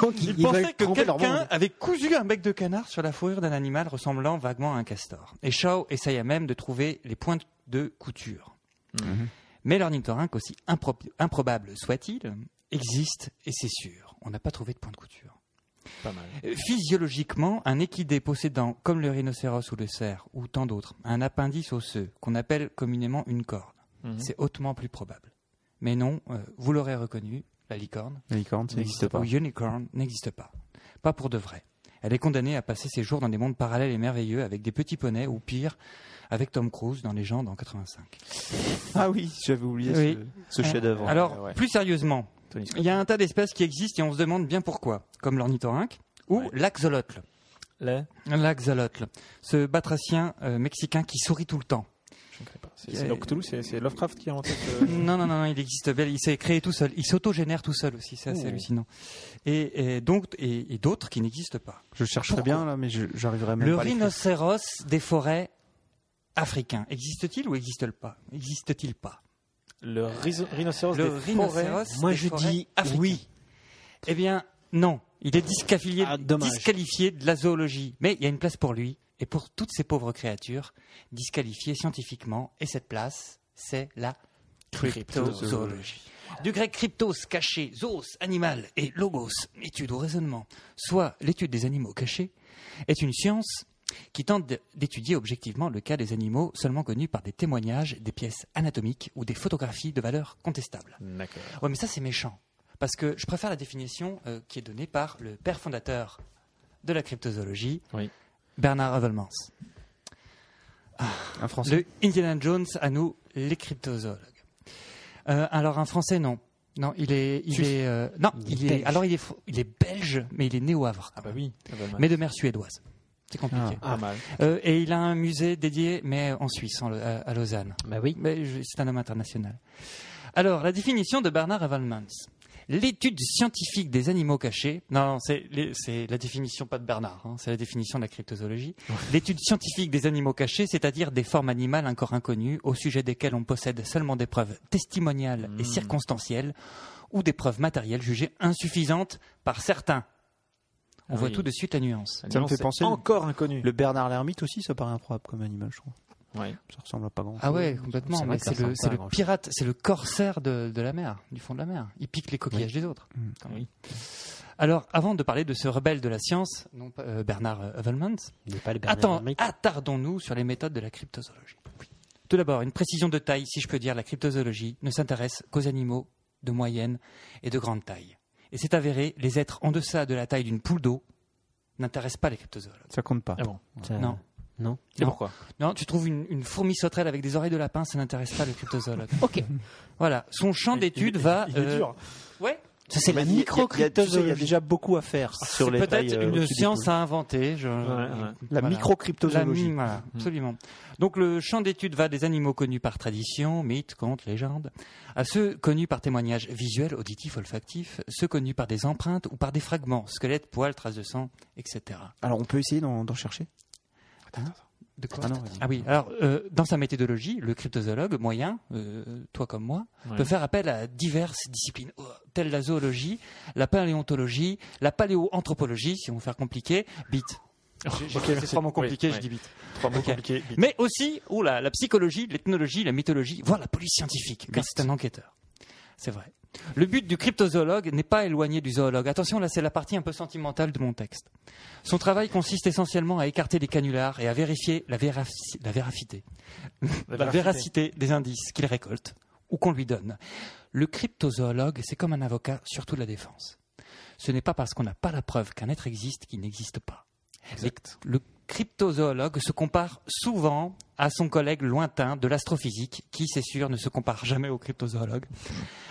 Donc ils,
il
ils
pensait
veulent
que
tremper leur
quelqu'un
monde.
avait cousu un bec de canard sur la fourrure d'un animal ressemblant vaguement à un castor. Et Shaw essaya même de trouver les points de couture.
Mhm.
Mais l'ornithorynque, aussi impro- improbable soit-il, existe et c'est sûr. On n'a pas trouvé de point de couture.
Pas mal.
Euh, Physiologiquement, un équidé possédant, comme le rhinocéros ou le cerf, ou tant d'autres, un appendice osseux, qu'on appelle communément une corde,
Mhm.
c'est hautement plus probable. Mais non, euh, vous l'aurez reconnu, la licorne,
La licorne, ça n'existe pas.
ou unicorn n'existe pas. Pas pour de vrai. Elle est condamnée à passer ses jours dans des mondes parallèles et merveilleux avec des petits poneys ou pire, avec Tom Cruise dans Légende en 85.
Ah oui, j'avais oublié
Oui.
ce, ce chef-d'œuvre.
Alors,
ouais.
plus sérieusement,
Tony Scott.
il y a un tas d'espèces qui existent et on se demande bien pourquoi, comme l'ornithorynque ou
Ouais.
l'axolotl.
Là,
L'axolotl, ce batracien euh, mexicain qui sourit tout le temps.
je ne connais pas. C'est c'est Cthulhu, c'est c'est Lovecraft qui a inventé [LAUGHS] ce.
Non, non, non, non, il existe bel, il s'est créé tout seul, il s'autogénère tout seul aussi, c'est assez
Ouh.
hallucinant. Et, et donc, et- et d'autres qui n'existent pas.
je chercherais
pourquoi
bien là, mais je- j'arriverais même
Le
pas. à l'écrire.
rhinocéros des forêts africains, existe-t-il ou existe-t-il pas Existe-t-il pas
Le rhizo- rhinocéros
Le
des forêts.
rhinocéros
Moi,
des
je
forêts
dis
africains.
oui.
Eh bien, non. Il est disqualifié,
Ah, dommage.
disqualifié de la zoologie. Mais il y a une place pour lui et pour toutes ces pauvres créatures disqualifiées scientifiquement. Et cette place, c'est la cryptozoologie. Du grec cryptos, caché, zoos, animal, et logos, étude ou raisonnement, soit l'étude des animaux cachés, est une science qui tente de- d'étudier objectivement le cas des animaux seulement connus par des témoignages, des pièces anatomiques ou des photographies de valeur contestable.
D'accord.
Ah Ouais, mais ça, c'est méchant. Parce que je préfère la définition euh, qui est donnée par le père fondateur de la cryptozoologie,
Oui.
Bernard Havelmans.
Un français.
Le Indiana Jones à nous, les cryptozoologues. Euh, alors, un français, non. Non, il est. Il
Suisse.
est euh, non,
Il est
il est,
belge.
alors il est, fr- il est belge, mais il est né au Havre.
Ah bah oui. Havelmans.
Mais de mère suédoise. C'est compliqué.
Pas mal.
Euh, et il a un musée dédié, mais en Suisse, en- à, à Lausanne.
Bah oui.
Mais je- c'est un homme international. Alors, la définition de Bernard Havelmans. L'étude scientifique des animaux cachés. Non, non, c'est les- c'est la définition pas de Bernard, hein, c'est la définition de la cryptozoologie. L'étude scientifique des animaux cachés, c'est-à-dire des formes animales encore inconnues, au sujet desquelles on possède seulement des preuves testimoniales et circonstancielles, ou des preuves matérielles jugées insuffisantes par certains. On
Ah
voit
oui.
tout de suite la nuance.
Ça me fait penser-
Encore inconnu.
Le Bernard l'ermite aussi, ça paraît improbable comme animal, je trouve.
Ouais.
Ça ressemble à pas grand.
Ah ouais, complètement.
C'est vrai
mais
que ça
C'est le,
ressemble
c'est
pas à
le
grand-chose.
pirate, c'est le corsaire de, de la mer, du fond de la mer. Il pique les coquillages des autres.
Mmh.
quand même.
Oui.
Alors, avant de parler de ce rebelle de la science, non pas, euh, Bernard euh, Havelmans,
Il n'est pas le Bernard
attends,
Herrmann.
attardons-nous sur les méthodes de la cryptozoologie. Tout d'abord, une précision de taille, si je peux dire, la cryptozoologie ne s'intéresse qu'aux animaux de moyenne et de grande taille. Et c'est avéré, les êtres en deçà de la taille d'une poule d'eau n'intéressent pas les cryptozoologues.
Ça compte pas.
Ah bon.
Ça-
Non.
Non.
Et pourquoi
Non, tu trouves une, une fourmi sauterelle avec des oreilles de lapin, ça n'intéresse pas le cryptozoologue.
Ok.
Voilà, son champ d'étude va.
Il est
euh, [LAUGHS]
dur.
Ouais,
Ça c'est la
Il y a- il y a- tu sais, Il y a
micro-cryptozoologie.
déjà beaucoup à faire sur les tailles.
Ah, peut-être
euh,
une
au-dessus des
science
poules.
à inventer. je-
ouais. Mm.
La
Voilà. La
micro-cryptozoologie.
mime, voilà, absolument. Donc le champ d'étude va des animaux connus par tradition, mythes, contes, légendes, à ceux connus par témoignages visuels, auditifs, olfactifs, ceux connus par des empreintes ou par des fragments, squelettes, poils, traces de sang, etc.
Alors on peut essayer d'en d'en chercher.
De quoi
Ah non, vas-y.
Ah oui, alors euh, dans sa méthodologie, le cryptozoologue moyen, euh, toi comme moi,
Ouais.
peut faire appel à diverses disciplines, oh, telles la zoologie, la paléontologie, la paléoanthropologie, si on veut faire compliqué, bite. J'ai- j'ai-
Ok,
C'est
merci.
trois mots
Oui,
compliqués,
oui.
je dis bite.
Trois mots
Ok.
compliqués.
Mais aussi, oula, la psychologie, l'ethnologie, la mythologie, voire la police scientifique, car
Bite.
c'est un enquêteur. C'est vrai. Le but du cryptozoologue n'est pas éloigné du zoologue. Attention, là, c'est la partie un peu sentimentale de mon texte. Son travail consiste essentiellement à écarter les canulars et à vérifier la, véraci- la véracité, la,
bah,
véracité des indices qu'il récolte ou qu'on lui donne. Le cryptozoologue, c'est comme un avocat, surtout de la défense. Ce n'est pas parce qu'on n'a pas la preuve qu'un être existe qu'il n'existe pas. Le cryptozoologue se compare souvent à à son collègue lointain de l'astrophysique, qui, c'est sûr, ne se compare jamais aux cryptozoologues,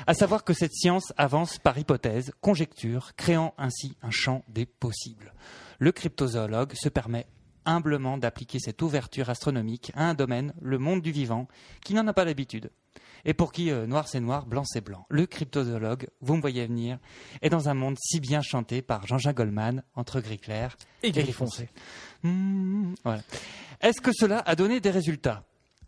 à savoir que cette science avance par hypothèse, conjecture, créant ainsi un champ des possibles. Le cryptozoologue se permet humblement d'appliquer cette ouverture astronomique à un domaine, le monde du vivant, qui n'en a pas l'habitude. Et pour qui euh, noir c'est noir, blanc c'est blanc. Le cryptozoologue, vous me voyez venir, est dans un monde si bien chanté par Jean-Jacques Goldman, entre gris clair et, gris foncé. Mmh, voilà. Est-ce que cela a donné des résultats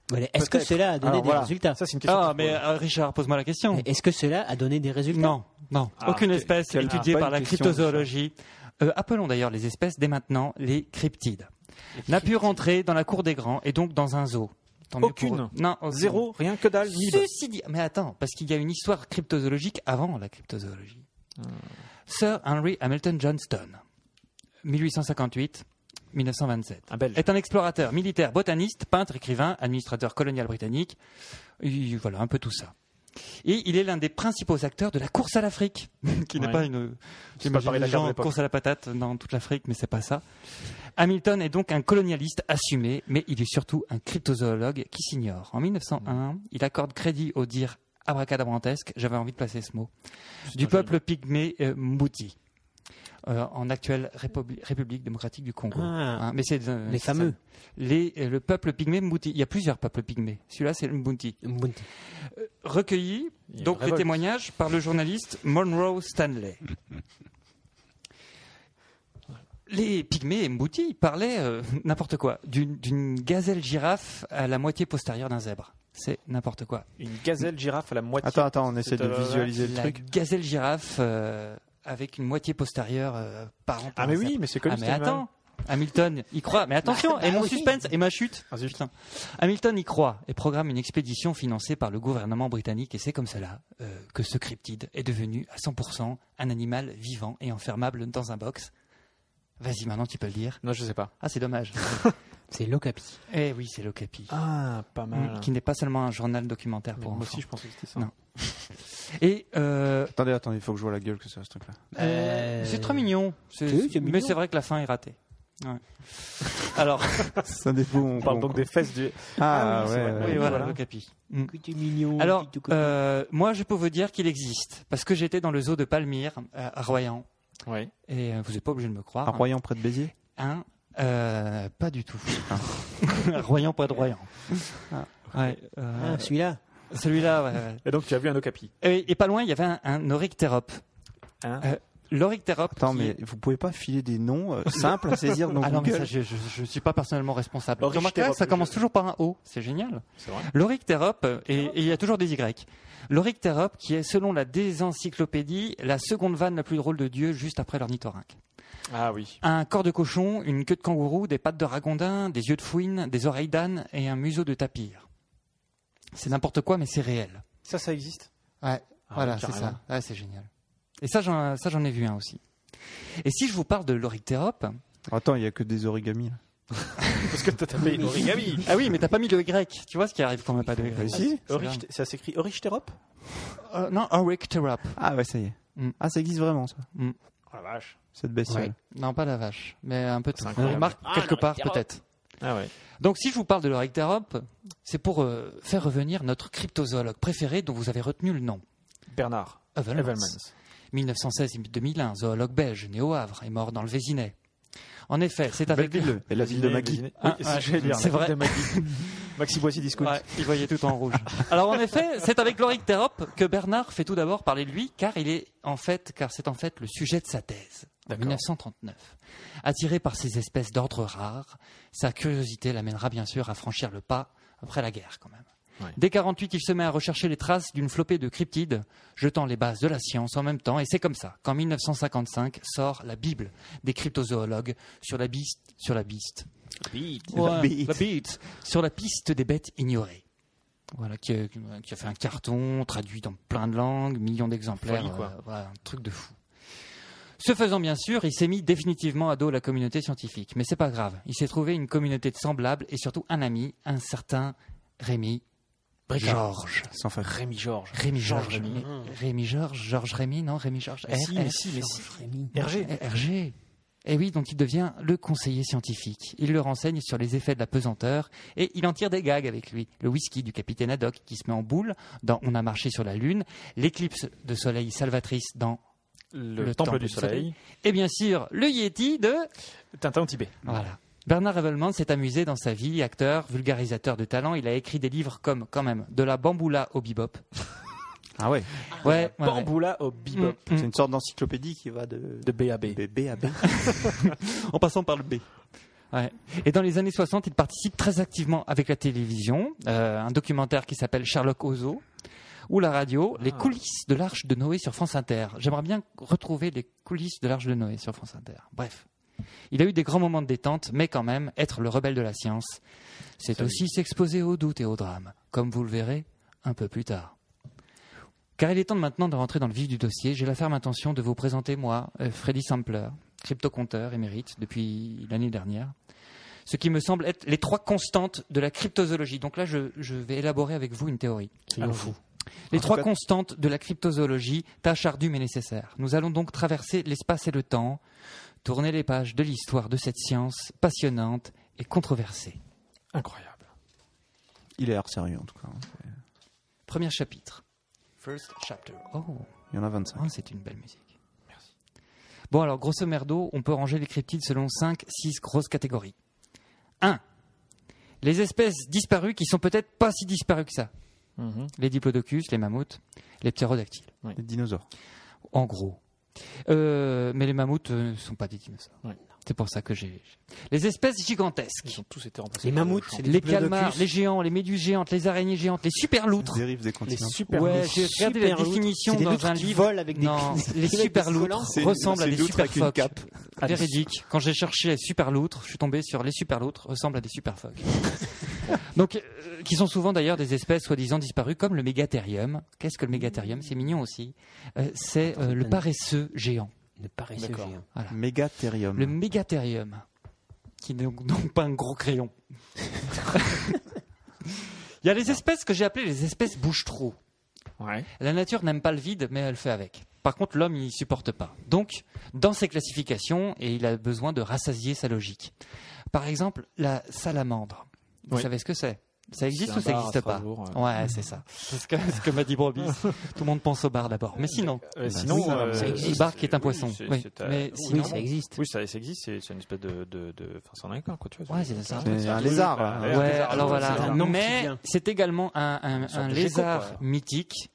Voilà. Est-ce que cela a donné
Alors,
des
voilà.
résultats
Ça, c'est une question.
Ah,
qui-
mais euh, Richard, pose-moi la question.
Est-ce que cela a donné des résultats
Non, non.
Ah,
Aucune
que-
espèce
quelle
étudiée par
bonne
la
question,
cryptozoologie. Euh, appelons d'ailleurs les espèces dès maintenant les cryptides. N'a pu rentrer dans la cour des grands et donc dans un zoo. Tant mieux pour
Aucune.
eux. Non, aucune.
Zéro, rien que dalle, nib.
Ceci dit, mais attends, parce qu'il y a une histoire cryptozoologique avant la cryptozoologie.
Hmm.
Sir Henry Hamilton Johnston, 1858. 1927.
Un Belge.
Est un explorateur, militaire, botaniste, peintre, écrivain, administrateur colonial britannique. Et voilà, un peu tout ça. Et il est l'un des principaux acteurs de la course à l'Afrique, [LAUGHS] qui n'est
Ouais.
pas une.
C'est
j'imagine
pas Paris-Dakar
les
de
gens
l'époque.
course à la patate dans toute l'Afrique, mais c'est pas ça. Hamilton est donc un colonialiste assumé, mais il est surtout un cryptozoologue qui s'ignore. En 1901, il accorde crédit au dire abracadabrantesque, j'avais envie de placer ce mot, du peuple pygmée euh, Mbuti, euh, en actuelle Républi- République démocratique du Congo.
Ah.
Hein, mais c'est, euh,
Les
c'est ça.
fameux.
Les, euh, le peuple pygmée Mbuti. Il y a plusieurs peuples pygmées. Celui-là, c'est le Mbuti.
Mbuti.
Recueilli,
Il y a
donc,
une
des
révolte.
témoignages par le journaliste
[LAUGHS]
Monroe Stanley. Les pygmées Mbuti parlaient euh, [LAUGHS] n'importe quoi, d'une- d'une gazelle girafe à la moitié postérieure d'un zèbre. C'est n'importe quoi.
Une gazelle girafe à la moitié.
Attends, attends, on
C'est,
essaie de
euh,
visualiser le
[LAUGHS] La
truc.
gazelle girafe euh, avec une moitié postérieure euh, par an.
Ah,
par
mais
un
oui,
zèbre.
mais c'est connu.
Ah, mais
cet animal.
attends, Hamilton y croit. Mais attention, et mon suspense et ma chute.
Ah, zut.
Putain. Hamilton y croit et programme une expédition financée par le gouvernement britannique. Et c'est comme cela euh, que ce cryptide est devenu à 100% un animal vivant et enfermable dans un box. Vas-y, maintenant tu peux le dire.
Non, je sais pas.
Ah, c'est dommage.
C'est l'Ocapi.
eh oui, c'est l'Ocapi.
Ah, pas mal.
Mm, Qui n'est pas seulement un journal documentaire pour
Moi
enfants.
aussi, je pensais que c'était ça.
Non. Et euh,
Attendez, attendez, il faut que je vois la gueule que c'est ce
[LAUGHS]
truc-là.
Euh,
C'est très mignon. C'est-
oui, c'est
Mais
mignon.
c'est vrai que la fin est ratée. Ouais. Alors,
C'est un des fous,
On parle donc des fesses du.
Ah,
Ah oui,
ouais,
c'est
ouais,
vrai.
oui,
ouais.
voilà,
voilà.
le capi. Mm.
Que t'es mignon.
Alors,
petit tout coquin.
euh, moi, je peux vous dire qu'il existe. Parce que j'étais dans le zoo de Palmyre, euh, à Royan.
Oui.
Et euh, vous n'êtes pas obligé de me croire.
Un royaume près de Béziers
Hein, euh, pas du tout. [LAUGHS] Un Ah. Royan, pas de Royan. Ouais, euh,
Ah, celui-là.
Celui-là, ouais, ouais.
Et donc, tu as vu un okapi.
Et, et pas loin, il y avait un, un Oryctérope.
Hein
Euh, L'Oryctérope.
Attends,
qui
mais
est-
vous pouvez pas filer des noms euh, simples à saisir dans
[LAUGHS] Ah non, mais
Google
ça, je- je ne suis pas personnellement responsable.
Oryctérope,
Remarquez, ça
je-
commence toujours par un O. C'est génial.
C'est vrai.
L'Oryctérope, euh, et et il y a toujours des Y. L'Oryctérope, qui est, selon la désencyclopédie, la seconde vanne la plus drôle de Dieu juste après l'ornithorynque.
Ah oui.
Un corps de cochon, une queue de kangourou, des pattes de ragondin, des yeux de fouine, des oreilles d'âne et un museau de tapir. C'est n'importe quoi, mais c'est réel.
Ça, ça existe.
Ouais,
Ah,
voilà,
oui,
c'est
carrément.
ça. Ouais, c'est génial. Et ça, j'en ça, j'en ai vu un aussi. Et si je vous parle de l'Oryctérope.
Attends, il y a que des origamis. là.
Parce que t'as tapé une origami.
Ah oui, mais t'as pas mis le Y. Ah, Tu vois ce qui arrive quand même pas de Y.
Bah,
Ah,
si.
C'est grave.
Oricht- Ça s'écrit Orichterop
Euh, non, Oryctérope.
Ah ouais, ça y est.
Mm.
Ah, ça existe vraiment, ça,
Oh la vache.
cette bestiole.
Non, pas la vache, mais un peu tout.
incroyable.
On marque quelque part, peut-être.
Ah ouais.
Donc, si je vous parle de l'Oryctérope, c'est pour euh, faire revenir notre cryptozoologue préféré dont vous avez retenu le nom,
Bernard.
Evelmans.
Evelmans.
1916-2001, zoologue belge, né au Havre et mort dans le Vésinet. En effet, c'est avec...
Belleville. Et la ville de Magui.
Oui,
Ah,
c'est
ah,
j'allais dire,
c'est
la ville
vrai.
de Magui. [LAUGHS] Maxi Boissy discute.
Ouais, il voyait tout en rouge. Alors en effet, c'est avec l'Oryctérope que Bernard fait tout d'abord parler de lui, car il est en fait, car c'est en fait le sujet de sa thèse. En 1939. Attiré par ces espèces d'ordre rare, sa curiosité l'amènera bien sûr à franchir le pas après la guerre quand même.
Ouais.
Dès 48, il se met à rechercher les traces d'une flopée de cryptides, jetant les bases de la science en même temps, et c'est comme ça qu'en 1955 sort la Bible des cryptozoologues sur la biste, sur la biste,
La
Ouais,
bite.
la bite. Sur la piste des bêtes ignorées. Voilà, qui a, qui a fait un carton, traduit dans plein de langues, millions d'exemplaires.
Folie, quoi.
euh, voilà, un truc de fou. Ce faisant, bien sûr, il s'est mis définitivement à dos la communauté scientifique. Mais c'est pas grave. Il s'est trouvé une communauté de semblables et surtout un ami, un certain Rémi Georges.
Sans faire.
Rémi Georges.
Rémi
Georges
Georges.
Rémi.
mais- Rémi Georges, Georges Rémi, non Rémi Georges.
Mais si, mais si, mais si.
Rémi.
Hergé.
RG. Et Eh oui, donc il devient le conseiller scientifique. Il le renseigne sur les effets de la pesanteur et il en tire des gags avec lui. Le whisky du capitaine Haddock qui se met en boule dans On a marché sur la lune, l'éclipse de soleil salvatrice dans
Le,
Le
temple,
Temple
du
du Soleil.
soleil.
et bien sûr le Yeti de
Tintin au Tibet.
voilà. Bernard Evelman s'est amusé dans sa vie, acteur, vulgarisateur de talent. Il a écrit des livres comme, quand même, De la bamboula au bebop.
Ah ouais,
Ouais, ouais, ouais.
Bamboula au bebop.
Mm, mm.
c'est une sorte d'encyclopédie qui va de,
De B à B.
de B à B. [LAUGHS] en passant par le B.
Ouais. Et dans les années 60, il participe très activement avec la télévision, euh, un documentaire qui s'appelle Sherlock Ozo, ou la radio, les coulisses de l'Arche de Noé sur France Inter. J'aimerais bien retrouver les coulisses de l'Arche de Noé sur France Inter. Bref. Il a eu des grands moments de détente, mais quand même, être le rebelle de la science, c'est aussi s'exposer aux doutes et aux drames, comme vous le verrez un peu plus tard. Car il est temps de maintenant de rentrer dans le vif du dossier, j'ai la ferme intention de vous présenter moi, euh, Freddy Sampler, cryptocompteur émérite depuis l'année dernière ce qui me semble être les trois constantes de la cryptozoologie. Donc là, je, je vais élaborer avec vous une théorie. Les trois constantes de la cryptozoologie, tâche ardue mais nécessaire. Nous allons donc traverser l'espace et le temps, tourner les pages de l'histoire de cette science passionnante et controversée.
Incroyable.
Il a l'air sérieux en tout cas.
Premier chapitre. First chapter. Oh.
Il y en a 25.
Ah, c'est une belle musique. Merci. Bon, alors, grosso merdo, on peut ranger les cryptides selon 5, 6 grosses catégories. 1. Les espèces disparues qui sont peut-être pas si disparues que ça.
Mhm.
Les diplodocus, les mammouths, les ptérodactyles.
Les dinosaures.
En gros. Euh, mais les mammouths euh, ne sont pas des dinosaures.
Ouais.
C'est pour ça que j'ai. Les espèces gigantesques.
Ils ont tous été remplacés.
Les
par
mammouths,
des
c'est
champs.
les
Les
diplodocus.
calmars, les géants, les méduses géantes, les araignées géantes, les superloutres.
Dérive des
Les
continents.
super
Ouais,
loutres.
j'ai regardé la
Superloutres.
définition
C'est des
dans
loutres
un
qui
livre.
volent avec des-
non,
[LAUGHS] avec
les
des
superloutres
collants.
C'est-
ressemblent à
c'est
des
loutres avec une
superphoques.
cape.
Ah, des-
Véridique. Quand j'ai cherché les superloutres, je suis tombé sur les superloutres ressemblent à des superphoques. [LAUGHS] Donc, euh, qui sont souvent d'ailleurs des espèces soi-disant disparues, comme le mégathérium. Qu'est-ce que le mégathérium C'est mignon aussi. Euh, c'est euh, le paresseux géant.
Le paresseux
D'accord.
géant.
Mégatherium.
Hmm.
Le mégathérium, qui n'est donc, donc pas un
[LAUGHS]
gros crayon. Il y a les espèces que j'ai appelées les espèces bouche-trou.
Ouais.
La nature n'aime pas le vide, mais elle fait avec. Par contre, l'homme, il supporte pas. Donc, dans ses classifications, et il a besoin de rassasier sa logique. Par exemple, la salamandre. Vous
Oui.
savez ce que c'est Ça existe
C'est un
ou ça
bar à
n'existe pas
Strasbourg, euh.
Ouais,
[LAUGHS]
c'est ça. C'est ce que, ce que m'a dit Brobis. [LAUGHS] Tout le monde pense au bar d'abord. Mais sinon,
Euh, sinon,
ça,
euh,
ça existe. Le bar qui est un poisson.
c'est-
Oui.
c'est, euh,
Mais
oui,
sinon-
Oui, ça existe.
Oui, ça, ça existe. C'est, c'est une espèce de. de, de... Enfin, c'en est un, quoi, tu vois.
ouais, c'est ça.
C'est un
Oui,
lézard.
bah,
hein.
ouais.
Ouais,
lézard,
alors
ouais,
voilà.
c'est un
nom qui
Mais
vient.
c'est également un, un-
sorte
un
de gecko,
lézard
quoi.
mythique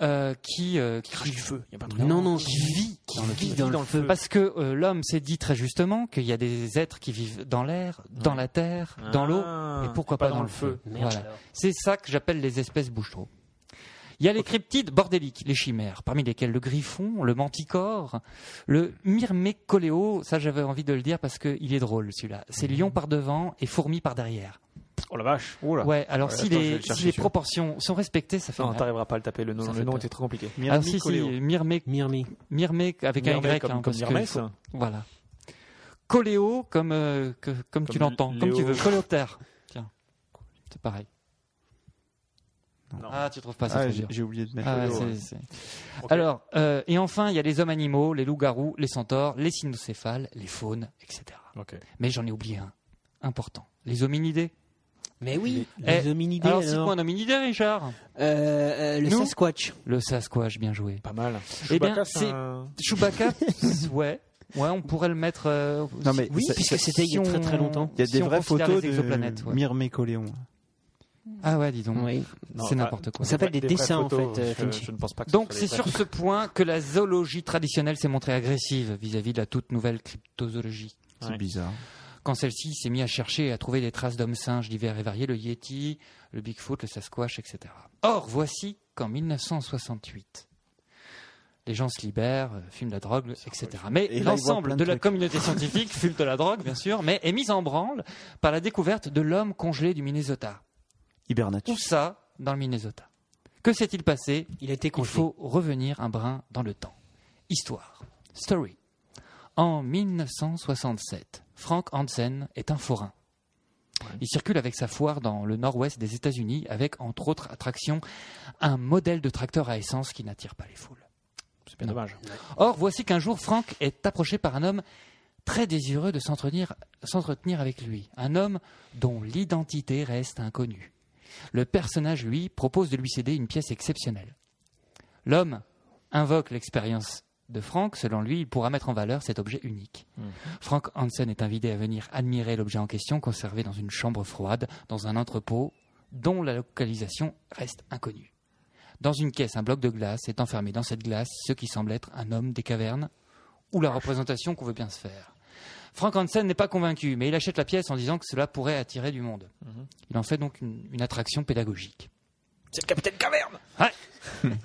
euh, qui, euh, qui
Crache du feu. Il y a pas de
Non, non,
qui vit, qui vit
dans le feu.
Parce que euh, l'homme s'est dit très justement qu'il y a des êtres qui vivent dans l'air, dans la terre, dans l'eau,
Ah,
et pourquoi pas, dans, le feu.
Merde
Voilà.
alors.
C'est ça que j'appelle les espèces bouchereaux. Il y a les cryptides bordéliques, les chimères, parmi lesquels le griffon, le manticore, le myrmécoléo, ça j'avais envie de le dire parce qu'il est drôle celui-là. C'est lion par devant et fourmi par derrière.
Oh la vache. Oh là.
Ouais, alors
Ouais,
si,
attends, je vais
les,
le chercher,
si les
celui-là.
proportions sont respectées, ça fait
Non,
mal.
t'arriveras pas à le taper. Le nom,
Ça
le
fait
nom
peur.
était trop compliqué.
Ah si, si, myrmé,
Myrmé.
myrmé avec un
Myrmé
Y.
comme,
hein,
comme
parce que
Myrmès.
faut- voilà. Coléo, comme, euh, que- comme, tu
Comme
l'entends,
Léo.
comme tu veux. Coléoptère. Tiens, c'est pareil.
Non.
Ah, tu trouves pas
Ah,
ça trop
j'ai
dur.
j'ai oublié de mettre
Ah,
le
ouais,
dos, ouais.
c'est- c'est- Alors, euh, et enfin, il y a les hommes animaux, les loups-garous, les centaures, les cynocéphales, les faunes, etc.
Ok.
Mais j'en ai oublié un, important. Les hominidés.
Mais oui,
Eh,
les hominidés.
alors, c'est
alors.
quoi un hominidé, Richard
Euh, euh, Le
Nous
Sasquatch.
Le Sasquatch, bien joué.
Pas mal.
Eh bien,
Chewbacca, c'est
c'est-
un-
Chewbacca, [LAUGHS] ouais, ouais, on pourrait le mettre. euh,
Non, mais
Oui,
ça-
puisque c'était il y a
si
très très
on-
longtemps.
Il y a
si
des
on
vraies
considère
photos
les exoplanètes,
de
ouais.
Myrmécoléon.
Ah ouais, dis donc.
Oui.
Non,
C'est
bah,
n'importe quoi.
Ça s'appelle des
vraies
dessins, en
photos,
fait, euh,
je-
Frenchy.
Je, ne pense pas que ce
Donc
soit
c'est
des
sur ce point que la zoologie traditionnelle s'est montrée agressive vis-à-vis de la toute nouvelle cryptozoologie.
C'est
Ouais.
bizarre.
Quand celle-ci s'est mise à chercher et à trouver des traces d'hommes singes divers et variés, le Yeti, le Bigfoot, le Sasquatch, etc. Or, voici qu'en 1968, les gens se libèrent, euh, fument de la drogue, etc. Mais
Et là, ils voient
l'ensemble
plein
de,
de
la
trucs.
communauté scientifique fume de la drogue, bien sûr, mais est mise en branle par la découverte de l'homme congelé du Minnesota. Tout
Hibernatus.
ça dans le Minnesota. Que s'est-il passé
Il a été
il
congelé.
faut revenir un brin dans le temps. Histoire. Story. En 1967, Frank Hansen est un forain. Il circule avec sa foire dans le nord-ouest des États-Unis avec, entre autres attractions, un modèle de tracteur à essence qui n'attire pas les foules.
C'est bien
Non.
dommage.
Or, voici qu'un jour, Frank est approché par un homme très désireux de s'entretenir s'entretenir avec lui, un homme dont l'identité reste inconnue. Le personnage, lui, propose de lui céder une pièce exceptionnelle. L'homme invoque l'expérience de Frank, selon lui, il pourra mettre en valeur cet objet unique. Frank Hansen est invité à venir admirer l'objet en question, conservé dans une chambre froide, dans un entrepôt dont la localisation reste inconnue. Dans une caisse, un bloc de glace est enfermé dans cette glace ce qui semble être un homme des cavernes ou la représentation qu'on veut bien se faire. Frank Hansen n'est pas convaincu, mais il achète la pièce en disant que cela pourrait attirer du monde. Il en fait donc une, une attraction pédagogique.
C'est le capitaine Caverne
[LAUGHS]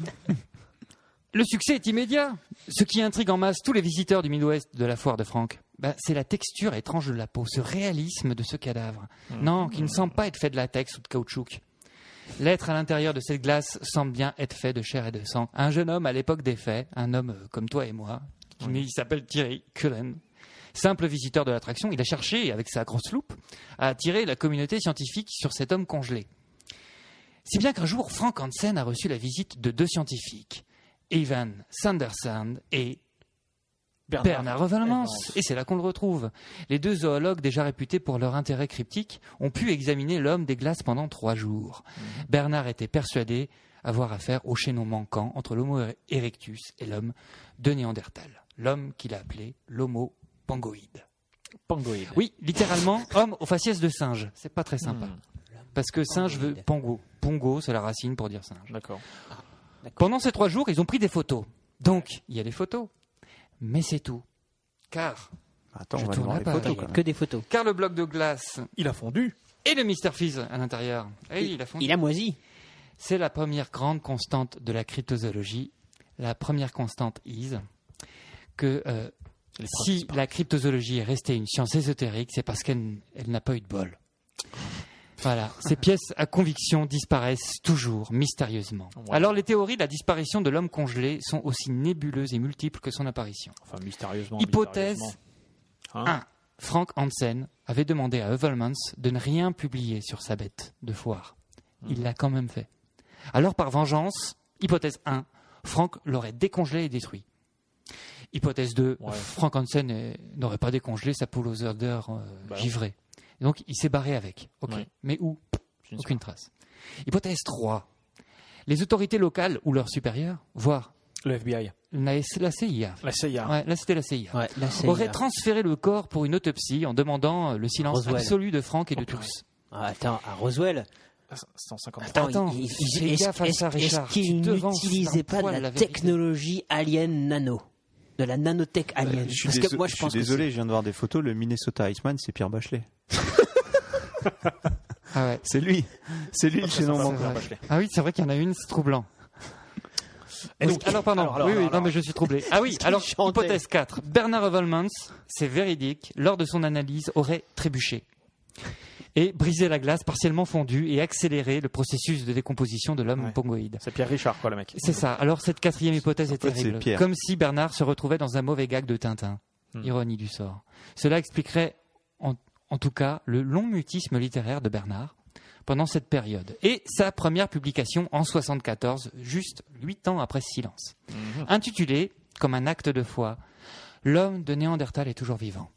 Le succès est immédiat. Ce qui intrigue en masse tous les visiteurs du Midwest de la foire de Franck, bah, c'est la texture étrange de la peau, ce réalisme de ce cadavre. Non, qui ne semble pas être fait de latex ou de caoutchouc. L'être à l'intérieur de cette glace semble bien être fait de chair et de sang. Un jeune homme à l'époque des faits, un homme euh, comme toi et moi, qui il s'appelle Thierry Cullen. Simple visiteur de l'attraction, il a cherché, avec sa grosse loupe, à attirer la communauté scientifique sur cet homme congelé. Si bien qu'un jour, Frank Hansen a reçu la visite de deux scientifiques, Evan Sanderson et
Ah,
Bernard Revelmans. Et c'est là qu'on le retrouve. Les deux zoologues, déjà réputés pour leur intérêt cryptique, ont pu examiner l'homme des glaces pendant trois jours. Bernard était persuadé avoir affaire au chaînon manquant entre l'Homo erectus et l'homme de Néandertal. L'homme qu'il a appelé l'Homo pangoïde.
Pangoïde.
Oui, littéralement, homme aux faciès de singe. C'est pas très sympa.
Hmm.
Parce que singe veut pongo. Pongo, c'est la racine pour dire singe.
D'accord.
Pendant ces trois jours, ils ont pris des photos. Donc, il y a des photos. Mais c'est tout. Car,
Attends,
Je
on va aller
tourne
voir
la
les
page.
photos.
Voilà.
Que des photos.
car le bloc de glace
Il a fondu.
et le Mr. Fizz à l'intérieur, Eh, il a fondu.
Il a moisi.
c'est la première grande constante de la cryptozoologie. La première constante is que euh, si la cryptozoologie est restée une science ésotérique, c'est parce qu'elle n- elle n'a pas eu de bol. Voilà, ces pièces à conviction disparaissent toujours mystérieusement. Alors les théories de la disparition de l'homme congelé sont aussi nébuleuses et multiples que son apparition.
Enfin, mystérieusement.
Hypothèse
mystérieusement.
1.
Hein
Frank Hansen avait demandé à Heuvelmans de ne rien publier sur sa bête de foire.
Hmm.
Il l'a quand même fait. Alors, par vengeance, hypothèse 1, Frank l'aurait décongelé et détruit. Hypothèse 2,
Ouais.
Frank Hansen euh, n'aurait pas décongelé sa poule aux odeurs euh,
Bah non.
givrées. Et donc, il s'est barré avec. Ok.
Ouais.
Mais où
Je ne sais
aucune trace. Hypothèse 3, les autorités locales ou leurs supérieurs, voire
pas. Le FBI.
la la CIA.
La CIA.
Ouais, là, c'était la CIA
Ouais, là, c'est.
aurait transféré le corps pour une autopsie en demandant euh, le silence
Roswell.
absolu de Franck et de
purée.
tous.
Ah, attends, à Roswell.
150.
Attends,
Attends,
il- il-
fais
est-ce
gaffe à
est-ce-
ça,
est-ce
Richard, tu
qu'il
devances d'un
n'utilisait pas de
poil
la,
la vérité.
technologie alien nano De la nanotech
Euh,
alien
Euh, Bah, Je suis,
Parce que
déso-
moi,
je
je
suis
pense que
désolé, je viens de voir des photos. Le Minnesota Iceman, c'est Pierre Bachelet.
Ah, ouais.
C'est lui. [LAUGHS] C'est lui le chaînon
C'est
manquant.
vrai. Ah oui, c'est vrai qu'il y en a une, c'est troublant.
Et
Oui,
donc-
alors, pardon.
alors, alors,
oui, oui,
alors,
non, mais je suis troublé.
[LAUGHS]
Ah oui, alors,
chantait
hypothèse 4. Bernard Evolmans, c'est véridique, lors de son analyse, aurait trébuché et brisé la glace partiellement fondue et accéléré le processus de décomposition de l'homme
Ouais.
pongoïde.
C'est Pierre Richard, quoi, le mec.
C'est ça. Alors cette quatrième hypothèse est
fait, c'est
terrible.
Pierre.
Comme si Bernard se retrouvait dans un mauvais gag de Tintin.
Hmm.
Ironie du sort. Cela expliquerait en, en tout cas le long mutisme littéraire de Bernard pendant cette période. Et sa première publication en 74, juste huit ans après ce Silence.
Mhm.
Intitulée, comme un acte de foi, L'homme de Néandertal est toujours vivant.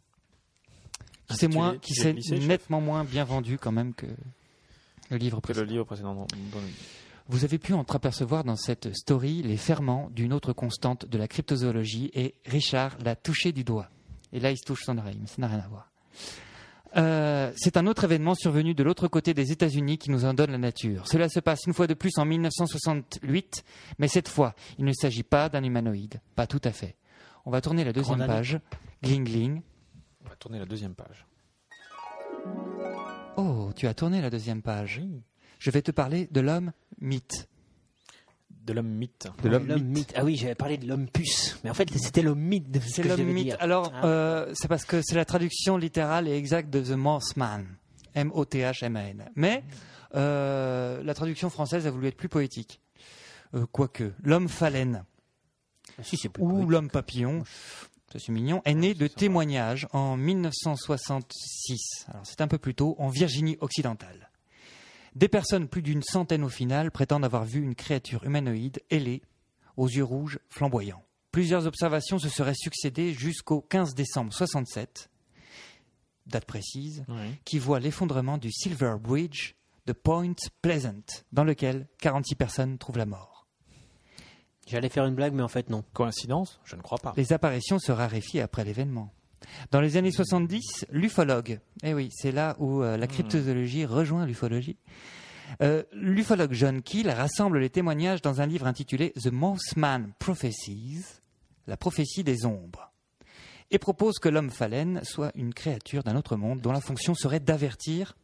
Qui s'est
Intitulé,
moins- qui
j'ai
s'est
glissé, chef.
nettement moins bien vendu quand même que le livre
Que le
précédent.
livre précédent. non, non, non.
Vous avez pu entreapercevoir dans cette story les ferments d'une autre constante de la cryptozoologie et Richard l'a touché du doigt. Et là, il se touche son oreille, mais ça n'a rien à voir. Euh, c'est un autre événement survenu de l'autre côté des États-Unis qui nous en donne la nature. Cela se passe une fois de plus en 1968, mais cette fois, il ne s'agit pas d'un humanoïde. Pas tout à fait. On va tourner la deuxième
Grande année.
page. Gling gling.
On va tourner la deuxième page.
Oh, tu as tourné la deuxième page. Je vais te parler de l'homme mythe.
De l'homme mythe.
De l'homme
l'homme mythe. Ah oui, j'avais parlé de l'homme puce. Mais en fait, c'était l'homme mythe. de ce
C'est
que
l'homme
j'avais dit.
mythe. Alors,
Ah.
euh, c'est parce que c'est la traduction littérale et exacte de The Mothman. M-O-T-H-M-A-N. Mais euh, la traduction française a voulu être plus poétique. Euh, quoique, l'homme phalène
Ah, Si, c'est plus
ou
poétique.
l'homme papillon, ça c'est mignon, est né de témoignages en 1966. Alors c'est un peu plus tôt, en Virginie occidentale. Des personnes, plus d'une centaine au final, prétendent avoir vu une créature humanoïde ailée, aux yeux rouges flamboyants, Plusieurs observations se seraient succédées jusqu'au 15 décembre 67, date précise, qui voit l'effondrement du Silver Bridge de Point Pleasant, dans lequel 46 personnes trouvent la mort.
J'allais faire une blague, mais en fait, non.
Coïncidence Je ne crois pas.
Les apparitions se raréfient après l'événement. Dans les années 70, l'ufologue, eh oui, c'est là où euh, la cryptozoologie rejoint l'ufologie. Euh, l'ufologue John Keel rassemble les témoignages dans un livre intitulé The Mothman Prophecies, la prophétie des ombres, et propose que l'homme phalène soit une créature d'un autre monde dont la fonction serait d'avertir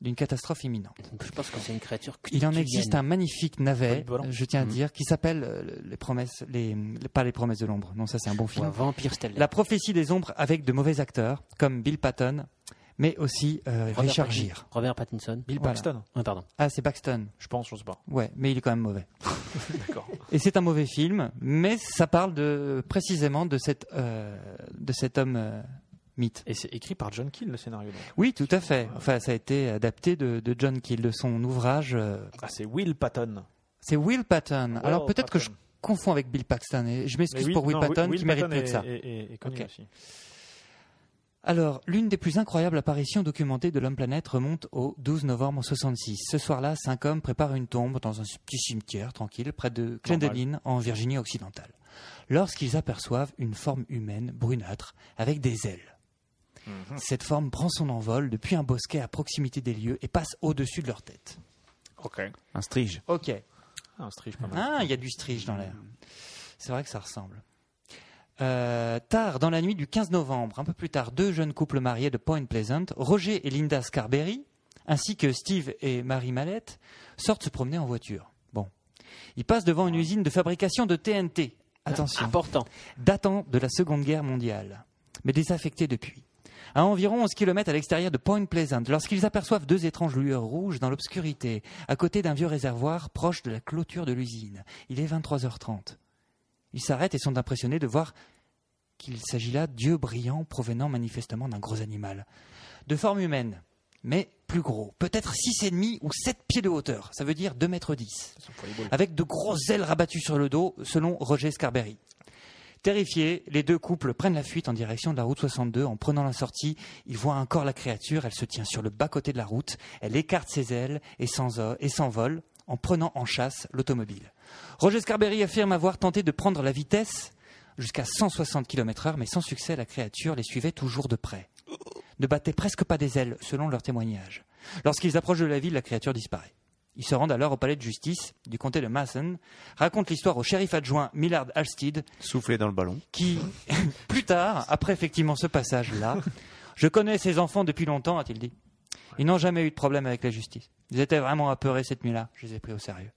d'une catastrophe imminente.
Je pense que c'est une créature que
Il en existe un magnifique navet,
Pas de volant.
je tiens à dire, qui s'appelle euh, les promesses, les, les- pas les promesses de l'ombre. Non, ça c'est un bon film.
vampire stellaire.
La prophétie des ombres avec de mauvais acteurs comme Bill Patton, mais aussi euh,
Robert
Richard
Pattinson.
Gere.
Robert Pattinson.
Bill
Voilà.
Paxton,
Ah, pardon.
Ah, c'est Paxton.
je pense, je sais pas.
Ouais, mais il est quand même mauvais.
[LAUGHS] D'accord.
Et c'est un mauvais film, mais ça parle de précisément de cette euh, de cet homme euh, mythe.
Et c'est écrit par John Keel, le scénario. donc.
Oui, tout à fait. Enfin, ça a été adapté de, de John Keel, de son ouvrage. euh,
Ah, c'est Will Patton.
c'est Will Patton. Alors
Will
peut-être que je
Oh, Patton.
confonds avec Bill Paxton. Et je
Mais
m'excuse
oui,
pour Will
non,
Patton,
Will
qui mérite
Patton
mieux
est-
que ça.
est- est- est connu
Ok.
aussi.
Alors, l'une des plus incroyables apparitions documentées de l'homme planète remonte au 12 novembre 66. Ce soir-là, cinq hommes préparent une tombe dans un petit cimetière tranquille près de Clendenin, en Virginie occidentale, lorsqu'ils aperçoivent une forme humaine brunâtre avec des ailes. Cette forme prend son envol depuis un bosquet à proximité des lieux et passe au-dessus de leur tête.
Ok.
Un strige.
Ok.
Ah, un strige pas mal.
Ah, il y a du strige dans l'air. C'est vrai que ça ressemble. Euh, tard dans la nuit du 15 novembre, un peu plus tard, deux jeunes couples mariés de Point Pleasant, Roger et Linda Scarberry, ainsi que Steve et Marie Mallette, sortent se promener en voiture. Bon. Ils passent devant une usine de fabrication de TNT. Attention
Ah,
Important.
datant de la Seconde Guerre mondiale, mais désaffecté depuis. À environ 11 km à l'extérieur de Point Pleasant, lorsqu'ils aperçoivent deux étranges lueurs rouges dans l'obscurité, à côté d'un vieux réservoir proche de la clôture de l'usine. Il est 23h30. Ils s'arrêtent et sont impressionnés de voir qu'il s'agit là d'yeux brillants provenant manifestement d'un gros animal. De forme humaine, mais plus gros, peut-être 6,5 ou 7 pieds de hauteur, ça veut dire 2 mètres 10 avec de grosses ailes rabattues sur le dos, selon Roger Scarberry. Terrifiés, les deux couples prennent la fuite en direction de la route 62. En prenant la sortie, ils voient encore la créature. Elle se tient sur le bas-côté de la route. Elle écarte ses ailes et s'en- et s'envole en prenant en chasse l'automobile. Roger Scarberry affirme avoir tenté de prendre la vitesse jusqu'à 160 km/h, mais sans succès, la créature les suivait toujours de près. Ne battait presque pas des ailes, selon leur témoignage. Lorsqu'ils approchent de la ville, la créature disparaît. Ils se rendent alors au palais de justice du comté de Masson, racontent l'histoire au shérif adjoint Millard Alstead,
Soufflé dans le ballon.
qui, [LAUGHS] plus tard, après effectivement ce passage-là, je connais ces enfants depuis longtemps, a-t-il dit. Ils n'ont jamais eu de problème avec la justice. Ils étaient vraiment apeurés cette nuit-là. Je les ai pris au sérieux.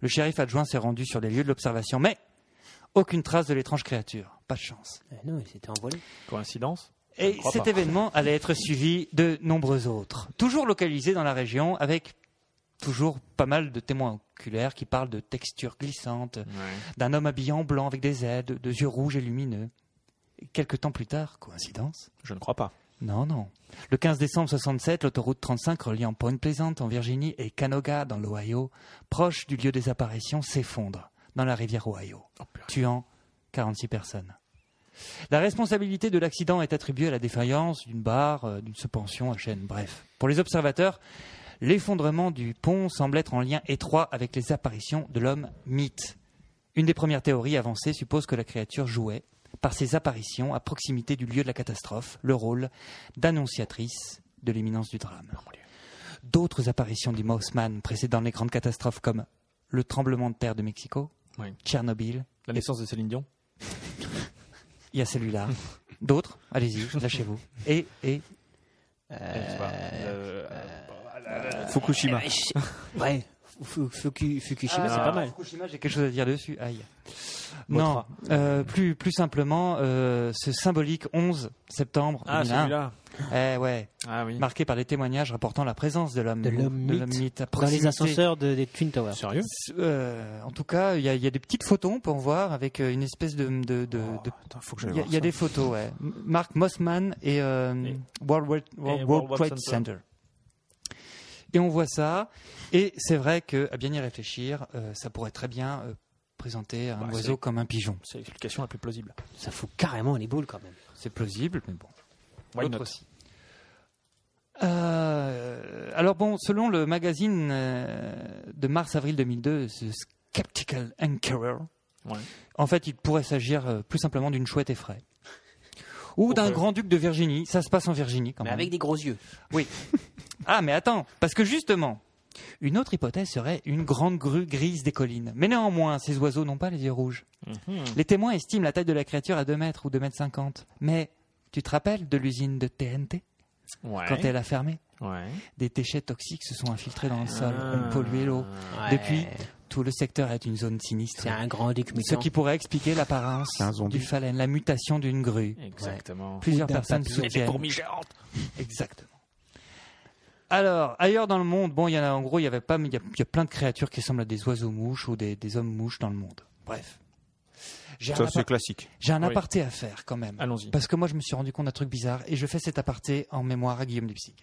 Le shérif adjoint s'est rendu sur les lieux de l'observation, mais aucune trace de l'étrange créature. Pas de chance.
Eh non, il s'était envolé.
Coïncidence
Et
crois
cet
pas.
événement allait être suivi de nombreux autres, toujours localisés dans la région, avec toujours pas mal de témoins oculaires qui parlent de textures glissantes, d'un homme habillé en blanc avec des aides, de yeux rouges et lumineux. Quelque temps plus tard, coïncidence,
Je ne crois pas.
non, non. Le 15 décembre 67, l'autoroute 35 reliant Point Pleasant en Virginie et Canoga dans l'Ohio, proche du lieu des apparitions, s'effondre dans la rivière Ohio, tuant 46 personnes. La responsabilité de l'accident est attribuée à la défaillance d'une barre, euh, d'une suspension à chaîne, bref. Pour les observateurs, l'effondrement du pont semble être en lien étroit avec les apparitions de l'homme mythe. Une des premières théories avancées suppose que la créature jouait, par ses apparitions à proximité du lieu de la catastrophe, le rôle d'annonciatrice de l'imminence du drame.
Oh
D'autres apparitions du Mossman précédant les grandes catastrophes comme le tremblement de terre de Mexico,
Oui.
Tchernobyl,
La naissance de Céline Dion
il y
[LAUGHS]
a celui-là. D'autres, allez-y, lâchez-vous. Et,
Ah,
et
Eh, je sais pas. Euh,
Fukushima.
Eh, je- Euh, Ouais. Fu- Fuku- Fukushima,
Ah.
c'est pas mal.
Fukushima, j'ai quelque chose à dire dessus. Aïe. Non, euh, plus, plus simplement, euh, ce symbolique 11 septembre
Ah,
2001,
celui-là
eh ouais,
Ah oui.
marqué par des témoignages rapportant la présence de l'homme
De l'homme mythe
mythe à
Dans les
proximité.
ascenseurs de- des Twin Towers.
Sérieux
Euh, en tout cas, il y, a- il y a des petites photos, on peut en voir, avec euh, une espèce de... de, de- de-
Attends, faut que
Il y a, il y a des photos, ouais. M- Mark Mossman et, euh,
Et-
World, World- World
World
Trade
Trade
Center. Et on voit ça, et c'est vrai que, à bien y réfléchir, euh, ça pourrait très bien euh, présenter un
Bah,
oiseau
c'est-
comme un pigeon.
C'est l'explication la plus plausible.
Ça fout carrément les boules quand même.
C'est plausible, mais bon.
Why
L'autre
not
aussi. Euh, alors bon, selon le magazine euh, de mars-avril 2002, The Skeptical Inquirer,
Ouais.
en fait, il pourrait s'agir euh, plus simplement d'une chouette effraie. Ou d'un grand-duc de Virginie. Ça se passe en Virginie quand
Mais
même.
avec des gros yeux.
Ah, mais attends, parce que justement, une autre hypothèse serait une grande grue grise des collines. Mais néanmoins, ces oiseaux n'ont pas les yeux rouges.
Mhm.
Les témoins estiment la taille de la créature à 2 mètres ou 2 mètres 50. Mais tu te rappelles de l'usine de TNT
Ouais.
quand elle a fermé
Ouais.
Des déchets toxiques se sont infiltrés dans le sol,
Ah.
ont pollué l'eau. Depuis, tout le secteur est une zone sinistre.
C'est un grand duc
Ce
mutant.
qui pourrait expliquer l'apparence
C'est un zombie.
du phalène, la mutation d'une grue.
Exactement.
Plusieurs personnes surviennent.
géantes.
Exactement. Alors, ailleurs dans le monde, bon, il y en a en gros, il y avait pas, mais il y, a- il y a plein de créatures qui ressemblent à des oiseaux mouches ou des, des hommes mouches dans le monde. Bref. J'ai un,
Ça,
appar-
c'est classique.
j'ai un
Oui.
aparté à faire quand même.
Allons-y.
Parce que moi, je me suis rendu compte d'un truc bizarre et je fais cet aparté en mémoire à Guillaume Dupsig.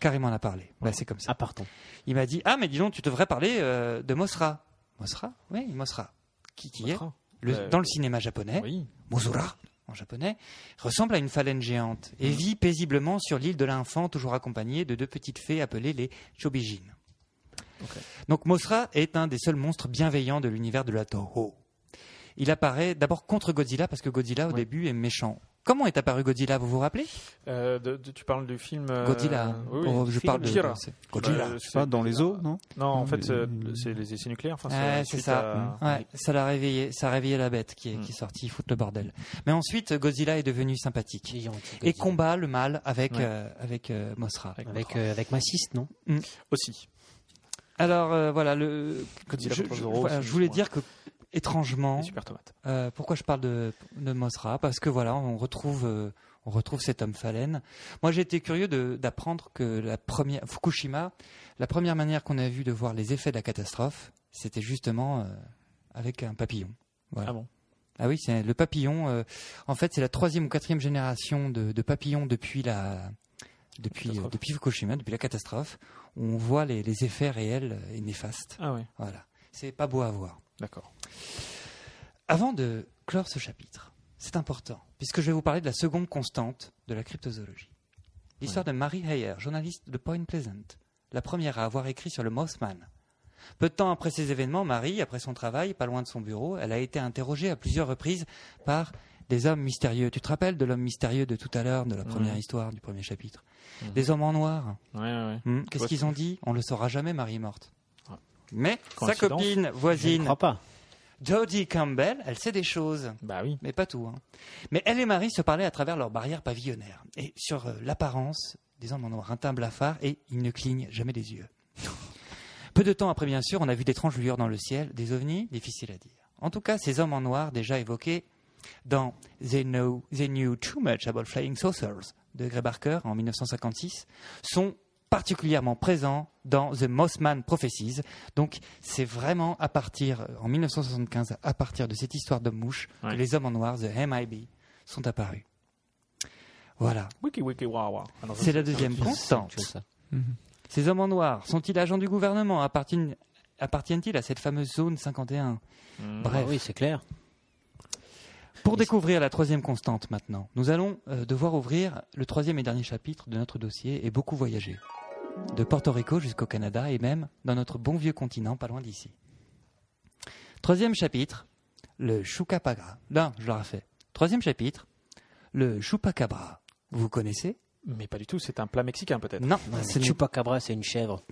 Car il m'en a parlé. Bah, c'est
Ah,
comme ça.
Apartons.
Il m'a dit Ah, mais dis donc, tu devrais parler euh, de Mosra. Mosra Oui, Mosra. Qui, qui
Mosra.
est Eh le-
Euh,
Dans le cinéma japonais,
Oui.
Mozura, en japonais, ressemble à une phalène géante
Mm.
et vit paisiblement sur l'île de l'Infant, toujours accompagnée de deux petites fées appelées les Chobijin. Donc Mosra est un des seuls monstres bienveillants de l'univers de la Toho. Il apparaît d'abord contre Godzilla parce que Godzilla au début est méchant. Comment est apparu Godzilla Vous vous rappelez
Euh, de- de- tu parles du film. euh,
Godzilla.
oui, Euh, oui.
Oh, je parle de
Kira.
c'est-
Godzilla.
Je sais pas, dans les eaux, non
Non, en
Mais-
fait, euh, c'est les essais nucléaires. Enfin,
Ouais, Ah, c'est
suite
ça. Mm.
à-
Ouais, ça l'a réveillé, ça a réveillé la bête qui est, qui est sortie foutre le bordel. Mais ensuite Godzilla est devenu sympathique
Géant.
et
Godzilla.
combat le mal avec euh, avec euh, Mosra.
Avec, euh, avec Massiste, non
Aussi.
Alors euh, voilà, le
Godzilla
je,
contre
je-
Zoro,
voilà,
c'est-
je voulais
ouais.
dire que étrangement,
Les super tomates.
euh, pourquoi je parle de, de Mosra Parce que voilà, on retrouve euh, on retrouve cet homme phalène. Moi, j'étais curieux de- d'apprendre que la première Fukushima, la première manière qu'on a vu de voir les effets de la catastrophe, c'était justement euh, avec un papillon. Voilà.
Ah bon
Ah oui, c'est le papillon. euh, en fait, c'est la troisième ou quatrième génération de, de papillons depuis la depuis, euh,
Catastrophe.
depuis Fukushima, depuis la catastrophe. où On voit les, les effets réels et néfastes.
Ah oui,
Voilà. C'est pas beau à voir.
d'accord.
Avant de clore ce chapitre, c'est important, puisque je vais vous parler de la seconde constante de la cryptozoologie. L'histoire de Mary Heyer, journaliste de Point Pleasant, la première à avoir écrit sur le Mothman. Peu de temps après ces événements, Marie, après son travail, pas loin de son bureau, elle a été interrogée à plusieurs reprises par des hommes mystérieux. Tu te rappelles de l'homme mystérieux de tout à l'heure, de la première histoire, du premier chapitre Des hommes en noir.
Ouais, ouais, ouais.
Hmm, Qu'est-ce
vois
qu'ils ont dit On ne le saura jamais, Marie est morte.
Ouais.
Mais sa
Coïncidence
copine,
Je ne
voisine,
crois pas.
Jodie Campbell, elle sait des choses,
Bah oui.
mais pas tout. hein. Mais elle et Marie se parlaient à travers leur barrière pavillonnaire et sur euh, l'apparence des hommes en noir, un teint blafard et ils ne clignent jamais des yeux. Peu de temps après, bien sûr, on a vu d'étranges lueurs dans le ciel, des ovnis, difficiles à dire. En tout cas, ces hommes en noir déjà évoqués dans They, know, They Knew Too Much About Flying Saucers de Gray Barker en 1956 sont particulièrement présents dans The Mossman Prophecies. Donc c'est vraiment à partir, euh, en 1975, à partir de cette histoire de mouche,
Ouais.
que les hommes en noir, The MIB, sont apparus. Voilà,
Wiki wiki wawa. Ah non, ça,
c'est la deuxième
Constant.
constante. Ces hommes en noir sont-ils agents du gouvernement Appartiennent- Appartiennent-ils à cette fameuse zone 51
Mm.
Bref,
oui, c'est clair.
pour découvrir la troisième constante maintenant, nous allons euh, devoir ouvrir le troisième et dernier chapitre de notre dossier et beaucoup voyager. De Porto Rico jusqu'au Canada et même dans notre bon vieux continent pas loin d'ici. Troisième chapitre, le Chupacabra. Non, je le refais. Troisième chapitre, le Chupacabra. Vous connaissez
Mais pas du tout, c'est un plat mexicain peut-être.
Non, ce
Le
n'est-
Chupacabra, c'est une chèvre.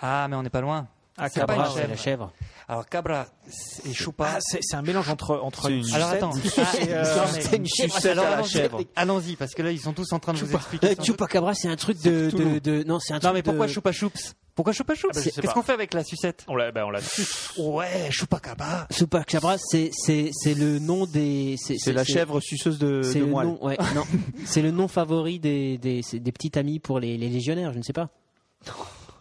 Ah, mais on n'est pas loin.
Ah,
C'est pas
cabra,
une
C'est
chèvre.
la chèvre.
Alors, Cabra c'est- et Chupa.
Ah, c'est c'est un mélange entre. entre
C'est une-
Alors attends,
Ah,
et, euh,
Ah, C'est une chèvre. Euh,
Alors, allons-y, allons-y, parce que là ils sont tous en train de vous expliquer.
Le
sans doute.
Chupacabra, c'est un truc de, de, de- Non, c'est un truc
Non mais pourquoi
de...
choupa choups Pourquoi choupa choups
Ah bah, je sais
Qu'est-ce
pas.
qu'on fait avec la sucette
On l'a bah, on l'a-
Ouais, choupa cabra.
Chupacabra, c'est c'est c'est le nom des.
C'est la chèvre suceuse de,
C'est
de
le
moelle.
nom. Ouais, non. C'est le nom favori des des, c'est des petits amis pour les, les légionnaires. Je ne sais pas.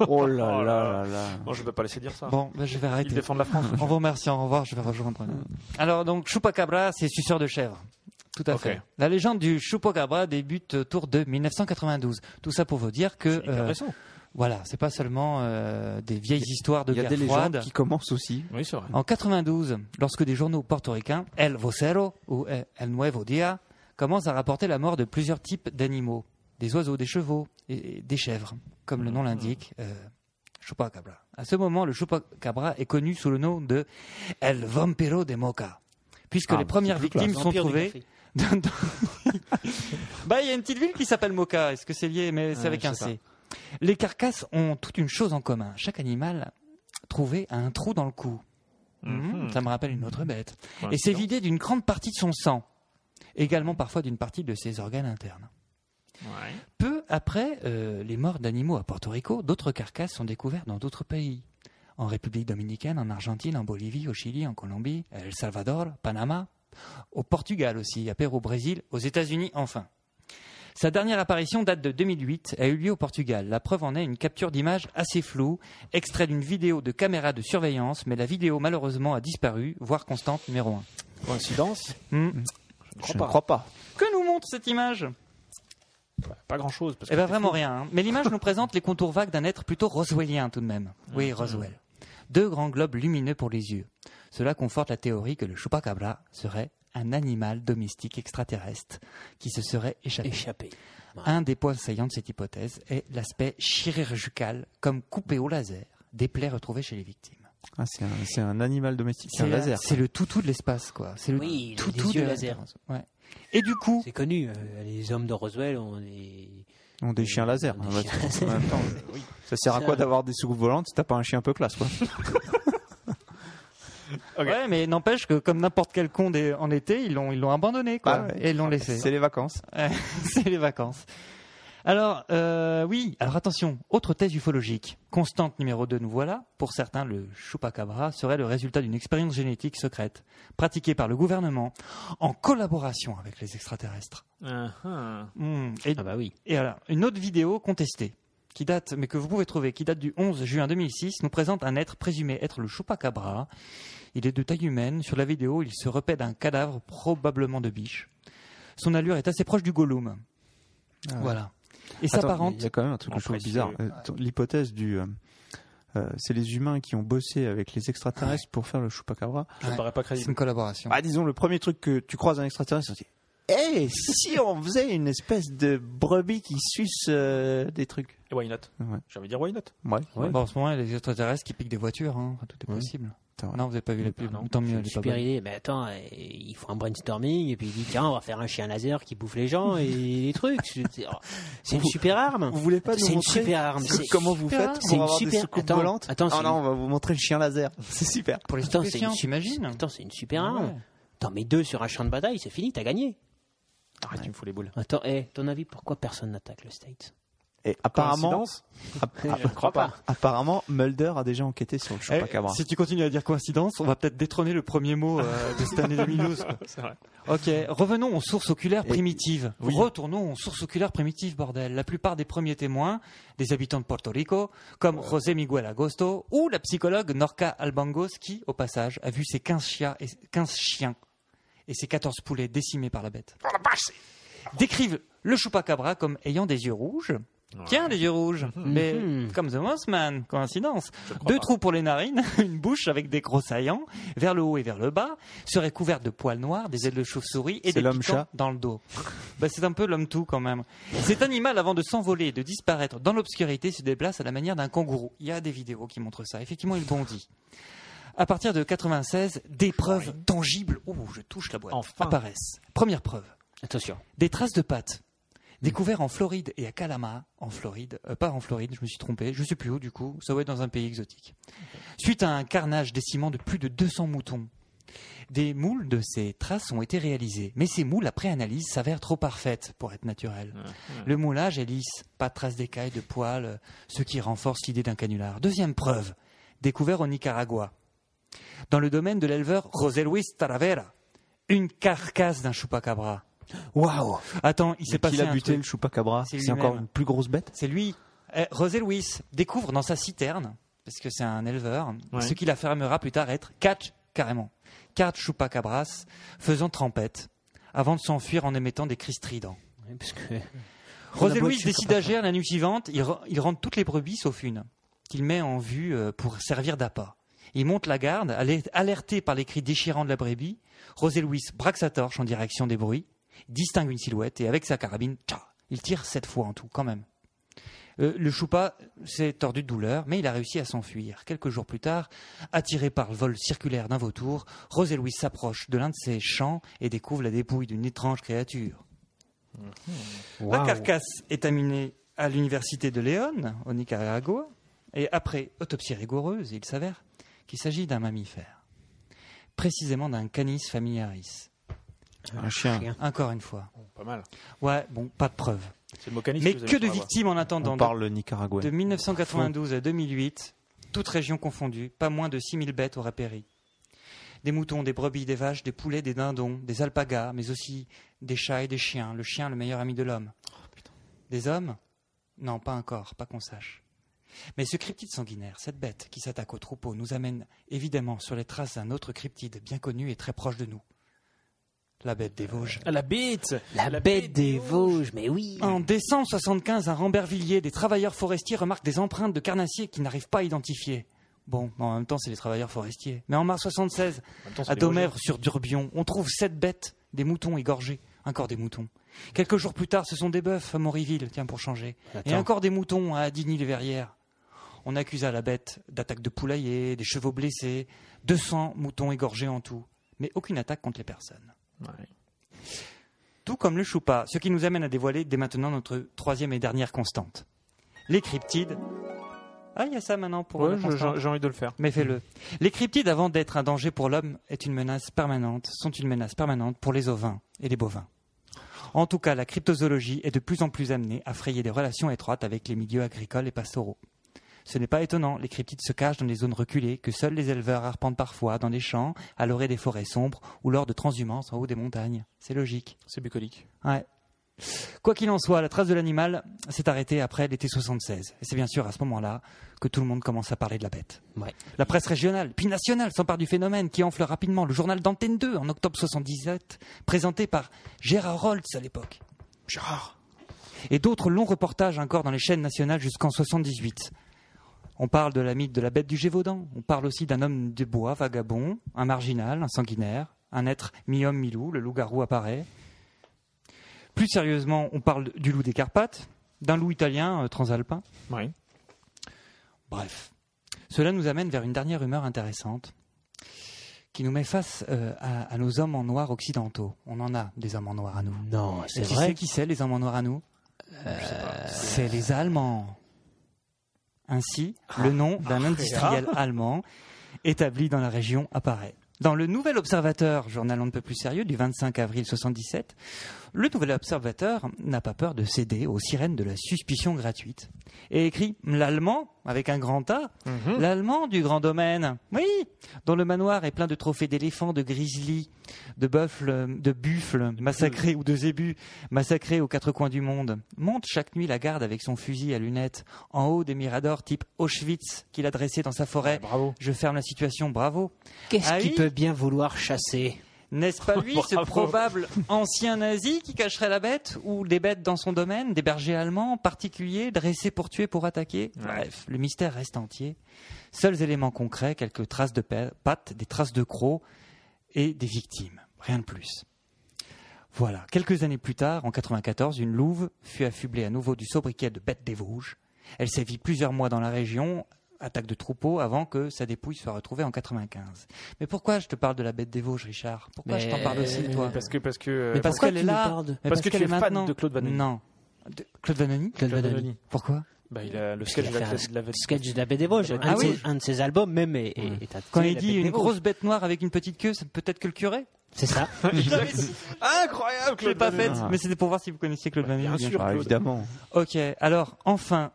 Oh là
Oh
là
là
là là.
Bon, je peux pas laisser dire ça.
Bon, euh, bah, je vais
Ils
arrêter.
défendent la France.
On vous remercie, au revoir, je vais rejoindre. Alors donc chupacabra, c'est suceur de chèvre. Tout à
Ok.
fait. La légende du chupacabra débute autour de 1992. Tout ça pour vous dire que
Hyper
euh,
récent.
Voilà, c'est pas seulement euh, des vieilles histoires de
Il y a
guerre
des légendes
froide.
qui commencent aussi.
Oui, c'est vrai.
En 92, lorsque des journaux portoricains, El Vocero ou El Nuevo Dia, commencent à rapporter la mort de plusieurs types d'animaux, des oiseaux, des chevaux et et des chèvres, comme le nom
Mm-hmm.
l'indique, euh, chupacabra. À ce moment, le chupacabra est connu sous le nom de El Vampiro de Moca, puisque
Ah,
les premières victimes sont trouvées. dans- dans- [LAUGHS] bah, il y a une petite ville qui s'appelle Moca. Est-ce que c'est lié Mais c'est
Ouais,
avec
Ah, je
un
sais
C. Les carcasses ont toute une chose en commun. Chaque animal trouvé a un trou dans le cou. Mhm, Ça me rappelle une autre bête.
Ouais,
et c'est
dis
vidé d'une grande partie de son sang, également parfois d'une partie de ses organes internes. Peu après euh, les morts d'animaux à Porto Rico, d'autres carcasses sont découvertes dans d'autres pays. En République dominicaine, en Argentine, en Bolivie, au Chili, en Colombie, à El Salvador, Panama, au Portugal aussi, à Pérou, au Brésil, aux États-Unis enfin. Sa dernière apparition date de 2008, a eu lieu au Portugal. La preuve en est une capture d'image assez floue, extrait d'une vidéo de caméra de surveillance, mais la vidéo malheureusement a disparu, voire Hmm. constante numéro 1.
Coïncidence
Je ne crois pas.
Que nous montre cette image
Pas grand chose. Parce
Eh
que
bien, vraiment rien. hein. Mais l'image nous présente les contours vagues d'un être plutôt roswellien tout de même. Oui, Roswell. Deux grands globes lumineux pour les yeux. Cela conforte la théorie que le chupacabra serait un animal domestique extraterrestre qui se serait échappé.
Échappé.
Un des points saillants de cette hypothèse est l'aspect chirurgical, comme coupé au laser, des plaies retrouvées chez les victimes.
Ah, c'est un, c'est un animal domestique, c'est euh, un
la-
laser.
C'est le toutou de l'espace, quoi. C'est le
Oui, il a
toutou
des yeux
de la
laser.
Terre. Ouais. Et du coup,
C'est connu, euh, les hommes de Roswell ont des...
On des chiens
[LAUGHS]
laser. hein,
Des
on va
chiens
dire.
laser.
En
[LAUGHS]
même temps, je- Ça sert à quoi d'avoir des soucoupes volantes si t'as pas un chien un peu classe, quoi
Ouais, mais n'empêche que comme n'importe quel con des- en été, ils l'ont ils l'ont abandonné quoi,
Ah ouais.
et ils l'ont laissé.
C'est les vacances.
[LAUGHS] C'est les vacances. Alors euh, oui, alors attention, autre thèse ufologique. Constante numéro 2, nous voilà. Pour certains, le chupacabra serait le résultat d'une expérience génétique secrète pratiquée par le gouvernement en collaboration avec les extraterrestres.
Ah,
Hmm. Et,
Ah bah oui.
et alors, une autre vidéo contestée, qui date, mais que vous pouvez trouver, qui date du 11 juin 2006, nous présente un être présumé être le chupacabra. Il est de taille humaine. Sur la vidéo, il se repaît d'un cadavre, probablement de biche. Son allure est assez proche du gollum.
ouais.
Voilà. Et
Attends,
s'apparente.
Il y a quand même un truc
Non,
un
je
peu
crois que
bizarre.
c'est-
Euh, t- L'hypothèse du. euh, euh, c'est les humains qui ont bossé avec les extraterrestres pour faire le chupacabra.
ça me paraît pas
C'est
crédible.
une collaboration.
Ah, disons, le premier truc que tu croises un extraterrestre, c'est Hé, si on faisait une espèce de brebis qui suce euh, des trucs.
Et why not
Ouais.
J'ai envie de dire why not
Ouais,
Ouais. Bon, en ce moment, il y a des extraterrestres qui piquent des voitures. hein. Tout est
Oui.
possible.
T'as-
Non, vous n'avez pas
Ah
vu la pub. Tant mieux, elle est pas
Super
bonne.
idée. Mais attends, euh, ils font un brainstorming et puis ils disent tiens, on va faire un chien laser qui bouffe les gens et
[LAUGHS]
les trucs. C'est oh, c'est une super arme.
Vous voulez pas nous
C'est une
montrer
super arme.
que-
C'est-
comment vous
super
faites
arme.
C'est
pour
une
avoir des
super-
soucoupes
attends,
volantes
attends,
Ah
c'est
non,
une-
on va vous montrer le chien laser. [LAUGHS] C'est super.
Pour les
Attends, c'est
stupéfiants,
une-
t'imagines
Attends, c'est une super
Ah
arme.
ouais.
T'en mets deux sur un champ de bataille, c'est fini, t'as gagné.
Arrête, tu me fous les boules.
Attends, hé, ton avis, pourquoi personne n'attaque le State
Et
Ah,
[LAUGHS]
apparemment,
Coïncidence
Ah,
app- app-
Je crois pas.
apparemment, Mulder a déjà enquêté sur le
Eh,
chupacabra.
si tu continues à dire coïncidence, on va peut-être détrôner le premier mot euh, de cette année [LAUGHS] 2012. quoi. Ok, revenons aux sources oculaires
Et-
primitives. Retournons aux sources oculaires primitives, bordel. La plupart des premiers témoins, des habitants de Porto Rico, comme José Miguel Agosto ou la psychologue Norca Albangos, qui, au passage, a vu ses 15 chiens et, 15 chiens et ses 14 poulets décimés par la bête, décrivent le chupacabra comme ayant des yeux rouges. Tiens, des yeux rouges, mais comme The Mothman, coïncidence. Deux trous pour les narines, [LAUGHS] une bouche avec des gros saillants, vers le haut et vers le bas, serait couverte de poils noirs, des ailes de chauve-souris et
C'est
des
l'homme
piquants
chat.
dans le dos. Bah, c'est un peu l'homme tout quand même. Cet animal, avant de s'envoler et de disparaître dans l'obscurité, se déplace à la manière d'un kangourou. Il y a des vidéos qui montrent ça. Effectivement, il bondit. À partir de 96, des preuves tangibles, ouh, je touche la boîte,
Enfin.
apparaissent. Première preuve,
Attention.
des traces de pattes. Découvertes en Floride et à Kalama, en Floride, euh, pas en Floride, je me suis trompé, je sais plus où du coup, ça doit être dans un pays exotique. Suite à un carnage décimant de plus de 200 moutons, des moules de ces traces ont été réalisées, mais ces moules, après analyse, s'avèrent trop parfaites pour être naturelles. Le moulage est lisse, pas de traces d'écailles, de poils, euh, ce qui renforce l'idée d'un canular. Deuxième preuve, découvert au Nicaragua, dans le domaine de l'éleveur José Luis Taravera, une carcasse d'un chupacabra. Waouh Attends, il s'est
C'est
passé
qui l'a
un
buté
truc.
le chupacabra
C'est
C'est
lui-même.
encore une plus grosse bête
C'est lui. Eh, José Luis découvre dans sa citerne, parce que c'est un éleveur,
Ouais.
ce qu'il affirmera plus tard être catch, carrément, catch chupacabras, faisant trempette, avant de s'enfuir en émettant des cris stridents.
Ouais, Parce que
Rosé Louis
boîte, je
décide
sais pas.
d'agir la nuit suivante. Il, re- il rentre toutes les brebis sauf une, qu'il met en vue euh, pour servir d'appât. Il monte la garde, alé- alerté par les cris déchirants de la brebis. Rosé Louis braque sa torche en direction des bruits, distingue une silhouette et avec sa carabine, tcha, il tire sept fois en tout, quand même. Euh, le choupa s'est tordu de douleur, mais il a réussi à s'enfuir. Quelques jours plus tard, attiré par le vol circulaire d'un vautour, Rosé Louis s'approche de l'un de ses champs et découvre la dépouille d'une étrange créature. La carcasse est amenée à l'université de Léon, au Nicaragua, et après autopsie rigoureuse, il s'avère qu'il s'agit d'un mammifère, précisément d'un canis familiaris.
Un chien.
Encore une fois.
Pas mal.
Ouais, bon, pas de preuves.
C'est le mot canis
Mais
vous allez
que de
pouvoir avoir.
victimes en
On
attendant.
parle nicaragouais.
De 1992 à 2008, toutes régions confondues, pas moins de 6000 bêtes auraient péri. Des moutons, des brebis, des vaches, des poulets, des dindons, des alpagas, mais aussi des chats et des chiens. Le chien, le meilleur ami de l'homme. Des hommes Non, pas encore, pas qu'on sache. Mais ce cryptide sanguinaire, cette bête qui s'attaque au troupeau, nous amène évidemment sur les traces d'un autre cryptide bien connu et très proche de nous. La bête des Vosges.
Ah, La bite
La, bête des Vosges, mais oui.
En décembre 75, à Rambervilliers, des travailleurs forestiers remarquent des empreintes de carnassiers qu'ils n'arrivent pas à identifier. Bon, en même temps, c'est les travailleurs forestiers. Mais en mars 76,
En même temps, c'est
à
des Vosges.
Domèvre, sur Durbion, on trouve sept bêtes, des moutons égorgés, encore des moutons. Quelques jours plus tard, ce sont des bœufs à Moriville, tiens pour changer, et encore des moutons à Adigny-les-Verrières. On accusa la bête d'attaques de poulailler, des chevaux blessés, 200 moutons égorgés en tout, mais aucune attaque contre les personnes.
Ouais.
Tout comme le choupa, ce qui nous amène à dévoiler dès maintenant notre troisième et dernière constante. Les cryptides. Ah, il y a ça maintenant pour
Ouais,
la
je-
constante.
j'ai j'ai envie de le faire.
Mais fais-le. Les cryptides, avant d'être un danger pour l'homme, est une menace permanente, sont une menace permanente pour les ovins et les bovins. En tout cas, la cryptozoologie est de plus en plus amenée à frayer des relations étroites avec les milieux agricoles et pastoraux. Ce n'est pas étonnant, les cryptides se cachent dans des zones reculées que seuls les éleveurs arpentent parfois, dans des champs, à l'orée des forêts sombres ou lors de transhumances en haut des montagnes. C'est logique.
C'est bucolique.
Ouais. Quoi qu'il en soit, la trace de l'animal s'est arrêtée après l'été 76. Et c'est bien sûr à ce moment-là que tout le monde commence à parler de la bête.
Ouais.
La presse régionale, puis nationale, s'empare du phénomène qui enfle rapidement. Le journal d'Antenne 2, en octobre 77, présenté par Gérard Holtz à l'époque. Gérard Et d'autres longs reportages encore dans les chaînes nationales jusqu'en 78. On parle de la mythe de la bête du Gévaudan. On parle aussi d'un homme des bois, vagabond, un marginal, un sanguinaire, un être mi-homme, mi-loup, le loup-garou apparaît. Plus sérieusement, on parle du loup des Carpates, d'un loup italien euh, transalpin.
Oui.
Bref. Cela nous amène vers une dernière humeur intéressante qui nous met face euh, à, à nos hommes en noir occidentaux. On en a des hommes en noir à nous.
Non,
Et
c'est
tu
vrai.
sais qui c'est les hommes en noir à nous Euh, C'est les Allemands. Ainsi,
Ah,
le nom d'un industriel allemand établi dans la région apparaît. Dans le Nouvel Observateur, journal un peu plus sérieux du 25 avril 77, le Nouvel Observateur n'a pas peur de céder aux sirènes de la suspicion gratuite et écrit l'allemand avec un grand A,
Mmh.
l'allemand du grand domaine. Oui, dont le manoir est plein de trophées d'éléphants, de grizzlies, de buffles, de buffles massacrés ou de zébus massacrés aux quatre coins du monde. Monte chaque nuit la garde avec son fusil à lunettes en haut des miradors type Auschwitz qu'il a dressé dans sa forêt.
Bravo.
Je ferme la situation, bravo.
Qu'est-ce
Ah
qu'il
oui
peut bien vouloir chasser
N'est-ce pas lui, ce
Bravo.
probable ancien nazi qui cacherait la bête ou des bêtes dans son domaine, des bergers allemands, particuliers, dressés pour tuer, pour attaquer Bref, le mystère reste entier. Seuls éléments concrets, quelques traces de pa- pattes, des traces de crocs et des victimes. Rien de plus. Voilà, quelques années plus tard, en 94, une louve fut affublée à nouveau du sobriquet de bête des Vosges. Elle sévit plusieurs mois dans la région, attaque de troupeaux, avant que sa dépouille soit retrouvée en 95. Mais pourquoi je te parle de la bête des Vosges, Richard Pourquoi je t'en parle aussi, toi
Parce que. Parce que euh,
Mais parce
pourquoi
qu'elle est
tu nous
là.
parles de-
Mais
Parce que tu
qu'elle
es
est
fan
maintenant-
de Claude Vanoni.
Non. De- Claude Vanoni
Claude
Claude
Vanoni.
Vanoni.
Pourquoi
Bah, il a le
Parce qu'il
sketch
a
de la
fait un
de la- de la-
sketch de la BD Vosges.
Ah
un, de
oui.
ses- un de ses albums même est, est- est intitulé
Quand il
La
dit
Bête des
une
Vosges.
grosse bête noire avec une petite queue, ça- peut-être que le curé
C'est ça.
Incroyable,
Je l'ai
Claude
pas
Vanoni. Ah. Bah,
faite, mais c'était pour voir si vous connaissiez Claude Vanoni.
Bien sûr,
Ah,
Claude.
évidemment.
Ok, alors enfin,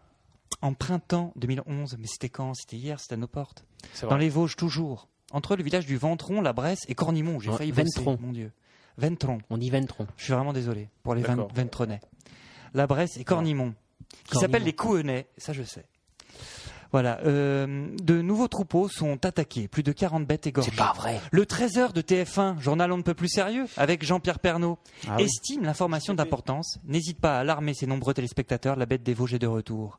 en printemps 2011, mais c'était quand C'était hier, c'était à nos portes.
C'est
Dans
vrai.
les Vosges, toujours. Entre le village du Ventron, la Bresse et Cornimont, j'ai
Ouais,
failli bosser,
Ventron.
mon Dieu. Ventron,
[LAUGHS] On dit Ventron.
je suis vraiment désolé pour les Ven-
D'accord.
Ventronnais. La Bresse et Cornimont, qui
Cornimont.
s'appellent les Couhenais, ça je sais. Voilà. euh, de nouveaux troupeaux sont attaqués. Plus de 40 bêtes égorgées.
C'est pas vrai.
Le 13h de TF1, journal on ne peut plus sérieux, avec Jean-Pierre Pernaud, estime l'information d'importance. N'hésite pas à alarmer ses nombreux téléspectateurs, la bête des Vosges est de retour.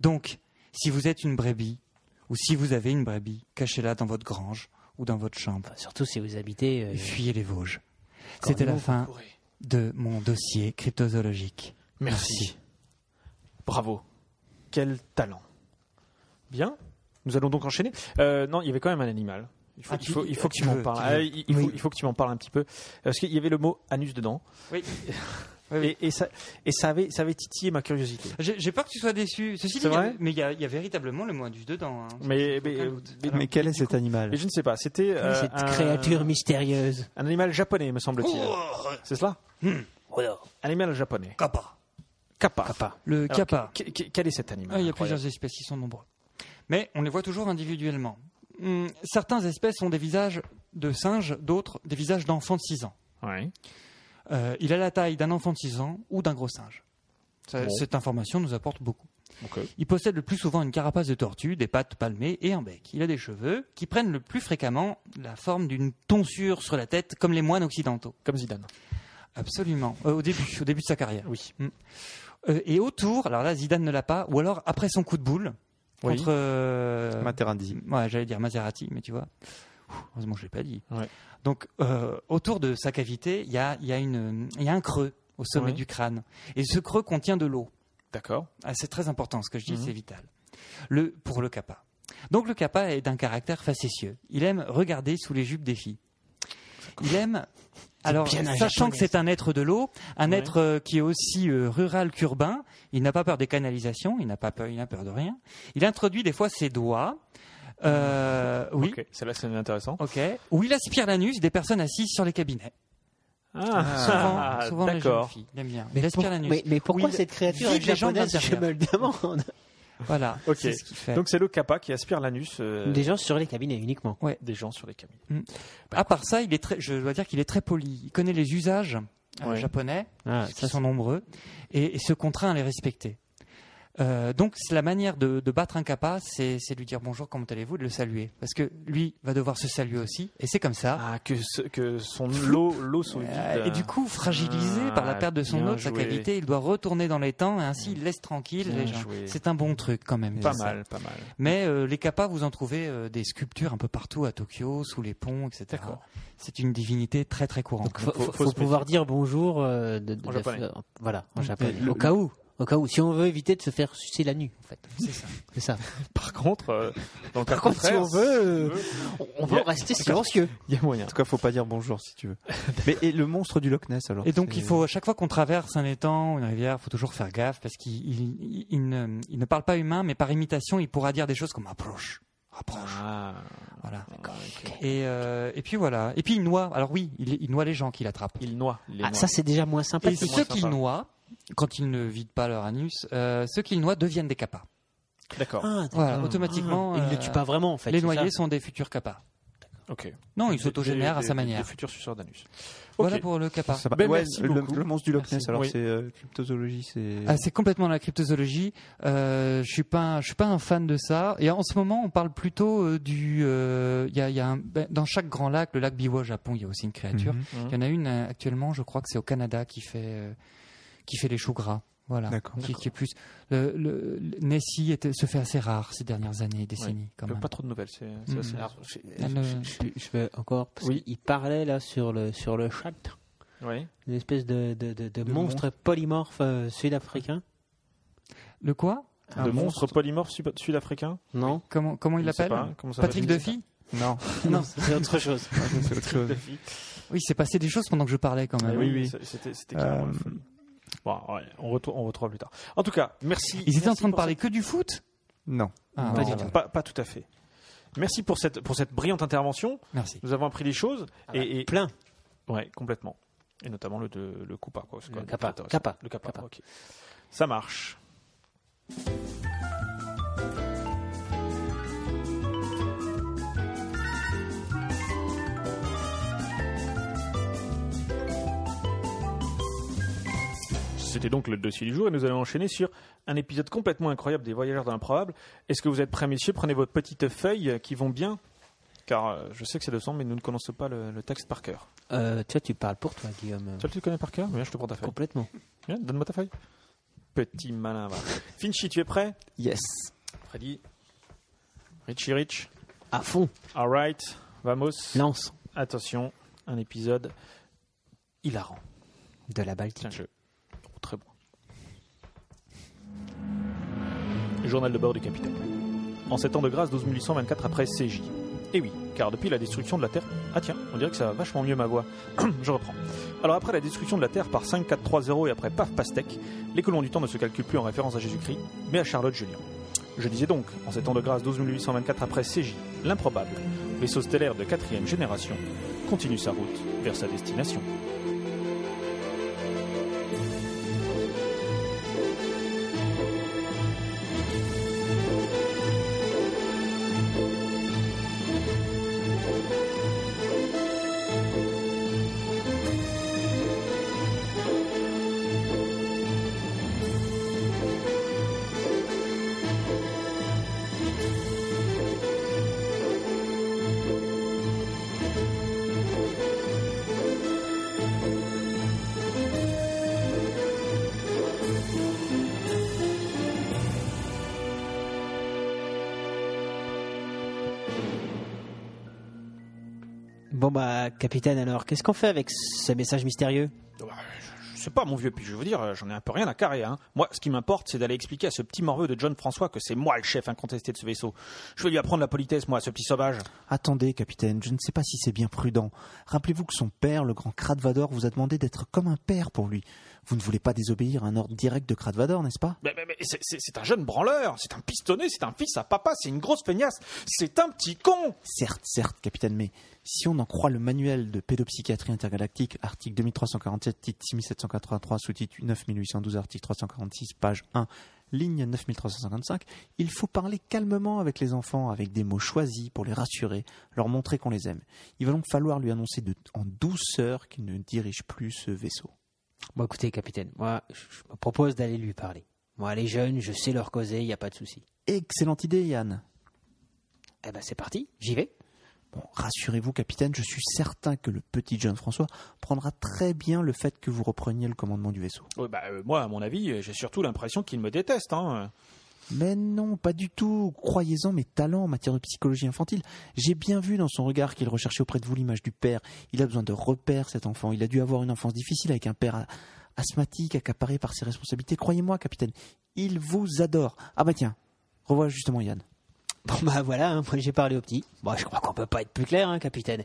Donc, si vous êtes une brebis, ou si vous avez une brebis, cachez-la dans votre grange ou dans votre chambre.
Surtout si vous habitez. euh,
Et fuyez les Vosges. C'était la fin de mon dossier cryptozoologique.
Merci. Bravo. Quel talent. Bien. Nous allons donc enchaîner. Euh, non, il y avait quand même un animal. Il faut,
Ah,
il
tu-
faut, il faut que
tu
tu m'en
veux,
parles.
tu
Ah,
veux.
il, il
Oui.
faut, il faut que tu m'en parles un petit peu. Parce qu'il y avait le mot anus dedans. [LAUGHS]
Oui.
Et, et ça, et ça, avait, ça avait titillé ma curiosité.
J'ai j'ai peur que tu sois déçu. Ceci dit,
C'est
il y a-
vrai
mais il y, a- il y a véritablement le mois du dedans. hein.
Mais, mais,
Alors,
mais-
Mais quel est
du
cet
coup-
animal
mais je ne sais pas. C'était euh,
cette
un-
créature mystérieuse.
Un animal japonais, me semble-t-il. C'est cela
Voilà.
Animal japonais.
Kappa.
Kappa.
Le
Alors,
kappa.
que- que- quel est cet animal
Ah, il y a
incroyable
plusieurs espèces, ils sont nombreux. Mais on les voit toujours individuellement. Hum, certaines espèces ont des visages de singes, d'autres des visages d'enfants de 6 ans.
Ouais.
Euh, il a la taille d'un enfant de 6 ans ou d'un gros singe. Ça-
Bon.
Cette information nous apporte beaucoup.
Ok.
Il possède le plus souvent une carapace de tortue, des pattes palmées et un bec. Il a des cheveux qui prennent le plus fréquemment la forme d'une tonsure sur la tête, comme les moines occidentaux.
Comme Zidane.
Absolument. Euh, au début, au début de sa carrière. Oui. et autour, alors là, Zidane ne l'a pas, ou alors après son coup de boule
Oui.
contre. euh,
Materazzi.
ouais, j'allais dire Maserati, mais tu vois. Ouh, Heureusement, je l'ai pas dit.
Ouais.
Donc, euh, autour de sa cavité, il y a, il y, a une- il y a un creux au sommet
Ouais.
du crâne, et ce creux contient de l'eau.
D'accord.
Ah, c'est très important ce que je dis,
Mhm.
c'est vital. Le, pour le kappa. Donc le kappa est d'un caractère facétieux. Il aime regarder sous les jupes des filles. Il aime, alors
bien un
sachant
japonais,
que c'est un être de l'eau, un
Ouais.
être euh, qui est aussi euh, rural qu'urbain, il n'a pas peur des canalisations, il n'a pas peur, il n'a peur de rien. Il introduit des fois ses doigts. Euh, oui.
Ah, Ok. Celle-là, c'est intéressant.
Ok. Ou il aspire l'anus des personnes assises sur les cabinets. Souvent,
Ah,
souvent les jeunes
d'accord.
filles l'aiment bien. il aspire
pour-
l'anus.
mais, mais pourquoi
Oui,
cette créature
vide
est
les gens de
japonaise Je me
l'intérieur.
le demande.
Voilà.
Ok.
C'est ce qu'il fait.
Donc c'est le kappa qui aspire l'anus euh,
Des gens sur les cabinets uniquement.
des gens sur les camions.
à part ça, il est très, je dois dire qu'il est très poli. Il connaît les usages euh,
Ouais.
japonais,
Ah,
qui sont nombreux, et, et se contraint à les respecter. Euh, donc, c'est la manière de, de battre un kappa, c'est c'est de lui dire bonjour, comment allez-vous, de le saluer. Parce que lui va devoir se saluer aussi, et c'est comme ça.
Ah, que, ce- que son lot, l'eau se
Euh, et du coup, fragilisé
Ah,
par la perte de son
bien
eau, de sa
joué. Mm.
cavité, il doit retourner dans les temps, et ainsi il laisse tranquille
Bien
les gens.
joué.
C'est un bon truc quand même.
euh, Pas
ça.
mal, pas mal. [LAUGHS]
Mais euh, les kappas, vous en trouvez euh, des sculptures un peu partout à Tokyo, sous les ponts, etc.
D'accord.
C'est une divinité très très courante.
Donc, faut,
faut-
faut-
faut
faut
se
pouvoir dire bonjour euh, de- de-
En
de-
japonais.
euh, voilà, en
Mm.
japonais.
le-
au cas où, au cas où, si on veut éviter de se faire sucer la nuit, en fait.
C'est ça.
C'est ça.
Par contre, euh, dans le cas
Par contre, si
contraire,
on veut, euh,
veut,
on- on va
Yeah.
rester silencieux.
il y a moyen.
En tout cas, faut pas dire bonjour si tu veux. Mais et le monstre du Loch Ness alors
Et donc, il
c'est-
faut, à chaque fois qu'on traverse un étang ou une rivière, il faut toujours faire gaffe parce qu'il il- il- il ne, il ne parle pas humain, mais par imitation, il pourra dire des choses comme approche, approche.
Ah,
Voilà.
ok.
Et, euh, et puis voilà. Et puis il noie. Alors oui, il, il noie les gens qu'il attrape.
Il noie les
Ah,
noix.
ça, c'est déjà moins
Et
sympathique.
ceux qu'il noie, quand ils ne vident pas leur anus, euh, ceux qu'il noie deviennent des capas.
D'accord.
Ah,
Voilà,
d'accord.
automatiquement.
Ah, il ne
euh,
le tue pas vraiment, en fait.
les
c'est
noyés
ça
sont des futurs capas.
Ok.
Non, ils
Des-
s'autogénèrent à
des-
sa
des-
manière.
Des futurs suceurs d'anus.
Voilà
Ok.
pour le capa.
Ça va.
Ben,
Ouais,
merci
le,
beaucoup.
le monstre du Loch Ness,
Merci.
alors
Oui.
c'est euh, cryptozoologie, c'est.
Ah, c'est complètement la cryptozoologie. Euh, je suis pas, je suis pas un fan de ça. Et en ce moment, on parle plutôt euh, du. euh, Il y a, il y a un- ben, dans chaque grand lac, le lac Biwa au Japon, il y a aussi une créature.
Mhm.
Il y en a une euh, actuellement, je crois que c'est au Canada qui fait, euh, qui fait les choux gras. Voilà.
D'accord.
Qui, qui est plus. Le, le- le- Nessie était- se fait assez rare ces dernières années, décennies quand
Il y a
même.
Euh, Pas trop de nouvelles. C'est c'est
Mhm.
assez rare.
Alors, je,
Elle, euh,
je- je- je vais encore parce
Oui.
qu'il parlait là sur le sur le chat,
Oui.
une espèce de, de, de- de
De
monstre polymorphe euh,
[LAUGHS]
sud-africain.
Le quoi
Un
De monstres polymorphes sud- sud-africains.
Non,
Comment, comment il
Je sais
l'appelle
pas, comment ça
Patrick
s'appelle
Duffy
Non,
non, c'est autre chose.
c'est autre chose.
Duffy.
Oui, il s'est passé des choses pendant que je parlais quand
Ah
même.
oui,
oui.
c'est- C'était c'était carrément la
Euh,
folie. Bon, ouais, on retourne, on retrouvera plus tard. En tout cas, merci.
Ils étaient en
merci
train de
pour
parler que du foot
Non.
Ah,
cette-
non,
Non,
voilà.
Pas, pas tout à fait. Merci pour cette, pour cette brillante intervention.
Merci.
Nous avons appris des choses. et, et-
Plein.
Ouais, complètement. Et notamment le, de, le Coupa. Quoi. C'est quand
Le
même
Kappa,
intéressant.
Kappa,
Le Kappa,
Kappa.
ok. Ça marche. C'était donc le dossier du jour et nous allons enchaîner sur un épisode complètement incroyable des Voyageurs de l'improbable. Est-ce que vous êtes prêts, messieurs Prenez vos petites feuilles euh, qui vont bien, car euh, je sais que c'est 200, mais nous ne connaissons pas le, le texte par cœur.
Euh, toi, tu parles pour toi, Guillaume.
Tu vois, tu le connais par cœur Viens, je te prends ta feuille.
Complètement.
Viens, donne-moi ta feuille. Petit malin, va. Finchy, tu es prêt
Yes.
Freddy. Richie Rich.
À fond.
All right. Vamos.
Lance
Attention, un épisode hilarant.
de la Baltique.
Tiens, je. Oh, très bon. Journal de bord du capitaine. En sept ans de grâce, 12 824 après CJ. Et oui, car depuis la destruction de la Terre. Ah tiens, on dirait que ça va vachement mieux ma voix. [CLEARS THROAT] je reprends. Alors après la destruction de la Terre par 5430 et après paf pastèque, les colons du temps ne se calculent plus en référence à Jésus-Christ, mais à Charlotte Julien. Je disais donc, en sept ans de grâce, 12 824 après CJ, l'improbable, vaisseau stellaire de quatrième génération, continue sa route vers sa destination.
Bon bah, capitaine, alors, qu'est-ce qu'on fait avec ce message mystérieux
Bah, je- je sais pas, mon vieux, puis je vais vous dire, euh, j'en ai un peu rien à carrer. Hein. Moi, ce qui m'importe, c'est d'aller expliquer à ce petit morveux de John François que c'est moi le chef incontesté de ce vaisseau. Je vais lui apprendre la politesse, moi, à ce petit sauvage.
Attendez, capitaine, je ne sais pas si c'est bien prudent. Rappelez-vous que son père, le grand Kradvador, vous a demandé d'être comme un père pour lui. Vous ne voulez pas désobéir à un ordre direct de Kradvador, n'est-ce pas
Mais, mais- mais c'est- c'est c'est un jeune branleur, c'est un pistonné, c'est un fils à papa, c'est une grosse feignasse, c'est un petit con
Certes, certes, capitaine, mais si on en croit le manuel de pédopsychiatrie intergalactique, article 2347, titre 6783, sous-titre 9812, article 346, page 1, ligne 9355, il faut parler calmement avec les enfants, avec des mots choisis pour les rassurer, leur montrer qu'on les aime. Il va donc falloir lui annoncer de- en douceur qu'il ne dirige plus ce vaisseau.
Bon, écoutez, capitaine, moi, je je me propose d'aller lui parler. Moi, les jeunes, je sais leur causer, il n'y a pas de souci.
Excellente idée, Yann.
Eh ben, c'est parti, j'y vais. [LAUGHS]
Bon, rassurez-vous, capitaine, je suis certain que le petit John François prendra très bien le fait que vous repreniez le commandement du vaisseau.
Ouais, bah, euh, Moi, à mon avis, euh, j'ai surtout l'impression qu'il me déteste. Hein.
Mais non, pas du tout. Croyez-en mes talents en matière de psychologie infantile. J'ai bien vu dans son regard qu'il recherchait auprès de vous l'image du père. Il a besoin de repères, cet enfant. Il a dû avoir une enfance difficile avec un père a- asthmatique, accaparé par ses responsabilités. Croyez-moi, capitaine, il vous adore. Ah bah tiens, revois justement Yann.
Bon bah voilà, hein, moi j'ai parlé au petit. Bon, je crois qu'on peut pas être plus clair, hein, capitaine.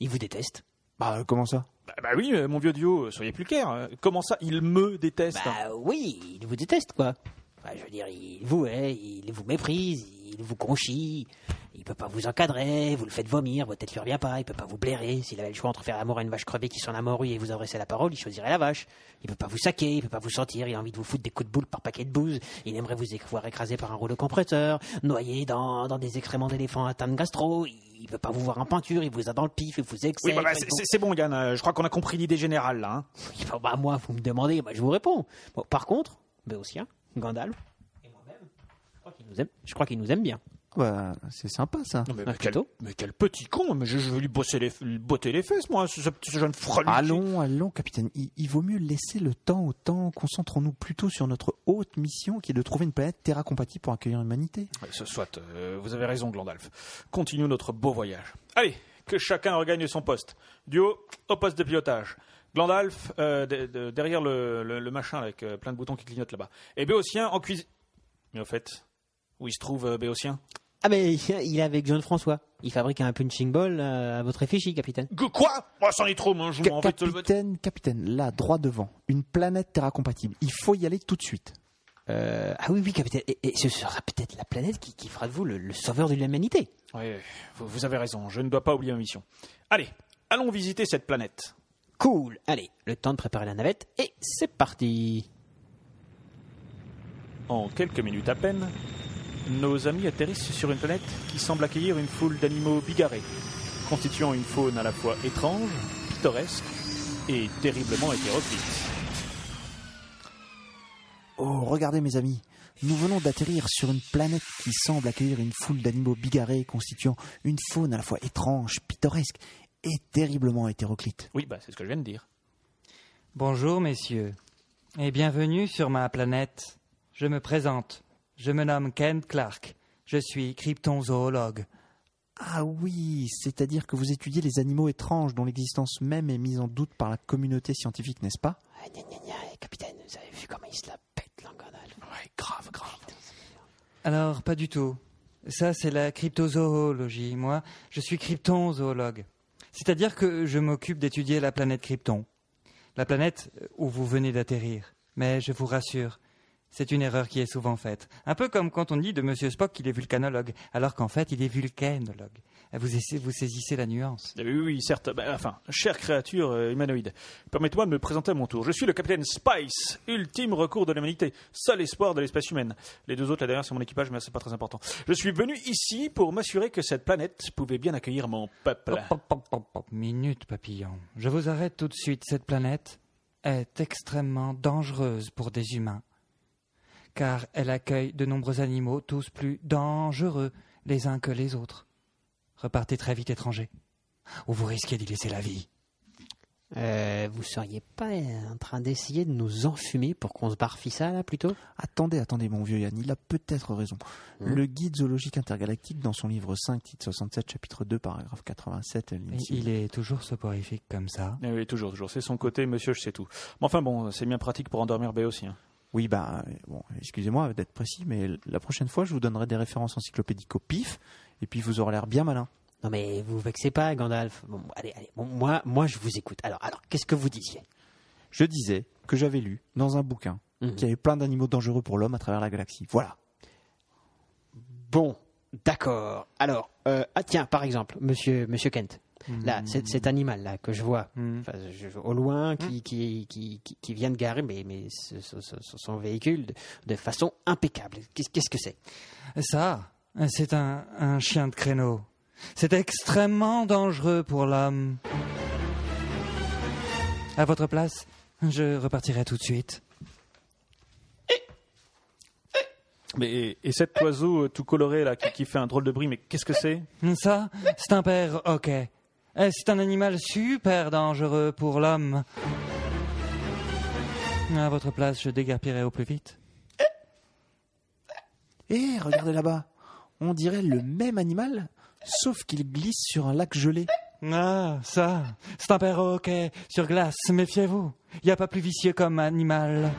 Il vous déteste.
Bah euh, comment ça
Bah, bah oui, euh, mon vieux duo, euh, soyez plus clair. euh, Comment ça, il me déteste hein.
Bah oui, il vous déteste, quoi. Bah, je veux dire, il vous hait, il vous méprise, il vous conchit, il peut pas vous encadrer, vous le faites vomir, votre tête lui revient pas, il peut pas vous blairer. S'il avait le choix entre faire l'amour à une vache crevée qui s'en amorue et vous adresser la parole, il choisirait la vache. Il peut pas vous saquer, il peut pas vous sentir, il a envie de vous foutre des coups de boule par paquet de bouse, il aimerait vous éc- voir écrasé par un rouleau compresseur, noyé dans, dans des excréments d'éléphants atteints de gastro, il peut pas vous voir en peinture, il vous a dans le pif, il vous
Oui,
excède.
bah, bah,
il
c'est-
vous-
c'est c'est bon, Yann, euh, je crois qu'on a compris l'idée générale, là. hein.
oui, bah, bah, moi, vous me demandez, bah, je vous réponds. Bon, par contre, Béotien, Gandalf et moi-même, je crois qu'ils nous aiment- je crois qu'ils nous aiment bien.
Bah c'est sympa ça.
Non, mais,
Ah,
mais quel,
plutôt.
mais quel petit con mais Je, je vais lui bosser les, lui botter les fesses, moi, ce, ce- ce jeune freluquet.
Allons, allons, capitaine. Il, il vaut mieux laisser le temps au temps. Concentrons-nous plutôt sur notre haute mission qui est de trouver une planète Terra compatible pour accueillir l'humanité.
Ouais, Ce soit, euh, vous avez raison, Glandalf. Continuons notre beau voyage. Allez, que chacun regagne son poste. Duo, au poste de pilotage. Glandalf, euh, de- de- derrière le, le- le machin avec euh, plein de boutons qui clignotent là-bas. Et Béotien en cuisine. Mais au fait, où il se trouve, euh, Béotien
Ah, mais il est avec John François. Il fabrique un punching ball euh, à votre effigie, capitaine.
Que- Quoi Moi, c'en est trop, moi, je m'en vais te le
capitaine, capitaine, là, droit devant, une planète Terra compatible. Il faut y aller tout de suite.
Euh, ah oui, oui, capitaine. Et, et ce sera peut-être la planète qui, qui fera de vous le, le sauveur de l'humanité.
Oui, vous, vous avez raison, je ne dois pas oublier ma mission. Allez, allons visiter cette planète.
Cool. Allez, le temps de préparer la navette et c'est parti.
En quelques minutes à peine, nos amis atterrissent sur une planète qui semble accueillir une foule d'animaux bigarrés, constituant une faune à la fois étrange, pittoresque et terriblement hétéroclite.
Oh, regardez mes amis, nous venons d'atterrir sur une planète qui semble accueillir une foule d'animaux bigarrés constituant une faune à la fois étrange, pittoresque et terriblement hétéroclite.
Oui, bah, c'est ce que je viens de dire.
Bonjour messieurs et bienvenue sur ma planète. Je me présente. Je me nomme Ken Clark. Je suis cryptozoologue.
Ah oui, c'est-à-dire que vous étudiez les animaux étranges dont l'existence même est mise en doute par la communauté scientifique, n'est-ce pas
Ah, gna, gna, gna. Eh, Capitaine, vous avez vu comment il se la pète, l'engonal
Ouais, grave, grave.
Alors, pas du tout. Ça, c'est la cryptozoologie. Moi, je suis cryptonzoologue. C'est-à-dire que je m'occupe d'étudier la planète Krypton. La planète euh, où vous venez d'atterrir. Mais je vous rassure, c'est une erreur qui est souvent faite. Un peu comme quand on dit de Monsieur Spock qu'il est vulcanologue, alors qu'en fait, il est vulcanologue. Vous, essa- vous saisissez la nuance.
Eh Oui, oui, certes. Ben, enfin, chère créature euh, humanoïde, permettez-moi de me présenter à mon tour. Je suis le capitaine Spice, ultime recours de l'humanité, seul espoir de l'espèce humaine. Les deux autres, là derrière, c'est mon équipage, mais c'est pas très important. Je suis venu ici pour m'assurer que cette planète pouvait bien accueillir mon peuple.
Pop, pop, pop, pop, pop. Minute, papillon. Je vous arrête tout de suite. Cette planète est extrêmement dangereuse pour des humains. Car elle accueille de nombreux animaux, tous plus dangereux les uns que les autres. Repartez très vite, étrangers. Ou vous risquez d'y laisser la vie.
Euh, vous seriez pas en train d'essayer de nous enfumer pour qu'on se barfie ça, là, plutôt
Attendez, attendez, mon vieux Yann, il a peut-être raison. Le guide zoologique intergalactique, dans son livre 5, titre 67, chapitre 2, paragraphe 87, ligne
Et
six.
il est toujours soporifique comme ça.
Eh oui, toujours, toujours. C'est son côté, monsieur, je sais tout. Mais enfin, bon, c'est bien pratique pour endormir B aussi. hein.
Oui, bah, euh, bon, excusez-moi d'être précis, mais la prochaine fois, je vous donnerai des références encyclopédiques au pif, et puis vous aurez l'air bien malin.
Non, mais vous vexez pas, Gandalf. Bon, allez, allez, bon, moi, moi, je vous écoute. Alors, alors qu'est-ce que vous disiez
Je disais que j'avais lu dans un bouquin
Mhm.
qu'il y avait plein d'animaux dangereux pour l'homme à travers la galaxie. Voilà.
Bon, d'accord. Alors, euh, ah tiens, par exemple, monsieur, monsieur Kent, là, c'est- cet animal là que je vois
Hmm.
enfin, je- je- au loin, qui, qui, qui, qui- qui vient de garer mais, mais ce- ce- ce- ce- son véhicule de, de façon impeccable. Qu'est-ce qu'est-ce que c'est
Ça, c'est un, un chien de créneau. C'est extrêmement dangereux pour l'homme. À votre place, je repartirai tout de suite.
Mais, et, et cet oiseau euh, tout coloré, là, qui, qui fait un drôle de bruit, mais qu'est-ce que c'est
Hmm, Ça, c'est un père ok. Eh, C'est un animal super dangereux pour l'homme. À votre place, je déguerpirai au plus vite.
Et regardez là-bas. On dirait le même animal, sauf qu'il glisse sur un lac gelé.
Ah, ça, c'est un perroquet sur glace, méfiez-vous. Il n'y a pas plus vicieux comme animal.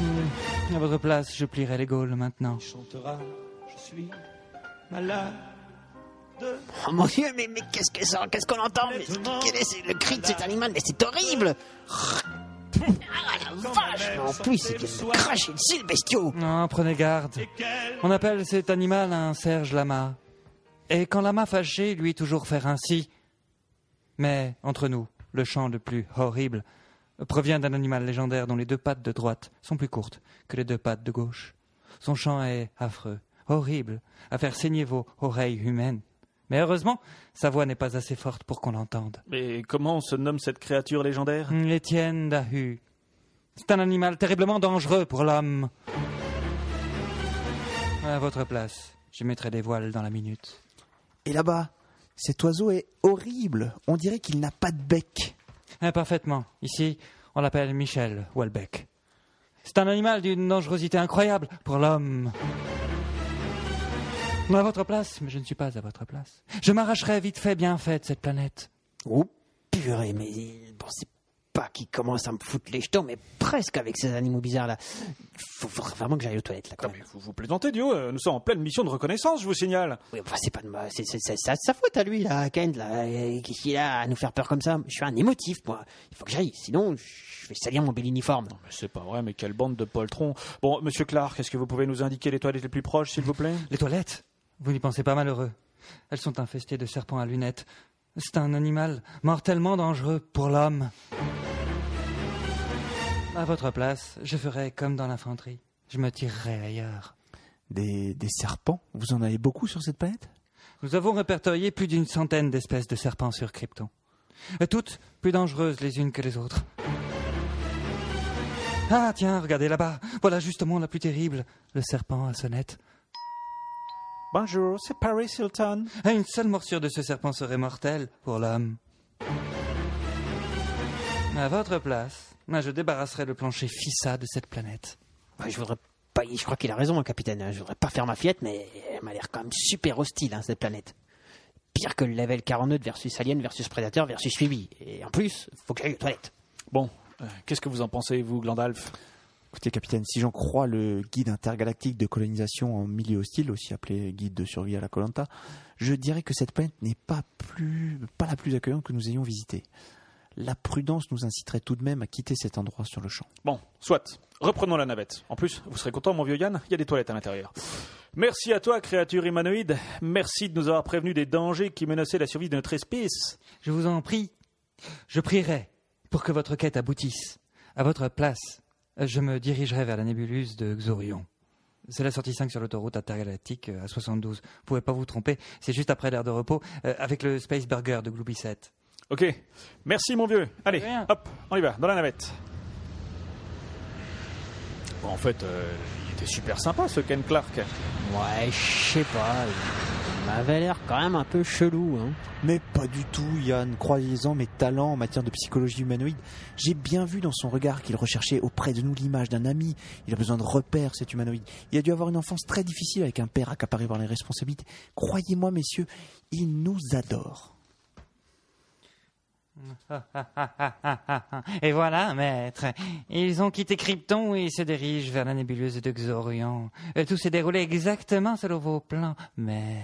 Hmm, À votre place, je plierai les gaules maintenant.
Oh mon Dieu, mais, mais qu'est-ce que ça Qu'est-ce qu'on entend Mais Quel est ce- le cri de cet animal Mais c'est horrible Ah la vache Mais En plus, c'est qu'il me crache dessus, le bestiau
Non, prenez garde. On appelle cet animal un Serge Lama. Et quand Lama fâché, lui toujours faire ainsi. Mais, entre nous, le chant le plus horrible provient d'un animal légendaire dont les deux pattes de droite sont plus courtes que les deux pattes de gauche. Son chant est affreux, horrible, à faire saigner vos oreilles humaines. Mais heureusement, sa voix n'est pas assez forte pour qu'on l'entende.
Mais comment se nomme cette créature légendaire
L'étienne d'Ahu. C'est un animal terriblement dangereux pour l'homme. À votre place, je mettrai des voiles dans la minute.
Et là-bas, cet oiseau est horrible. On dirait qu'il n'a pas de bec.
Ah, parfaitement. Ici, on l'appelle Michel Houellebecq. C'est un animal d'une dangerosité incroyable pour l'homme. À votre place, mais je ne suis pas à votre place. Je m'arracherai vite fait, bien fait de cette planète.
Oh purée, mais il- bon, c'est pas qu'il commence à me foutre les jetons, mais presque avec ces animaux bizarres là. Faut faut vraiment que j'aille aux toilettes là quand
Non,
même.
mais vous vous plaisantez, Dio euh, Nous sommes en pleine mission de reconnaissance, je vous signale.
Oui, enfin, c'est pas de moi, c'est c'est- c'est sa, sa faute à lui là, à Kent là. Euh, Qu'est-ce qu'il a à nous faire peur comme ça Je suis un émotif moi. Il faut que j'aille, sinon je vais salir mon bel uniforme.
Mais c'est pas vrai, mais quelle bande de poltrons. Bon, monsieur Clark, est-ce que vous pouvez nous indiquer les toilettes les plus proches, s'il vous plaît
Les toilettes Vous n'y pensez pas malheureux. Elles sont infestées de serpents à lunettes. C'est un animal mortellement dangereux pour l'homme. À votre place, je ferai comme dans l'infanterie. Je me tirerai ailleurs.
Des, des serpents Vous en avez beaucoup sur cette planète
Nous avons répertorié plus d'une centaine d'espèces de serpents sur Krypton. Et Toutes plus dangereuses les unes que les autres. Ah tiens, regardez là-bas. Voilà justement la plus terrible. Le serpent à sonnette.
Bonjour, c'est Paris Hilton.
À Ah, une seule morsure de ce serpent serait mortelle pour l'homme. À votre place, moi, je débarrasserai le plancher fissa de cette planète.
Ouais, je voudrais pas. Je crois qu'il a raison, hein, capitaine. Je voudrais pas faire ma fillette, mais elle m'a l'air quand même super hostile, hein, cette planète. Pire que le level 49 versus Alien versus Predator versus Suivi. Et en plus, faut que j'aille aux toilettes.
Bon, euh, qu'est-ce que vous en pensez, vous, Glandalf
Écoutez, capitaine, si j'en crois le guide intergalactique de colonisation en milieu hostile, aussi appelé guide de survie à la Colanta, je dirais que cette planète n'est pas, plus, pas la plus accueillante que nous ayons visitée. La prudence nous inciterait tout de même à quitter cet endroit sur le champ.
Bon, soit. Reprenons la navette. En plus, vous serez content, mon vieux Yann, il y a des toilettes à l'intérieur. Merci à toi, créature humanoïde. Merci de nous avoir prévenus des dangers qui menaçaient la survie de notre espèce.
Je vous en prie. Je prierai pour que votre quête aboutisse. À votre place, euh, je me dirigerai vers la nébuleuse de Xorion. C'est la sortie 5 sur l'autoroute intergalactique euh, à 72. Vous pouvez pas vous tromper, c'est juste après l'heure de repos euh, avec le Space Burger de Gloopy 7.
Ok. Merci, mon vieux. Allez,
rien.
hop, on y va, dans la navette. Bon, en fait, euh, il était super sympa, ce Ken Clark.
Ouais, je sais pas. Il m'avait l'air quand même un peu chelou. Hein.
Mais pas du tout, Yann, croyez-en mes talents en matière de psychologie humanoïde. J'ai bien vu dans son regard qu'il recherchait auprès de nous l'image d'un ami. Il a besoin de repères, cet humanoïde. Il a dû avoir une enfance très difficile avec un père accaparé par les responsabilités. Croyez-moi, messieurs, il nous adore.
[LAUGHS] Et voilà, maître. Ils ont quitté Krypton et se dirigent vers la nébuleuse de Xorion. Euh, Tout s'est déroulé exactement selon vos plans, mais...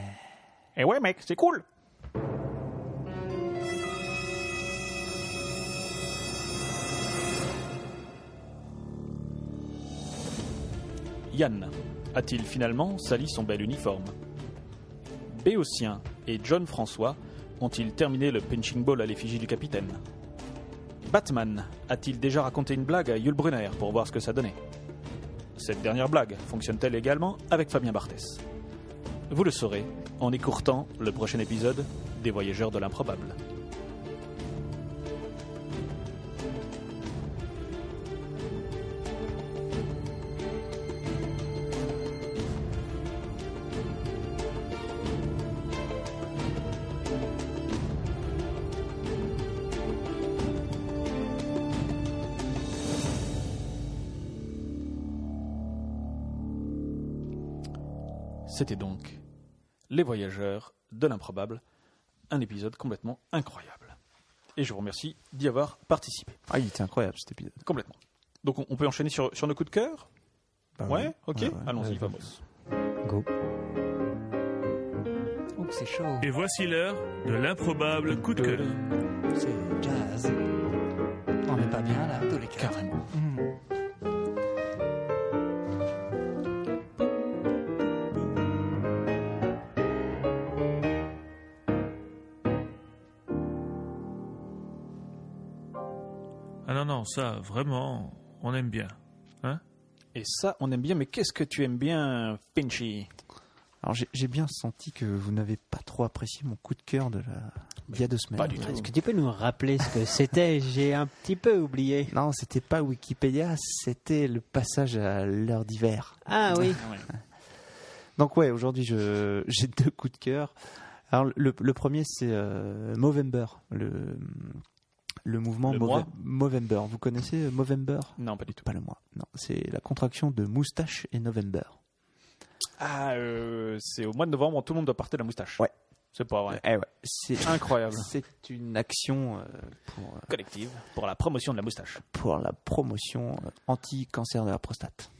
Eh ouais, mec, c'est cool. Yann a-t-il finalement sali son bel uniforme Béotien et John François ont-ils terminé le punching ball à l'effigie du capitaine Batman a-t-il déjà raconté une blague à Yul Brunner pour voir ce que ça donnait Cette dernière blague fonctionne-t-elle également avec Fabien Barthès Vous le saurez en écourtant le prochain épisode des Voyageurs de l'improbable. C'était donc Les Voyageurs de l'improbable, un épisode complètement incroyable. Et je vous remercie d'y avoir participé.
Ah, il était incroyable cet épisode.
Complètement. Donc on, on peut enchaîner sur, sur nos coups de cœur
Bah
ouais, ok,
ouais.
allons-y,
Ouais,
vamos.
Ouh, Oh, c'est chaud.
Et voici l'heure de l'improbable coup
Euh,
de cœur.
C'est jazz. On n'est pas bien là, tous les cas.
Carrément.
Hmm.
Ah non, non, ça, vraiment, on aime bien. Hein
Et ça, on aime bien, mais qu'est-ce que tu aimes bien, Pinchy
Alors j'ai- j'ai bien senti que vous n'avez pas trop apprécié mon coup de cœur de la... il y a deux semaines.
Pas du tout.
Est-ce que tu peux nous rappeler ce que c'était J'ai un petit peu oublié.
Non, c'était pas Wikipédia, c'était le passage à l'heure d'hiver.
Ah oui.
[LAUGHS] Donc ouais, aujourd'hui je [LAUGHS] j'ai deux coups de cœur. Alors le, le premier c'est euh, Movember, le le mouvement
Le
Move-
mois
Movember. Vous connaissez euh, Movember
Non, pas du tout.
Pas le mois. Non, c'est la contraction de moustache et November.
Ah, euh, c'est au mois de novembre, tout le monde doit partir de la moustache.
Ouais.
C'est pas vrai.
Eh ouais, c'est
Incroyable.
c'est une action euh, pour euh,
Collective pour la promotion de la moustache.
pour la promotion euh, anti-cancer de la prostate.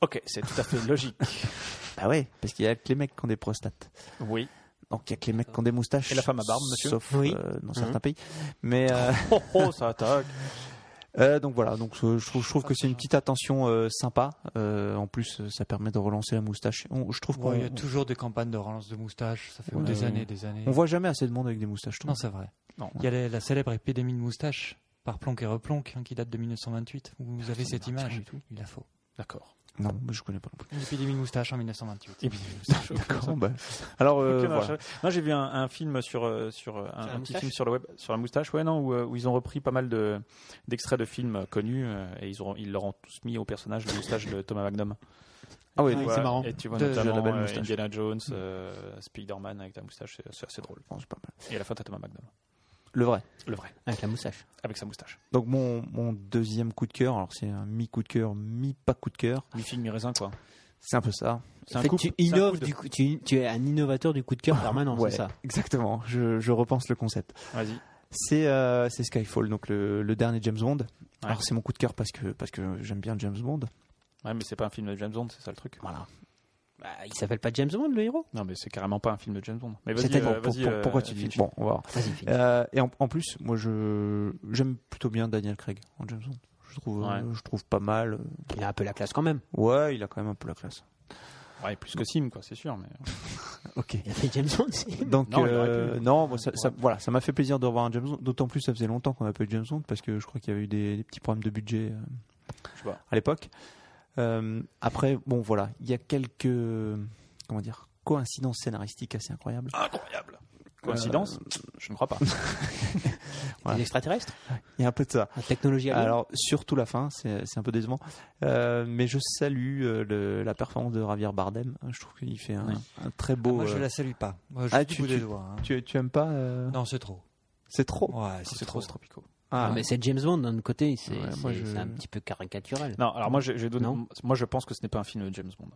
Ok, c'est tout à fait
[LAUGHS]
logique.
Bah ouais, parce qu'il y a que les mecs qui ont des prostates.
Oui.
Donc il y a que les mecs qui ont des moustaches.
Et la femme à barbe, monsieur.
Sauf
Oui.
euh, dans certains pays. Mais euh,
Oh, oh, ça attaque.
euh, donc voilà, donc euh, je trouve, je trouve que c'est une petite attention euh, sympa. Euh, en plus, euh, ça permet de relancer la moustache. On- je trouve qu'on
Ouais, il y a toujours des campagnes de relance de moustaches, ça fait
Ouais.
des années, des années.
on voit jamais assez de monde avec des moustaches. je trouve.
Non, c'est vrai. Il y a la, la célèbre épidémie de
Ah,
moustaches par Plonk et Replonk hein, qui date de 1928. Vous avez cette image. Il la faut.
D'accord.
Non, bah, je connais pas non plus.
Une épidémie de moustache en 1928.
D'accord, bah. Alors, euh,
Ok, non,
voilà.
je- non, j'ai vu un, un film sur, euh, sur euh, un,
la
un petit
moustache
film sur le web, sur la moustache, ouais, non, où, euh, où ils ont repris pas mal de d'extraits de films euh, connus euh, et ils ont ils leur ont tous mis au personnage de moustache de Thomas Magnum.
Ah oui,
Tu
donc,
vois,
c'est marrant.
Et tu vois
De-
notamment
la belle
euh,
moustache. Mm.
Indiana Jones, euh, Spider-Man avec la moustache, c'est- c'est assez drôle.
Bon, c'est pas mal.
Et à la fin, t'as Thomas Magnum,
Le vrai.
le vrai,
Avec la moustache.
avec sa moustache.
Donc mon, mon deuxième coup de cœur, alors c'est un mi-coup de cœur, mi-pas coup de cœur,
Mi film, mi raisin, quoi.
c'est un peu ça.
C'est un
Fait que
couple,
tu
c'est un
innoves
coude.
du coup, tu, tu es un innovateur du coup de cœur permanent,
Ah, Ouais,
c'est ça
Exactement, je, je repense le concept.
Vas-y.
C'est euh, c'est Skyfall, donc le, le dernier James Bond. Alors c'est mon coup de cœur parce que, parce que j'aime bien James Bond.
Ouais, mais c'est pas un film de James Bond, c'est ça le truc.
Voilà.
Bah, Il s'appelle pas James Bond, le héros
Non, mais c'est carrément pas un film de James Bond. Mais vas-y,
C'était
euh,
pour-
vas-y,
pour-
euh,
pourquoi tu dis
Finch.
Bon, on va voir.
Vas-y, Philippe.
Euh, et en, en plus, moi je j'aime plutôt bien Daniel Craig en James Bond. Je trouve, euh, je trouve pas mal.
Il a un peu la classe quand même.
Ouais, il a quand même un peu la classe.
Ouais, plus que Sim, quoi, c'est sûr. Mais...
Ok.
Il a fait James Bond, c'est-
Donc
Non,
non,
il aurait pu.
non moi, ça, ça- voilà, ça m'a fait plaisir de revoir un James Bond. D'autant plus, ça faisait longtemps qu'on n'a pas eu de James Bond parce que je crois qu'il y avait eu des, des petits problèmes de budget euh,
Je sais pas.
à l'époque. Euh, après, bon, voilà, il y a quelques comment dire coïncidences scénaristiques assez incroyables.
Incroyable. Coïncidence Je ne crois pas.
Voilà.
Des extraterrestres
Il y a un peu de ça.
La technologie alien
Alors surtout la fin, c'est c'est un peu décevant, Euh, mais je salue euh, le- la performance de Javier Bardem. Je trouve qu'il fait un,
Oui.
un très
Ah,
beau.
moi, je
euh,
la salue pas. Moi, je
Ah,
suis du
tu-
bout des doigts. hein.
tu, tu aimes pas euh, Oh,
Non, c'est trop.
C'est trop.
Ouais, c'est
C'est
trop.
trop tropicaux.
Ah,
Non, mais c'est James Bond d'un autre côté, c'est
Ouais, moi,
c'est-
je-
c'est un petit peu caricatural.
Non, alors moi, je, je donne-
Non.
moi, je pense que ce n'est pas un film de James Bond.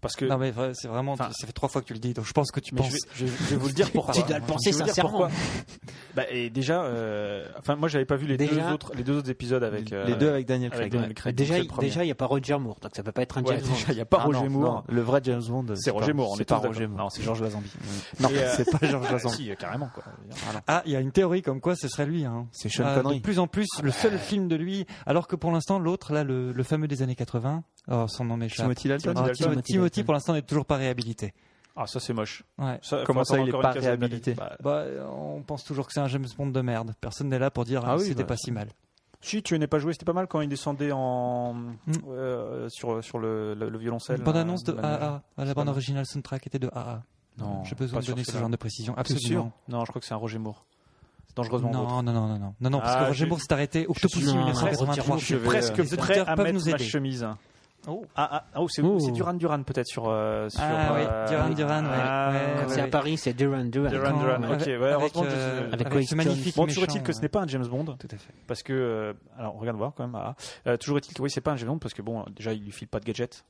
Parce que.
Non, mais vrai, c'est vraiment.
Enfin-
ça fait trois fois que tu le dis, donc je pense que tu
mais
penses.
je, vais, je vais- je vais vous le dire pourquoi.
Tu dois le penser
Je vais vous dire
sincèrement.
pourquoi. bah, et déjà, euh, enfin, moi, j'avais pas vu les
Déjà-
deux autres, les deux autres épisodes avec euh,
les deux avec Daniel
avec
Craig.
Daniel Craig.
déjà,
C'est
il-
le premier.
déjà, il n'y a pas Roger Moore, donc ça peut pas être un
Ouais,
James Bond.
déjà, il n'y a pas
Ah,
Roger
non,
Moore.
non, le vrai James Bond.
C'est Roger
pas-
Moore. On
c'est
est
pas
tous
Roger
d'accord.
Moore.
Non, c'est Georges Lazenby.
Non,
Et, euh,
c'est pas Georges Lazenby.
Si, euh, carrément quoi. Voilà.
Ah, il y a une théorie comme quoi ce serait lui. Hein.
C'est Sean
Ah,
Connery.
De plus en plus, le
Ah.
seul film de lui, alors que pour l'instant, l'autre, là, le, le fameux des années 80, oh, son nom m'échappe.
Timothy Dalton.
Ah,
Dalton.
Timothy, Timothy, pour l'instant, n'est toujours pas réhabilité.
Ah, ça c'est moche.
Ouais.
Ça,
Comment
faut
ça,
attendre
il est
encore
pas
une quinzaine d'années.
réhabilité
Bah,
Bah, on pense toujours que c'est un James Bond de merde. Personne n'est là pour dire
Ah
ah,
oui,
c'était
bah.
pas si mal.
Si, tu n'es pas joué, c'était pas mal quand il descendait en euh, sur sur le, le- le violoncelle.
bande
euh,
annonce de ah,
la neige.
AA. La bande originale soundtrack était de AA.
Non,
J'ai besoin
pas
de
sûr
donner
que
ce
c'est
genre
là.
de précision.
T'es sûr
ah, Absolument.
Non, je crois que c'est un Roger Moore. C'est
Non,
dangereusement
non, non, non, non, non, non, parce
Ah,
que Roger
je-
Moore s'est arrêté Octopussy
suis un
1983.
retirement,
Ah, Je suis presque
Les auditeurs
prêt à
peuvent
mettre
nous
ma
aider.
chemise.
Oh.
Ah, ah oh, c'est
Oh.
c'est Duran Duran peut-être sur euh, sur.
Ah oui,
euh,
Duran Duran, ouais.
ah,
Ouais,
Quand
ouais,
c'est
ouais.
à Paris, c'est Duran Duran.
Duran
Quand-
Duran. Ok,
avec-
ouais,
avec,
heureusement. que
euh,
je-
avec
avec
Grace
ce magnifique
Bon, toujours
méchant,
est-il que ce n'est pas un James Bond
Tout à fait.
parce que euh, alors regarde voir quand même. ah, ah. Euh, toujours est-il que oui, c'est pas un James Bond parce que bon, déjà il lui file pas de gadget.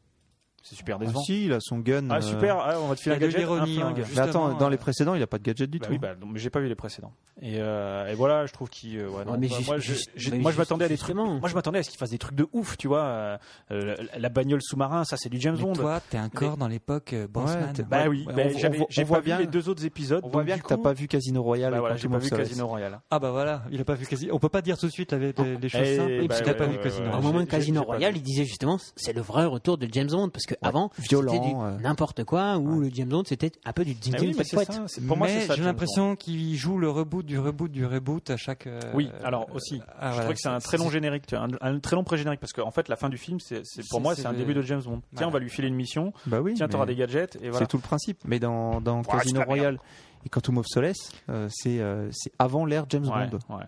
C'est super
Ah,
décevant.
si, il a son gun. euh,
Ah super, ah, on va te
Il y
filer
a
un
de
gadget, un
l'ironie. hein,
flingue.
Mais attends,
justement,
dans
euh,
les précédents, il a pas de gadget du
Bah
tout.
oui, bah, non, mais j'ai pas vu les précédents. Et, euh, et voilà, je trouve qu'il. euh, ouais, non,
mais
bah,
juste-
moi, je,
juste-
je-
mais
moi, je
juste-
m'attendais à des trucs.
justement.
Moi, je m'attendais à ce qu'il fasse des trucs de ouf, tu vois. euh, euh, la, la bagnole sous-marin, ça, c'est du James
Mais
Bond.
toi, t'es encore dans l'époque euh, Bosman.
t'es-
bah
ouais,
oui,
ouais,
bah,
on-
j'avais-
on- on
j'ai pas
voit
vu
bien-
les deux autres épisodes.
On voit
donc,
bien
du
que t'as
coup,
pas vu Casino Royale.
bah,
et
voilà, j'ai
Quantum
pas
of
vu
Solace.
Casino Royale.
Ah bah voilà, il a pas vu Casino. On peut pas dire tout de suite la- les, les choses
Eh,
simples
bah
parce qu'il a
ouais,
pas vu
ouais,
Casino.
ouais,
Royale.
ouais.
Au moment de
j'ai-
Casino
j'ai pas
Royale,
vu.
il disait justement c'est le vrai retour de James Bond parce que avant
Violent,
c'était du
euh.
n'importe quoi où le James Bond c'était un peu du
Eh
zin
oui,
zin
mais
pote
c'est
pote.
ça, c'est- Pour moi, c'est
mais
ça.
j'ai
James Bond.
l'impression qu'il joue le reboot du reboot du reboot à chaque. euh,
Oui, alors aussi,
ah,
je
voilà,
trouvais que c'est un
c'est-
très long
c'est-
générique, tu vois, un, un très long pré-générique, parce qu'en fait, la fin du film, c'est c'est- pour
C'est-
moi,
c'est
c'est un
le-
début de James Bond. Tiens,
Voilà.
on va lui filer une mission.
Bah oui.
Tiens,
mais-
t'auras des gadgets. Et voilà.
C'est tout le principe. Mais dans, dans Casino
c'est la merde.
Royale et Quantum of Solace, euh, c'est euh, c'est avant l'ère James
Ouais,
Bond.
ouais.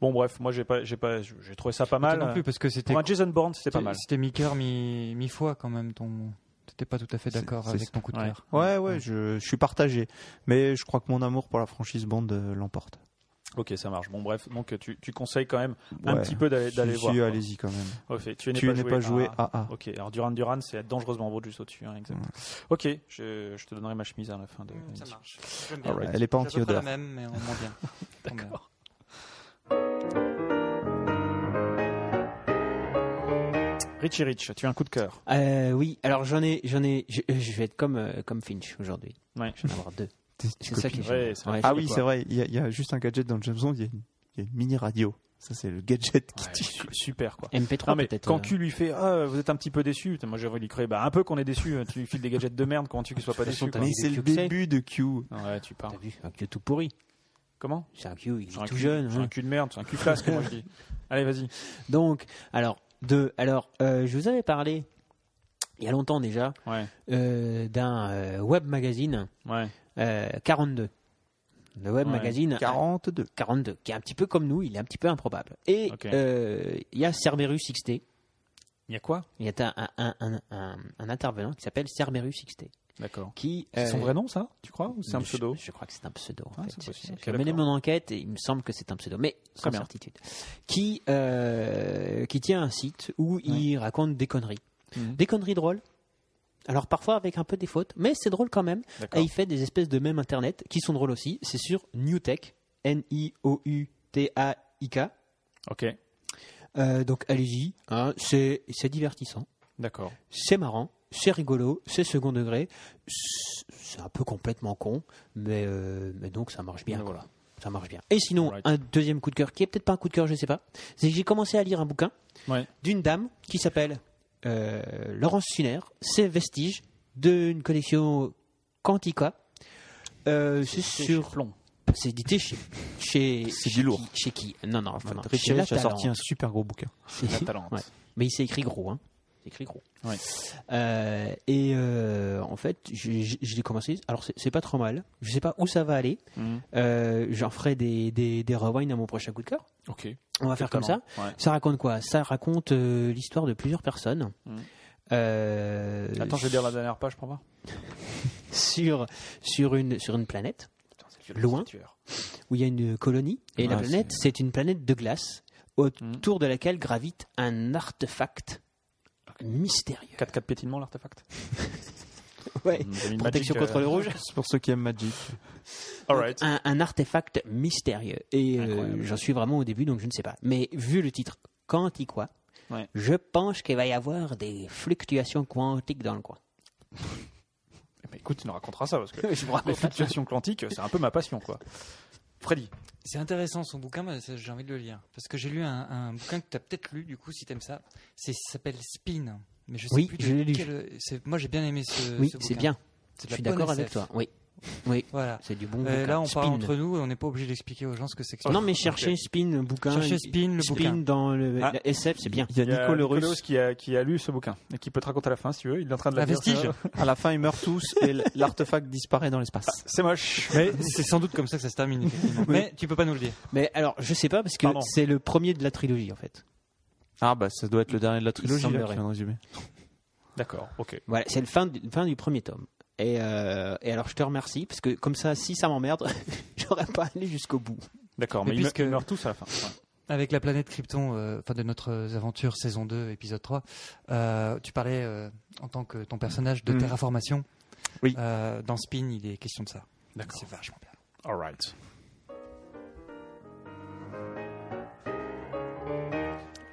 Bon, bref, moi, j'ai pas, j'ai pas, j'ai trouvé ça pas mal.
non plus parce que c'était
Pour un Jason Bourne, c'était pas mal.
C'était mi-cœur, mi- mi-foi quand même. Ton, t'étais pas tout à fait d'accord
c'est
avec
ça.
ton coup de
Ouais.
cœur.
Ouais, ouais, je, je suis partagé. Mais je crois que mon amour pour la franchise Bond euh, l'emporte.
Ok, ça marche. Bon, bref, donc tu, tu conseilles quand même un
Ouais.
petit peu d'aller
Si,
d'aller
si,
voir. quoi.
allez-y quand même.
Au fait, tu n'es
Tu
pas,
n'es pas joué
Ah,
à A.
Ok, alors Duran Duran, c'est dangereusement vaut juste au-dessus. hein, exact.
Ouais.
Ok, je, je te donnerai ma chemise à la fin de.
Mm, Ça marche.
Alright. Elle est pas anti-odeur.
la même,
[LAUGHS]
mais on moins bien. D'accord.
Richie Rich, tu as un coup de cœur.
Euh, oui, alors j'en ai, j'en ai, je, je vais être comme euh, comme Finch aujourd'hui.
Ouais.
Je vais en avoir
[LAUGHS]
deux. C'est ça qui est
Ouais,
génial.
c'est
Ouais,
Ah
je-
oui, c'est vrai, il y, a- il y a juste un gadget dans James Bond, il y a une, il y a une mini radio. Ça, c'est le gadget qui
Ouais,
tue.
su- super quoi.
MP3
Non mais
peut-être.
quand
euh.
Q lui fait ah vous êtes un petit peu déçu, Putain, moi j'avais lui créer bah un peu qu'on est déçu, hein. tu lui files des gadgets de merde, comment tu qu'il soit pas déçu quoi.
Mais
des
c'est le
Q que c'est.
début de Q.
Ouais, tu parles.
T'as vu, un Q tout pourri.
Comment
C'est un Q, il
C'est un
est tout
cul-
jeune.
c'est
hein.
un cul de merde, c'est un cul flasque moi je dis. Allez, vas-y.
Donc, alors, deux. Alors, euh, je vous avais parlé
il y a longtemps déjà,
Ouais.
euh, d'un euh, web magazine
Ouais.
euh, 42. Le web
Ouais.
magazine
42.
42, qui est un petit peu comme nous, il est un petit peu improbable. Et
Ok.
euh, il y a Cerberus XT.
Il y a quoi
Il y a un, un, un- un- un intervenant qui s'appelle Cerberus XT.
D'accord.
Qui,
C'est son
euh,
vrai nom, ça Tu crois Ou c'est un
je-
pseudo
je, crois que c'est un pseudo. En
Ah,
fait.
c'est possible.
J'ai
Ok,
mené
d'accord.
mon enquête et il me semble que c'est un pseudo, mais sans
bien.
certitude. Qui, euh, qui tient un site où il raconte des conneries.
Mhm.
Des conneries drôles. Alors parfois avec un peu des fautes, mais c'est drôle quand même.
D'accord.
Et il fait des espèces de mèmes internet qui sont drôles aussi. C'est sur Newtek, N-I-O-U-T-A-I-K.
Ok.
Euh, donc allez-y, hein, c'est c'est divertissant,
D'accord.
c'est marrant, c'est rigolo, c'est second degré, c'est c'est un peu complètement con, mais, euh, mais donc ça marche bien. quoi. Ça marche bien. Et sinon,
Alright.
un deuxième coup de cœur, qui est peut-être pas un coup de cœur, je sais pas, c'est que j'ai commencé à lire un bouquin
Ouais.
d'une dame qui s'appelle euh, Laurence Suner, Ses vestiges d'une collection Quantica. Euh, c'est sur
Plomb.
c'est édité chez chez
C'est du
chez
lourd.
qui- chez qui non non enfin non,
Frédéric
chez
Rich a sorti
Latalente.
un super gros bouquin.
La Talente.
Ouais. Mais il s'est écrit gros, hein. C'est écrit gros.
Ouais.
Euh, et euh, en fait, je, je- je l'ai commencé. Alors, c'est- c'est pas trop mal. Je sais pas où ça va aller.
Mhm.
Euh, J'en ferai des, des, des rewinds à mon prochain coup de cœur.
Ok.
On va faire comme ça.
Ouais.
Ça raconte quoi Ça raconte euh, l'histoire de plusieurs personnes.
Mhm.
Euh,
Attends, je vais lire la dernière page, pour voir.
sur, sur, une, sur une planète
Putain, c'est le violon
Loin.
statuaire.
où il y a une colonie. Et la
Ah,
Ouais,
planète, c'est une planète de glace
Mhm.
autour de laquelle gravite un artefact mystérieux.
4-4 pétinements, l'artefact.
Ouais.
Vous avez une
Protection
magique, euh,
contre le rouge.
C'est pour ceux qui aiment Magic.
Alright.
un, un artefact mystérieux. Et euh,
Incroyable.
j'en suis vraiment au début, donc je ne sais pas. Mais vu le titre Quantiqua,
Ouais.
je pense qu'il va y avoir des fluctuations quantiques dans le coin.
Mais Eh ben, écoute, tu nous raconteras ça parce [LAUGHS] que
je vous
les
raconte.
fluctuations quantiques, c'est un peu ma passion, quoi. Freddy.
C'est intéressant son bouquin, mais ça, j'ai envie de le lire. Parce que j'ai lu un, un bouquin que tu as peut-être lu, du coup, si t'aimes ça. C'est, ça s'appelle Spin. Mais je sais
Oui,
plus de
je l'ai lu.
quel- c'est- moi, j'ai bien aimé ce,
oui,
Euh, ce bouquin.
c'est bien.
C'est de
Je
la
suis
bonne
d'accord
SF.
avec toi. Oui,
Voilà.
c'est du bon
Euh,
bouquin.
là, on parle
Spin. Oh
entre nous, on n'est pas obligé d'expliquer aux gens ce que c'est que
Non, mais cherchez Spin, le bouquin.
Cherchez Spin, le
Spin [LAUGHS]
bouquin.
dans le
Ah.
la SF, c'est bien.
Il y a Nico le
Nicolas
Russe.
qui a, qui a lu ce bouquin et qui peut te raconter à la fin si tu veux. Il est en train de la
Un
lire.
vestige
À la fin, ils meurent tous et l'artefact disparaît dans l'espace.
C'est moche.
Mais c'est sans doute comme ça que ça se termine. effectivement. Mais tu peux pas nous le dire.
Mais alors, je sais pas, parce que
Pardon.
c'est le premier de la trilogie, en fait.
Ah bah ça doit être le dernier de la trilogie. là,
semblerait.
qui vient de résumer.
D'accord, ok.
Voilà, c'est le fin, du- fin du premier tome. Et, euh, et alors, je te remercie, parce que comme ça, si ça m'emmerde, [LAUGHS] j'aurais pas allé jusqu'au bout.
D'accord, mais,
Mais
ils, me-
puisque-
ils meurent tous à la fin. Ouais.
Avec la planète Krypton, euh, enfin de notre aventure saison 2, épisode 3, euh, tu parlais euh, en tant que ton personnage de
Mhm.
terraformation.
Oui.
Euh, dans Spin, il est question de ça.
D'accord.
C'est vachement bien.
All right.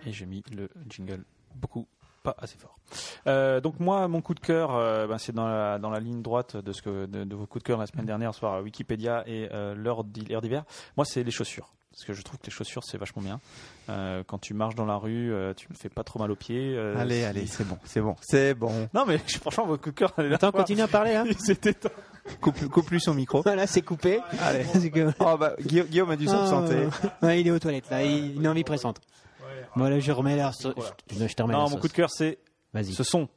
Et j'ai mis le jingle beaucoup pas assez fort. Euh, donc moi, mon coup de cœur, euh, ben, c'est dans la, dans la ligne droite de, ce que, de, de vos coups de cœur la
Mm.
semaine dernière, soit Wikipédia et euh, l'heure d'hi- l'heure d'hiver. Moi, c'est les chaussures. Parce que je trouve que les chaussures, c'est vachement bien. Euh, quand tu marches dans la rue, euh, tu me fais pas trop mal aux pieds. euh,
allez,
si-
allez, c'est bon, c'est bon, c'est bon.
Non, mais [LAUGHS] franchement, vos coups de cœur... la dernière [LAUGHS]
Attends,
fois,
continue à parler, hein.
ils étaient top.
Coupe, coupe lui son [LAUGHS] micro.
Voilà, c'est coupé.
Allez.
Parce que-
Oh bah Guilla- Guillaume a dû s'absenter.
Ah, ouais, il est aux toilettes, là. Il il a une envie pressante. Voilà, je remets la... Je, je- je te remets
Non,
la
mon
sauce.
coup de cœur, c'est
Vas-y,
ce son.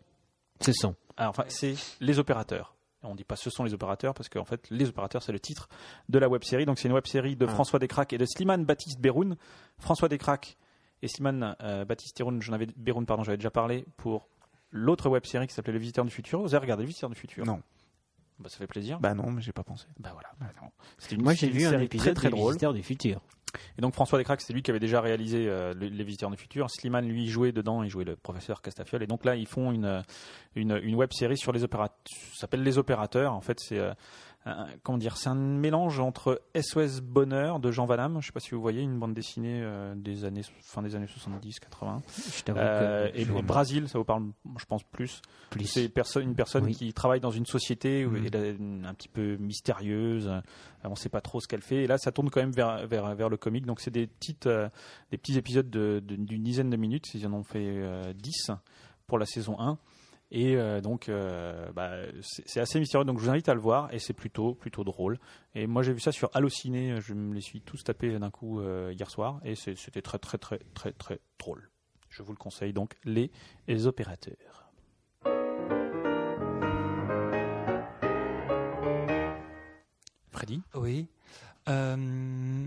ce son.
Ah, enfin, c'est les opérateurs. On dit pas ce sont les opérateurs parce qu'en fait, les opérateurs, c'est le titre de la web série. Donc, c'est une web série de François Descraques et de Slimane Baptiste Beroun. François Descraques et Slimane euh, Baptiste Beroun, j'en avais, Beroun, pardon, j'avais déjà parlé pour l'autre web série qui s'appelait Le Visiteur du Futur. Vous avez regardé Le Visiteur du Futur
Non.
Bah, ça fait plaisir. Bah,
Bah non, mais j'ai pas pensé.
voilà. non. C'était une,
Moi, j'ai
c'était
vu
une
un
série
épisode
très, très
des
drôle.
Visiteurs du futur.
Et donc François Descraques, c'est lui qui avait déjà réalisé euh, le- Les Visiteurs du Futur. Slimane, lui, jouait dedans, il jouait le professeur Castafiore. Et donc là, ils font une, une, une web série sur les opérateurs. Ça s'appelle Les Opérateurs. En fait, c'est euh, un- comment dire, c'est un mélange entre SOS Bonheur de Jean Van Damme. Je sais pas si vous voyez une bande dessinée euh, des années fin des années 70, 80.
Je t'avoue
Euh,
que...
et,
je vois
et Brasil, ça vous parle, je pense plus.
plus.
C'est perso- une personne
Oui.
qui travaille dans une société où
Mhm.
elle est un petit peu mystérieuse. euh, On ne sait pas trop ce qu'elle fait. Et là, ça tourne quand même vers, vers, vers le comique. Donc, c'est des, petites, euh, des petits épisodes de- de- d'une dizaine de minutes. Ils en ont fait euh, 10 pour la saison 1. Et euh, donc, euh, bah, c'est c'est assez mystérieux. Donc, je vous invite à le voir. Et c'est plutôt, plutôt drôle. Et moi, j'ai vu ça sur Allociné. Je me les suis tous tapés d'un coup euh, hier soir. Et c'est- c'était très, très, très, très, très drôle. Je vous le conseille donc, les, les opérateurs. Prédit.
Oui. Euh,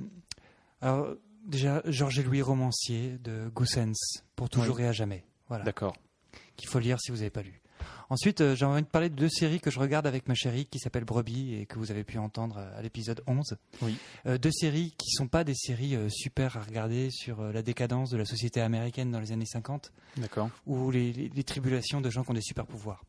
alors, déjà, Georges et Louis Romancier de Goussens, pour toujours et à jamais. Voilà.
D'accord.
Qu'il faut lire si vous n'avez pas lu. Ensuite, euh, j'ai envie de parler de deux séries que je regarde avec ma chérie qui s'appelle Brebis et que vous avez pu entendre euh, à l'épisode 11.
Oui.
Euh, deux séries qui sont pas des séries euh, super à regarder sur euh, la décadence de la société américaine dans les années 50
D'accord.
ou les, les- les tribulations de gens qui ont des super pouvoirs.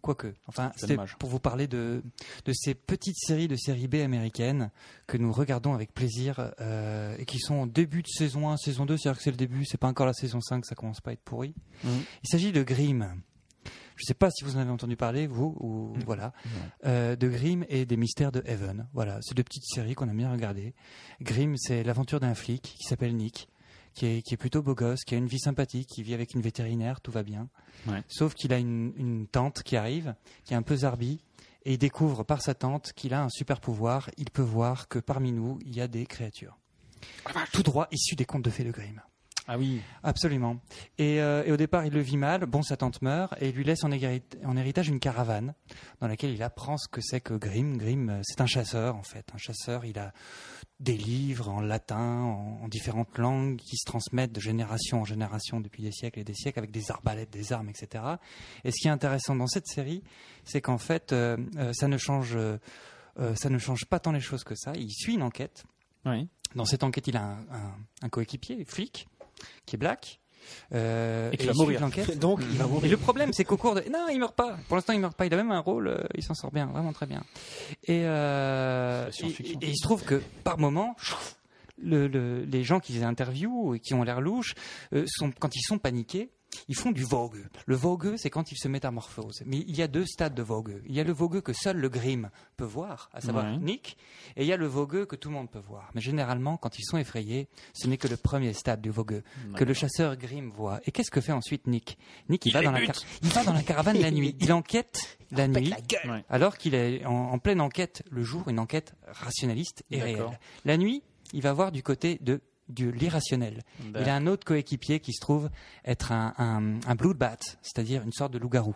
Quoique, enfin,
C'est
c'était
dommage.
pour vous parler de, de ces petites séries de série B américaines que nous regardons avec plaisir euh, et qui sont au début de saison 1, saison 2, c'est-à-dire que c'est le début, c'est pas encore la saison 5, ça commence pas à être pourri.
Mmh.
Il s'agit de Grimm. Je sais pas si vous en avez entendu parler, vous, ou
Mmh.
voilà, Euh, de Grimm et des mystères de Heaven. Voilà, c'est deux petites séries qu'on aime bien regarder. Grimm, c'est l'aventure d'un flic qui s'appelle Nick, qui est, qui est plutôt beau gosse, qui a une vie sympathique, qui vit avec une vétérinaire, tout va bien.
Ouais.
Sauf qu'il a une, une tante qui arrive, qui est un peu zarbi, et il découvre par sa tante qu'il a un super pouvoir. Il peut voir que parmi nous, il y a des créatures. Tout droit issu des contes de fées de Grimm.
Ah oui.
Absolument. Et, euh, et au départ, il le vit mal. Bon, sa tante meurt et il lui laisse en, hérit- en héritage une caravane dans laquelle il apprend ce que c'est que Grimm. Grimm, euh, c'est un chasseur en fait. Un chasseur, il a des livres en latin, en, en différentes langues qui se transmettent de génération en génération depuis des siècles et des siècles avec des arbalètes, des armes, etc. Et ce qui est intéressant dans cette série, c'est qu'en fait, euh, euh, ça ne change, euh, euh, ça ne change pas tant les choses que ça. Il suit une enquête
Oui.
dans cette enquête, il a un, un- un coéquipier, flic, qui est black. euh,
Et qui
il
va
suit
mourir.
l'enquête.
Donc, il va
Et le problème, c'est qu'au cours de. Non, il meurt pas. Pour l'instant, il meurt pas. Il a même un rôle. euh, il s'en sort bien, vraiment très bien. Et, euh,
C'est la science-fiction.
et- et il se trouve que par moment. le- le- les gens qui les interviewent et qui ont l'air louches, euh, sont, quand ils sont paniqués, ils font du vogue. Le vogue, c'est quand ils se métamorphosent. Mais il y a deux stades de vogue. Il y a le vogue que seul le Grimm peut voir, à savoir
Ouais.
Nick, et il y a le vogueux que tout le monde peut voir. Mais généralement, quand ils sont effrayés, ce n'est que le premier stade du vogueux, que le chasseur Grimm voit. Et qu'est-ce que fait ensuite Nick Nick, il, va dans la car- il va dans la caravane la nuit. [LAUGHS] Il enquête la nuit,
Ouais.
alors qu'il est en, en pleine enquête le jour, une enquête rationaliste et
D'accord.
réelle. La nuit, il va voir du côté de de l'irrationnel.
Ben.
Il a un autre coéquipier qui se trouve être un, un, un bloodbat, c'est-à-dire une sorte de loup-garou,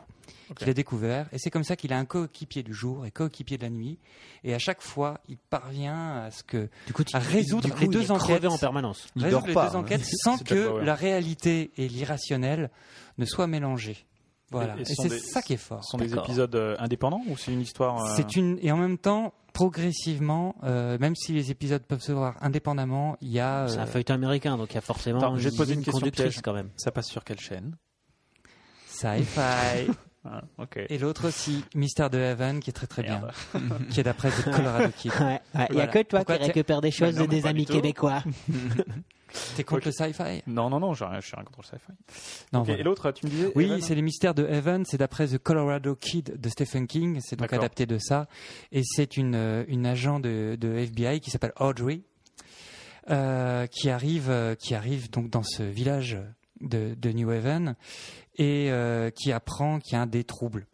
qu'il a découvert. Et c'est comme ça qu'il a un coéquipier du jour et coéquipier de la nuit. Et à chaque fois, il parvient à ce que
Du coup, tu
à résoudre
du coup,
les
il
deux
est crevé
enquêtes.
en permanence.
Il
résoudre
dort
les
pas,
deux
hein.
enquêtes sans
C'est
que
Jack Bauer.
la réalité et l'irrationnel ne soient mélangés. Voilà.
Et- et
Et,
ce sont
c'est
des-
ça qui est fort.
Ce sont des
D'accord.
épisodes euh, indépendants ou c'est une histoire euh,
C'est une et en même temps progressivement, euh, même si les épisodes peuvent se voir indépendamment, il y a.
C'est
euh,
un feuilleton américain, donc il y a forcément
Ah, Attends, je vais te poser
ligne
une question
conductrice
piège.
quand
[LAUGHS]
même.
Ça passe sur quelle chaîne [LAUGHS]
Sci-Fi.
Ah, Ok.
Et l'autre aussi, Mystère de Heaven, qui est très très
Merde.
bien, qui est d'après The Colorado
[LAUGHS]
Kid.
Ouais, ouais, Il n'y a
Voilà.
que toi
Pourquoi
qui
t'es-
récupère des choses
non,
de
mais
des
pas du
amis
tout.
québécois.
T'es contre le sci-fi
Non, non, non, j'ai rien, j'ai rien contre le sci-fi.
Non,
Ok,
voilà.
Et l'autre, tu me disais
Oui,
Evan
c'est les mystères de Heaven, c'est d'après The Colorado Kid de Stephen King, c'est donc
D'accord.
adapté de ça. Et c'est une, euh, une agent de, de FBI qui s'appelle Audrey, euh, qui, arrive, euh, qui arrive donc dans ce village de, de New Haven et euh, qui apprend qu'il y a des troubles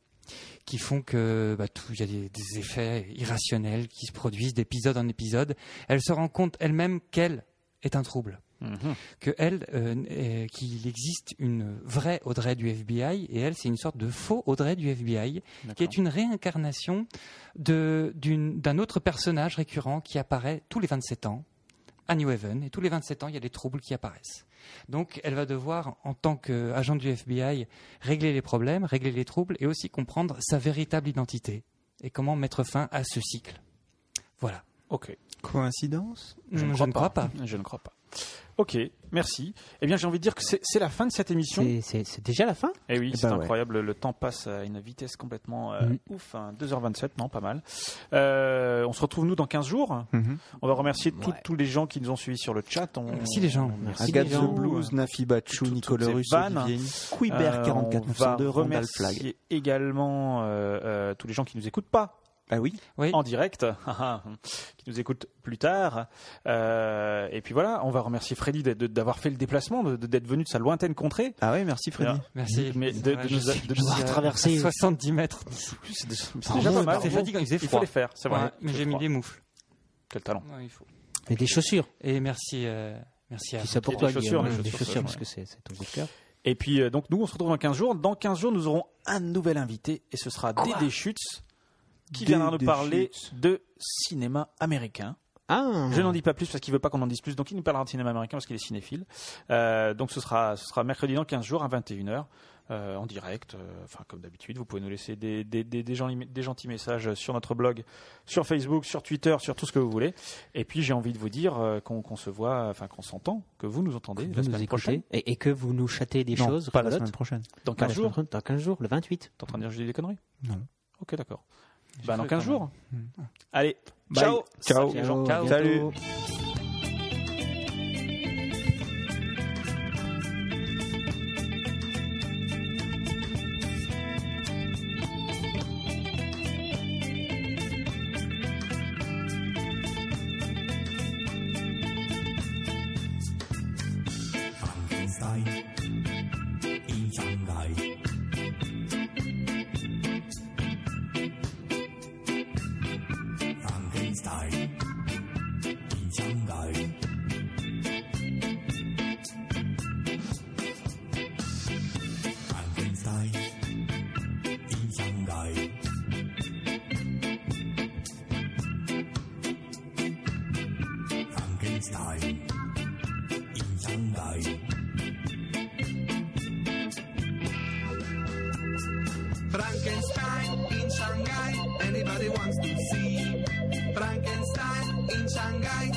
qui font que bah, tout, il y a des, des effets irrationnels qui se produisent d'épisode en épisode. Elle se rend compte elle-même qu'elle est un trouble
Mhm.
que elle, euh, euh, qu'il existe une vraie Audrey du FBI et elle, c'est une sorte de faux Audrey du FBI qui
D'accord.
est une réincarnation de- d'une- d'un autre personnage récurrent qui apparaît tous les 27 ans à New Haven et tous les 27 ans, il y a des troubles qui apparaissent. Donc, elle va devoir, en tant qu'agent du FBI, régler les problèmes, régler les troubles et aussi comprendre sa véritable identité et comment mettre fin à ce cycle. Voilà.
Ok.
Coïncidence
Je, ne crois pas.
Je ne crois pas. Ok, merci. Eh bien, j'ai envie de dire que c'est c'est la fin de cette émission.
C'est- C'est c'est déjà la fin
Eh oui,
Eh
c'est
ben ouais.
incroyable. Le temps passe à une vitesse complètement euh,
Mhm.
ouf. hein. 2h27, non, pas mal. Euh, on se retrouve, nous, dans 15 jours.
Mhm.
On va remercier tout-
Ouais.
tous les gens qui nous ont suivis sur le chat. On...
Merci les gens.
Merci
Agathe
les
the
gens.
Blues, Nafi Bachou,
Tout- toutes
Nicolas
ces
Russe,
vannes.
Olivier
Euh,
Quiber,
on va
4492, Randall Flag.
remercier également euh, euh, tous les gens qui nous écoutent pas
Ah oui
Oui.
en direct, [LAUGHS] ah, qui nous écoutent plus tard. Euh, et puis voilà, on va remercier Freddy d'être- de- d'avoir fait le déplacement, de- de- d'être venu de sa lointaine contrée.
Ah oui, merci Freddy.
Merci.
Mais de- de
Ouais,
nous
je
a-
suis-
de
je
nous
suis
a
à
traversé.
70 mètres.
C'est déjà c'est déjà
Oh,
pas mal.
C'est fatigant, il faisait
Il faut
froid.
les faire, c'est vrai.
Ouais,
Il
mais
fait
j'ai mis
froid.
des moufles.
Quel talent.
Ouais, il faut.
Et des chaussures.
Et merci, euh, merci à
Tout ça
Et
pour
des
toi,
chaussures,
Guillaume.
des
Des
chaussures,
chaussures,
ouais.
parce que c'est c'est ton coup de cœur.
Et puis, euh,
Ah
donc, nous, on se retrouve dans 15 jours. Dans 15 jours, nous aurons un nouvel invité et ce sera Dédé Schutz qui viendra
Des-
nous
des
parler
chutes.
de cinéma américain.
Ah,
Mm.
Je n'en dis pas plus parce qu'il veut pas qu'on en dise plus, donc il nous parlera de cinéma américain parce qu'il est cinéphile. Euh, donc ce sera, ce sera mercredi dans 15 jours à 21h. euh, en direct, euh, enfin comme d'habitude, vous pouvez nous laisser des, des, des, des, gens- des gentils messages sur notre blog, sur Facebook, sur Twitter, sur tout ce que vous voulez. Et puis j'ai envie de vous dire euh, qu'on qu'on se voit, enfin qu'on s'entend, que vous nous entendez la
vous
semaine
nous
prochaine,
écoutez et, et que vous nous châtez des
non,
choses
pas la
rigolotes.
semaine prochaine.
dans
Pas
15
la
jours.
semaine prochaine, Dans 15 jours, le 28.
T'es en train de dire que je dis des conneries
Non.
Ok, d'accord. Bah, dans
cru
15
quand même.
jours. Allez,
Bye.
ciao
Ciao.
Salut les gens.
Ciao, à
Salut.
bientôt.
Frankenstein in Shanghai, anybody wants to see? Frankenstein in Shanghai,